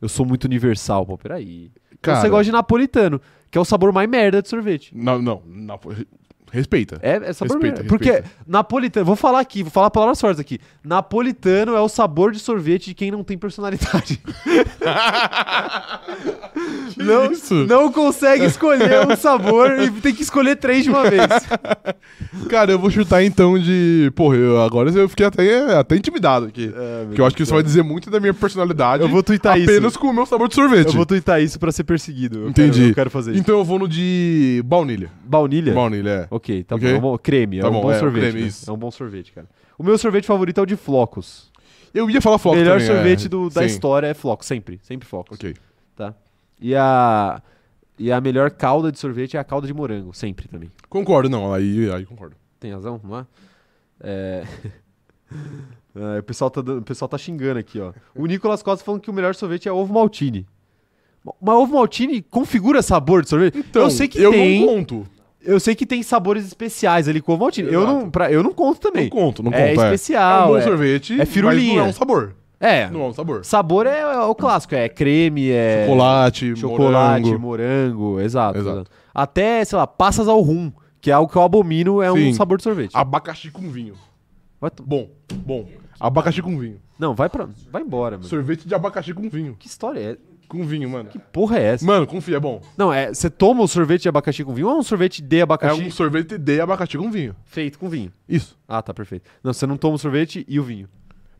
Eu sou muito universal, pô, peraí. Então Cara. Você gosta de napolitano, que é o sabor mais merda de sorvete. Não, não. não, pô, re- respeita. É, é sabor Respeita, merda. Porque respeita. napolitano, vou falar aqui, vou falar palavras fortes aqui. Napolitano é o sabor de sorvete de quem não tem personalidade. É, não, <laughs> isso? não consegue escolher um sabor e tem que escolher três de uma vez. Cara, eu vou chutar então de. Porra, eu- agora eu fiquei até, até intimidado aqui. Porque eu acho que isso vai dizer muito da minha personalidade. É, Eu vou tuitar isso. Apenas com o meu sabor de sorvete. Eu vou twittar isso pra ser perseguido. Eu Entendi. Quero, eu quero fazer isso. Então eu vou no de baunilha. Baunilha? Baunilha, é. Ok, tá Ok? bom. É um bom. Creme, é Tá um bom, bom é, o sorvete. creme, né? isso. É um bom sorvete, cara. O meu sorvete favorito é o de flocos. Eu ia falar floco Melhor também, é. sorvete do- da Sim. história é flocos, sempre. Sempre flocos. Ok. Tá? E a. E a melhor calda de sorvete é a calda de morango, sempre também. Concordo, não. Aí, aí concordo. Tem razão, não é? É. <laughs> É, o, pessoal tá dando- o pessoal tá xingando aqui, ó. O Nicolas Costa falando que o melhor sorvete é ovo maltine. Mas ovo maltine configura sabor de sorvete? eu sei que Então, eu tem. não conto. Eu sei que tem sabores especiais ali com ovo maltine. Eu não, Exato. pra, eu não conto também. Não conto, não conto. é é. É um especial. bom É sorvete, é firulinha. mas não é um sabor. É. Não é um sabor. Sabor é, é o clássico. É creme, é... Chocolate, Chocolate, morango. morango. exato, Exato. exato. Até, sei lá, passas ao rum, que é algo que eu abomino, é um Sim. sabor de sorvete. Abacaxi com vinho. Vai to- Bom, bom. Abacaxi com vinho. Não, vai, pra... vai embora, mano. Sorvete de abacaxi com vinho. Que história é essa? Com vinho, mano. Que porra é essa? Mano, confia, é bom. Não, é... Você toma o sorvete de abacaxi com vinho ou é um sorvete de É abacaxi um sorvete de abacaxi com vinho. feito com vinho? Isso. Ah, tá, perfeito. Não, você não toma o sorvete e o vinho.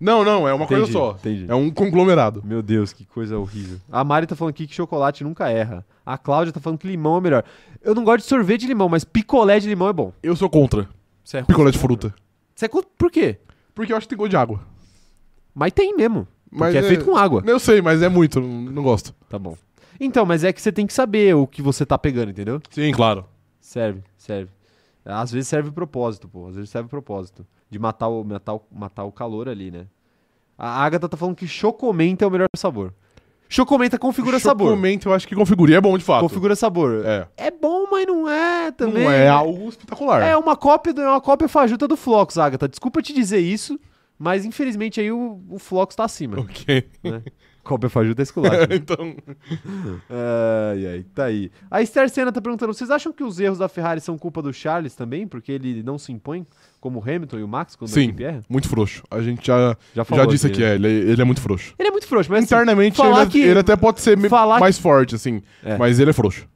Não, não, é uma Entendi, coisa só. entendi. É um conglomerado. Meu Deus, que coisa horrível. A Mari tá falando aqui que chocolate nunca erra. A Cláudia tá falando que limão é melhor. Eu não gosto de sorvete de limão, mas picolé de limão é bom. Eu sou contra Você é ruim. picolé de fruta. Você é contra- por quê? Porque eu acho que tem gosto de água. Mas tem mesmo. Mas porque é... é- feito com água. Eu sei, mas é muito, não não gosto. Tá bom. Então, mas é que você tem que saber o que você tá pegando, entendeu? Sim, claro. Serve, serve. Às vezes serve propósito, pô. Às vezes serve propósito. De matar o, matar o, matar o calor ali, né? A Agatha tá falando que chocomenta é o melhor sabor. Chocomenta configura sabor. Chocomento, eu acho que configura. E é bom, de fato. Configura sabor. É. É bom, mas não é também. Não é né? algo espetacular. É uma cópia, do- é uma cópia fajuta do Flox, <laughs> Agatha. Desculpa te dizer isso, mas infelizmente aí o, o Flox tá acima. Ok. Copa fajuta é esculacho. <laughs> então, Ai, ai, tá aí. A Esther Senna tá perguntando: vocês acham que os erros da Ferrari são culpa do Charles também? Porque ele não se impõe como o Hamilton e o Max quando a Sim. equipe erra? muito frouxo. A gente já, Já já falou disse aqui, né? é, ele, ele é muito frouxo. Ele é muito frouxo, mas assim, Internamente, falar ele, é- que- ele até pode ser me- falar que- mais forte, assim. É. Mas ele é frouxo.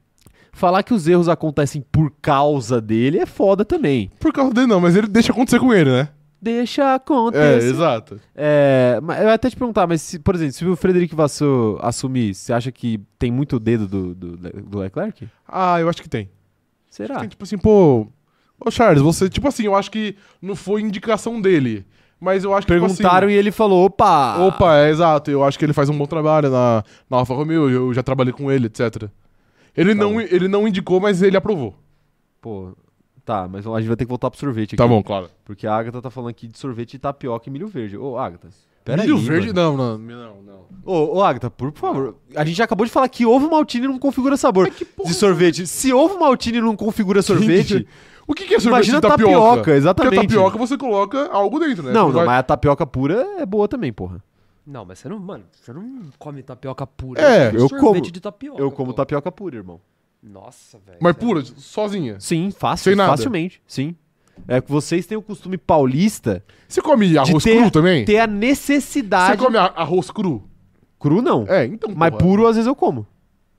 falar que os erros acontecem por causa dele é foda também. Por causa dele, não, mas ele deixa acontecer com ele, né? Deixa É, acontecer. exato. É, mas eu ia até te perguntar, mas, se, por exemplo, se o Frederic Vassou assumir, você acha que tem muito dedo do, do, do Leclerc? Ah, eu acho que tem. Será? Tem, tipo assim, pô. Ô, Charles, você. Tipo assim, eu acho que não foi indicação dele. Mas eu acho que. Perguntaram Tipo assim, e ele falou: opa! Opa, é exato. Eu acho que ele faz um bom trabalho na, na Alfa Romeo. Eu já trabalhei com ele, etc. Ele, Tá não, bom. ele não indicou, mas ele aprovou. Pô, tá, mas a gente vai ter que voltar pro sorvete aqui. Tá bom, claro. Porque a Agatha tá falando aqui de sorvete de tapioca e milho verde. Ô, Agatha. Milho aí, verde? mano. Não, não, não, não. Ô, ô, Agatha, por favor. A gente já acabou de falar que ovo maltine não configura sabor de é sorvete. Se ovo maltine não configura <laughs> sorvete. O que, que é sorvete imagina de tapioca? tapioca, Porque exatamente. a tapioca você coloca algo dentro, né? Não, Você não, vai- mas a tapioca pura é boa também, porra. Não, mas você não, mano, você não come tapioca pura. É, Você eu sorvete como. de tapioca. Eu como pô. tapioca pura, irmão. Nossa, velho. mas você- pura, sozinha. Sim, fácil, Sem nada. facilmente. Sim. É que vocês têm o costume paulista Você come arroz ter- cru também? ter a Você necessidade. come a- arroz cru? Cru não. É, então. mas porra. puro às vezes eu como.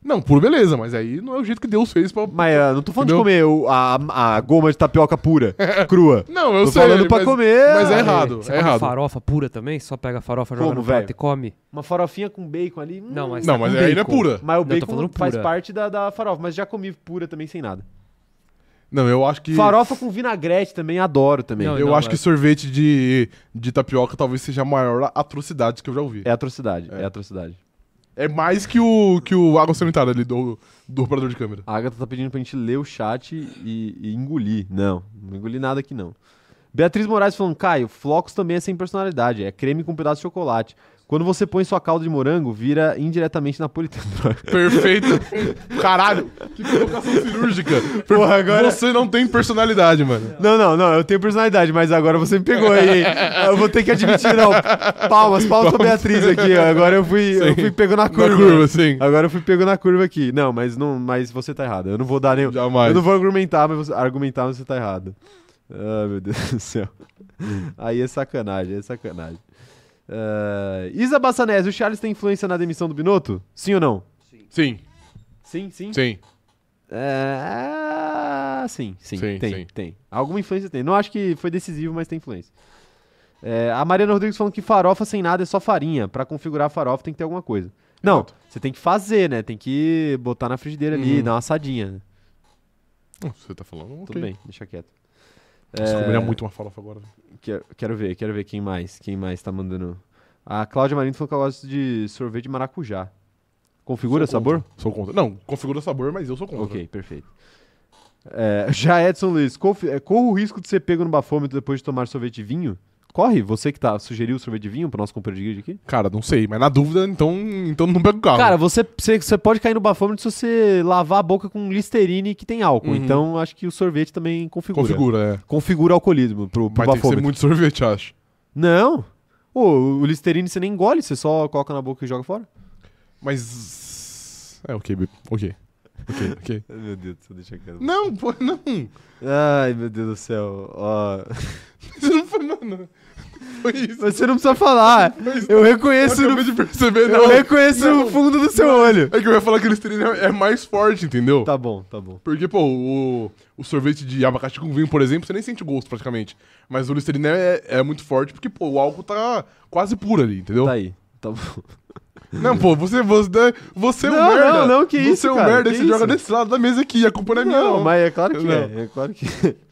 Não, puro beleza, mas aí não é o jeito que Deus fez pra. Mas ah, não tô falando de Entendeu? comer o- a, a goma de tapioca pura, crua. Não, eu <laughs> tô sei. falando pra mas- comer. Mas é Ah, errado, Você é come errado. farofa pura também? Só pega a farofa, joga Como, no prato velho? e come? Uma farofinha com bacon ali. hum. Não, mas Não, tá mas com aí não é bacon. Mas pura. o Não, eu tô bacon falando faz pura. parte da, da farofa, mas já comi pura também sem nada. Não, eu acho que. Farofa com vinagrete também, adoro também. Não, Eu não, é. acho mas- que sorvete de, de tapioca talvez seja a maior atrocidade que eu já ouvi. É atrocidade, é. atrocidade. É, mais que o, que o água sanitária ali do, do operador de <laughs> câmera. A Agatha tá pedindo pra gente ler o chat e, e engolir. Não, não engoli nada aqui não. Beatriz Moraes falando, Caio, flocos também é sem personalidade, é creme com um pedaço de chocolate. Quando você põe sua calda de morango, vira indiretamente napolitano. <laughs> Perfeito. Caralho, que colocação cirúrgica. Porra, agora- Você não tem personalidade, mano. Não, não, não, eu tenho personalidade, mas agora você me pegou aí. hein? Eu vou ter que admitir, não. Palmas, palmas pra Beatriz aqui. ó. Agora eu fui, eu Sim. fui pego na Na curva. curva, sim. Agora eu fui pego na curva aqui. Não, mas não, mas você tá errado. Eu não vou dar nenhum. Jamais. Eu não vou argumentar, mas você, argumentar, mas você tá errado. Ah, meu Deus do céu. Aí é sacanagem, aí é sacanagem. Ah, Isa Bassanese, o Charles tem influência na demissão do Binotto? Sim ou não? Sim, Sim, sim. sim. É, Ah, sim, sim, Sim, tem, sim. tem. Alguma influência tem. Não acho que foi decisivo, mas tem influência. É, a Mariana Rodrigues falando que farofa sem nada é só farinha. Pra configurar a farofa tem que ter alguma coisa. Não, você tem que fazer, né? Tem que botar na frigideira ali, Uhum. dar uma assadinha. né? Não, Você tá falando? Tudo bem, É- deixa quieto. Você comeria muito uma farofa agora. Quero, quero ver, quero ver quem mais, quem mais tá mandando. A Cláudia Marino falou que ela gosta de sorvete de maracujá. Configura Sou sabor? contra, Sou contra. Não, configura sabor, mas eu sou contra. Ok, perfeito. É, já Edson Luiz, confi- é, corre o risco de ser pego no bafômetro depois de tomar sorvete de vinho? Corre, você que tá, sugeriu sorvete de vinho pro nosso companheiro de grid aqui? Cara, não sei, mas na dúvida, então, então não pega o carro. Cara, você, você, você pode cair no bafômetro se você lavar a boca com listerine que tem álcool. Uhum. Então acho que o sorvete também configura. configura, é. Configura o alcoolismo pro, pro Mas tem que ser bafômetro. muito sorvete, acho. Não! Ô, o listerine você nem engole, você só coloca na boca e joga fora. Mas. É, ok, Bip. Ok. Ok, ok. Meu Deus, deixa quieto. Não, pô, não. <laughs> Isso Ai, meu Deus do céu. ó. <laughs> não foi, mano. Foi isso. Você não precisa falar. Eu reconheço eu no acabei de perceber, Eu não. reconheço não. o fundo do seu olho. É que eu ia falar que o Listerine é é mais forte, entendeu? <laughs> Tá bom, tá bom. Porque, pô, o, o sorvete de abacaxi com vinho, por exemplo, você nem sente o gosto praticamente. Mas o Listerine é, é muito forte porque, pô, o álcool tá quase puro ali, entendeu? Tá aí. Tá bom. Não, pô, você, você, você é um Não, merda. não, não, que você isso, é um cara, merda, que você joga isso. desse lado da mesa aqui, a culpa não é minha, Não, não. mas é claro que Não. é. É claro que é.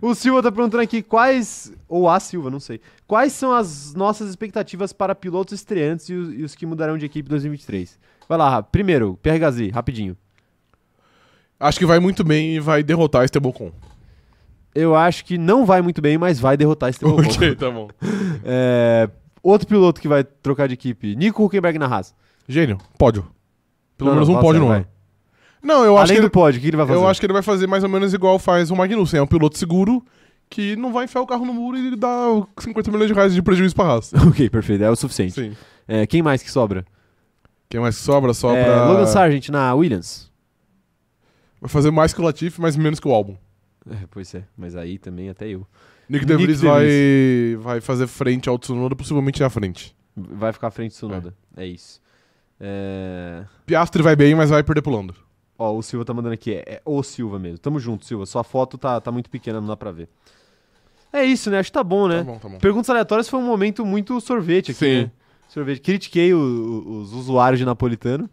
O Silva tá perguntando aqui quais. Ou a Silva, não sei. Quais são as nossas expectativas para pilotos estreantes e os, e os que mudarão de equipe em 2023? Vai lá, Rafa. primeiro, Pierre Gasly, rapidinho. Acho que vai muito bem e vai derrotar este Bocon. Eu acho que não vai muito bem, mas vai derrotar esse Esteban Ocon. <laughs> Ok, tá bom. É, Outro piloto que vai trocar de equipe, Nico Huckenberg na Haas. Gênio, pódio. Pelo Não, menos não, um fala pódio sério, no vai. ano. Não, eu acho Além que do ele, pódio, o que ele tá vai fazer? eu acho que ele vai fazer mais ou menos igual faz o Magnussen. É um piloto seguro que não vai enfiar o carro no muro e dá 50 milhões de reais de prejuízo pra raça. <laughs> Ok, perfeito, é o suficiente. Sim. É, quem mais que sobra? Quem mais que sobra? Sobra. É, Logan Sargent na Williams. Vai fazer mais que o Latifi, mas menos que o álbum. É, pois é, mas aí também até eu. Nick De Nick Vries De vai, vai fazer frente ao Tsunoda, possivelmente na frente. Vai ficar à frente do Tsunoda. É, isso. É... Piastri vai bem, mas vai perder pro Lando. Ó, o Silva tá mandando aqui. É, é o Silva mesmo. Tamo junto, Silva. Sua foto tá, tá muito pequena, não dá pra ver. É isso, né? Acho que tá bom, né? Tá bom, tá bom. Perguntas aleatórias foi um momento muito sorvete aqui. Sim. né? Sorvete. Critiquei o- o- os usuários de napolitano.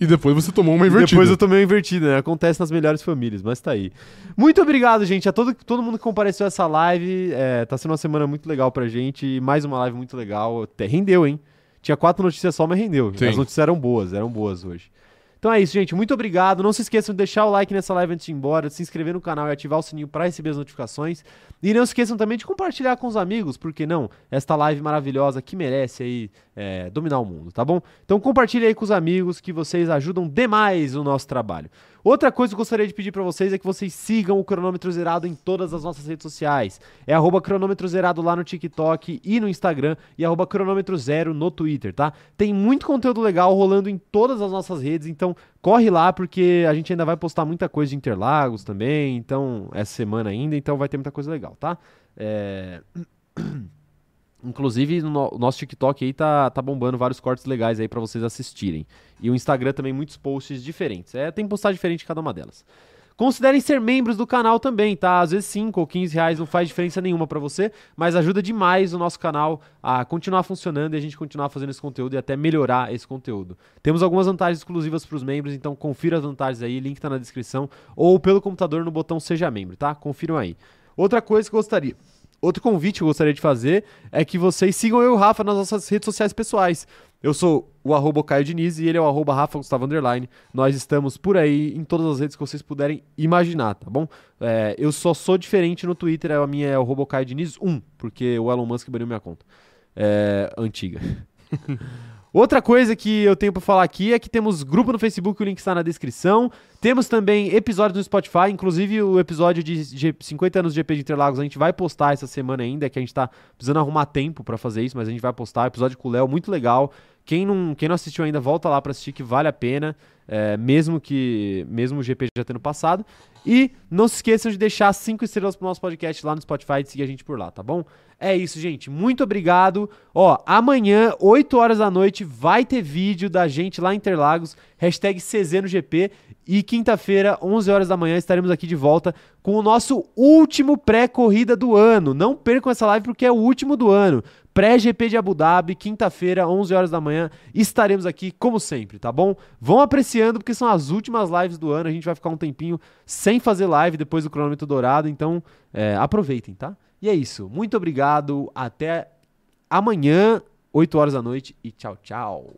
E depois você tomou uma e invertida. Depois eu tomei uma invertida, né? Acontece nas melhores famílias, mas tá aí. Muito obrigado, gente, a todo, todo mundo que compareceu a essa live. É, tá sendo uma semana muito legal pra gente. e Mais uma live muito legal. Até rendeu, hein? Tinha quatro notícias só, mas rendeu. Sim. As notícias eram boas, eram boas hoje. Então é isso, gente. Muito obrigado. Não se esqueçam de deixar o like nessa live antes de ir embora, de se inscrever no canal e ativar o sininho pra receber as notificações. E não se esqueçam também de compartilhar com os amigos, porque não? Esta live maravilhosa que merece aí é, dominar o mundo, tá bom? Então compartilha aí com os amigos que vocês ajudam demais o nosso trabalho. Outra coisa que eu gostaria de pedir pra vocês é que vocês sigam o Cronômetro Zerado em todas as nossas redes sociais. É arroba cronômetro zerado lá no TikTok e no Instagram e arroba cronômetro zero no Twitter, tá? Tem muito conteúdo legal rolando em todas as nossas redes, então corre lá porque a gente ainda vai postar muita coisa de Interlagos também, então essa semana ainda, então vai ter muita coisa legal, tá? É... Inclusive, no- o nosso TikTok aí tá, tá bombando vários cortes legais aí pra vocês assistirem. E o Instagram também, muitos posts diferentes. É, tem postagem diferente em cada uma delas. Considerem ser membros do canal também, tá? Às vezes 5 ou 15 reais não faz diferença nenhuma pra você, mas ajuda demais o nosso canal a continuar funcionando e a gente continuar fazendo esse conteúdo e até melhorar esse conteúdo. Temos algumas vantagens exclusivas pros membros, então confira as vantagens aí, link tá na descrição, ou pelo computador no botão Seja Membro, tá? Confiram aí. Outra coisa que eu gostaria. Outro convite que eu gostaria de fazer é que vocês sigam eu e o Rafa nas nossas redes sociais pessoais. Eu sou o arroba Caio Diniz e ele é o arroba Rafa Gustavo Underline. Nós estamos por aí em todas as redes que vocês puderem imaginar, tá bom? É, eu só sou diferente no Twitter, a minha é o arroba Caio Diniz 1, porque o Elon Musk baniu minha conta. É, antiga. Outra coisa que eu tenho pra falar aqui é que temos grupo no Facebook, o link está na descrição. Temos também episódios no Spotify, inclusive o episódio de G- 50 anos de GP de Interlagos a gente vai postar essa semana ainda, é que a gente tá precisando arrumar tempo pra fazer isso, mas a gente vai postar. Episódio com o Léo, muito legal. Quem não, quem não assistiu ainda, volta lá pra assistir que vale a pena, é, mesmo que mesmo o GP já tendo passado. E não se esqueçam de deixar cinco estrelas pro nosso podcast lá no Spotify e de seguir a gente por lá, tá bom? É isso, gente. Muito obrigado. Ó, amanhã, 8 horas da noite, vai ter vídeo da gente lá em Interlagos, hashtag CZNoGP. E quinta-feira, 11 horas da manhã, estaremos aqui de volta com o nosso último pré-corrida do ano. Não percam essa live porque é o último do ano. Pré-GP de Abu Dhabi, quinta-feira, 11 horas da manhã, estaremos aqui como sempre, tá bom? Vão apreciando porque são as últimas lives do ano, a gente vai ficar um tempinho sem fazer live depois do cronômetro dourado, então é, aproveitem, tá? E é isso, muito obrigado, até amanhã, 8 horas da noite e tchau, tchau.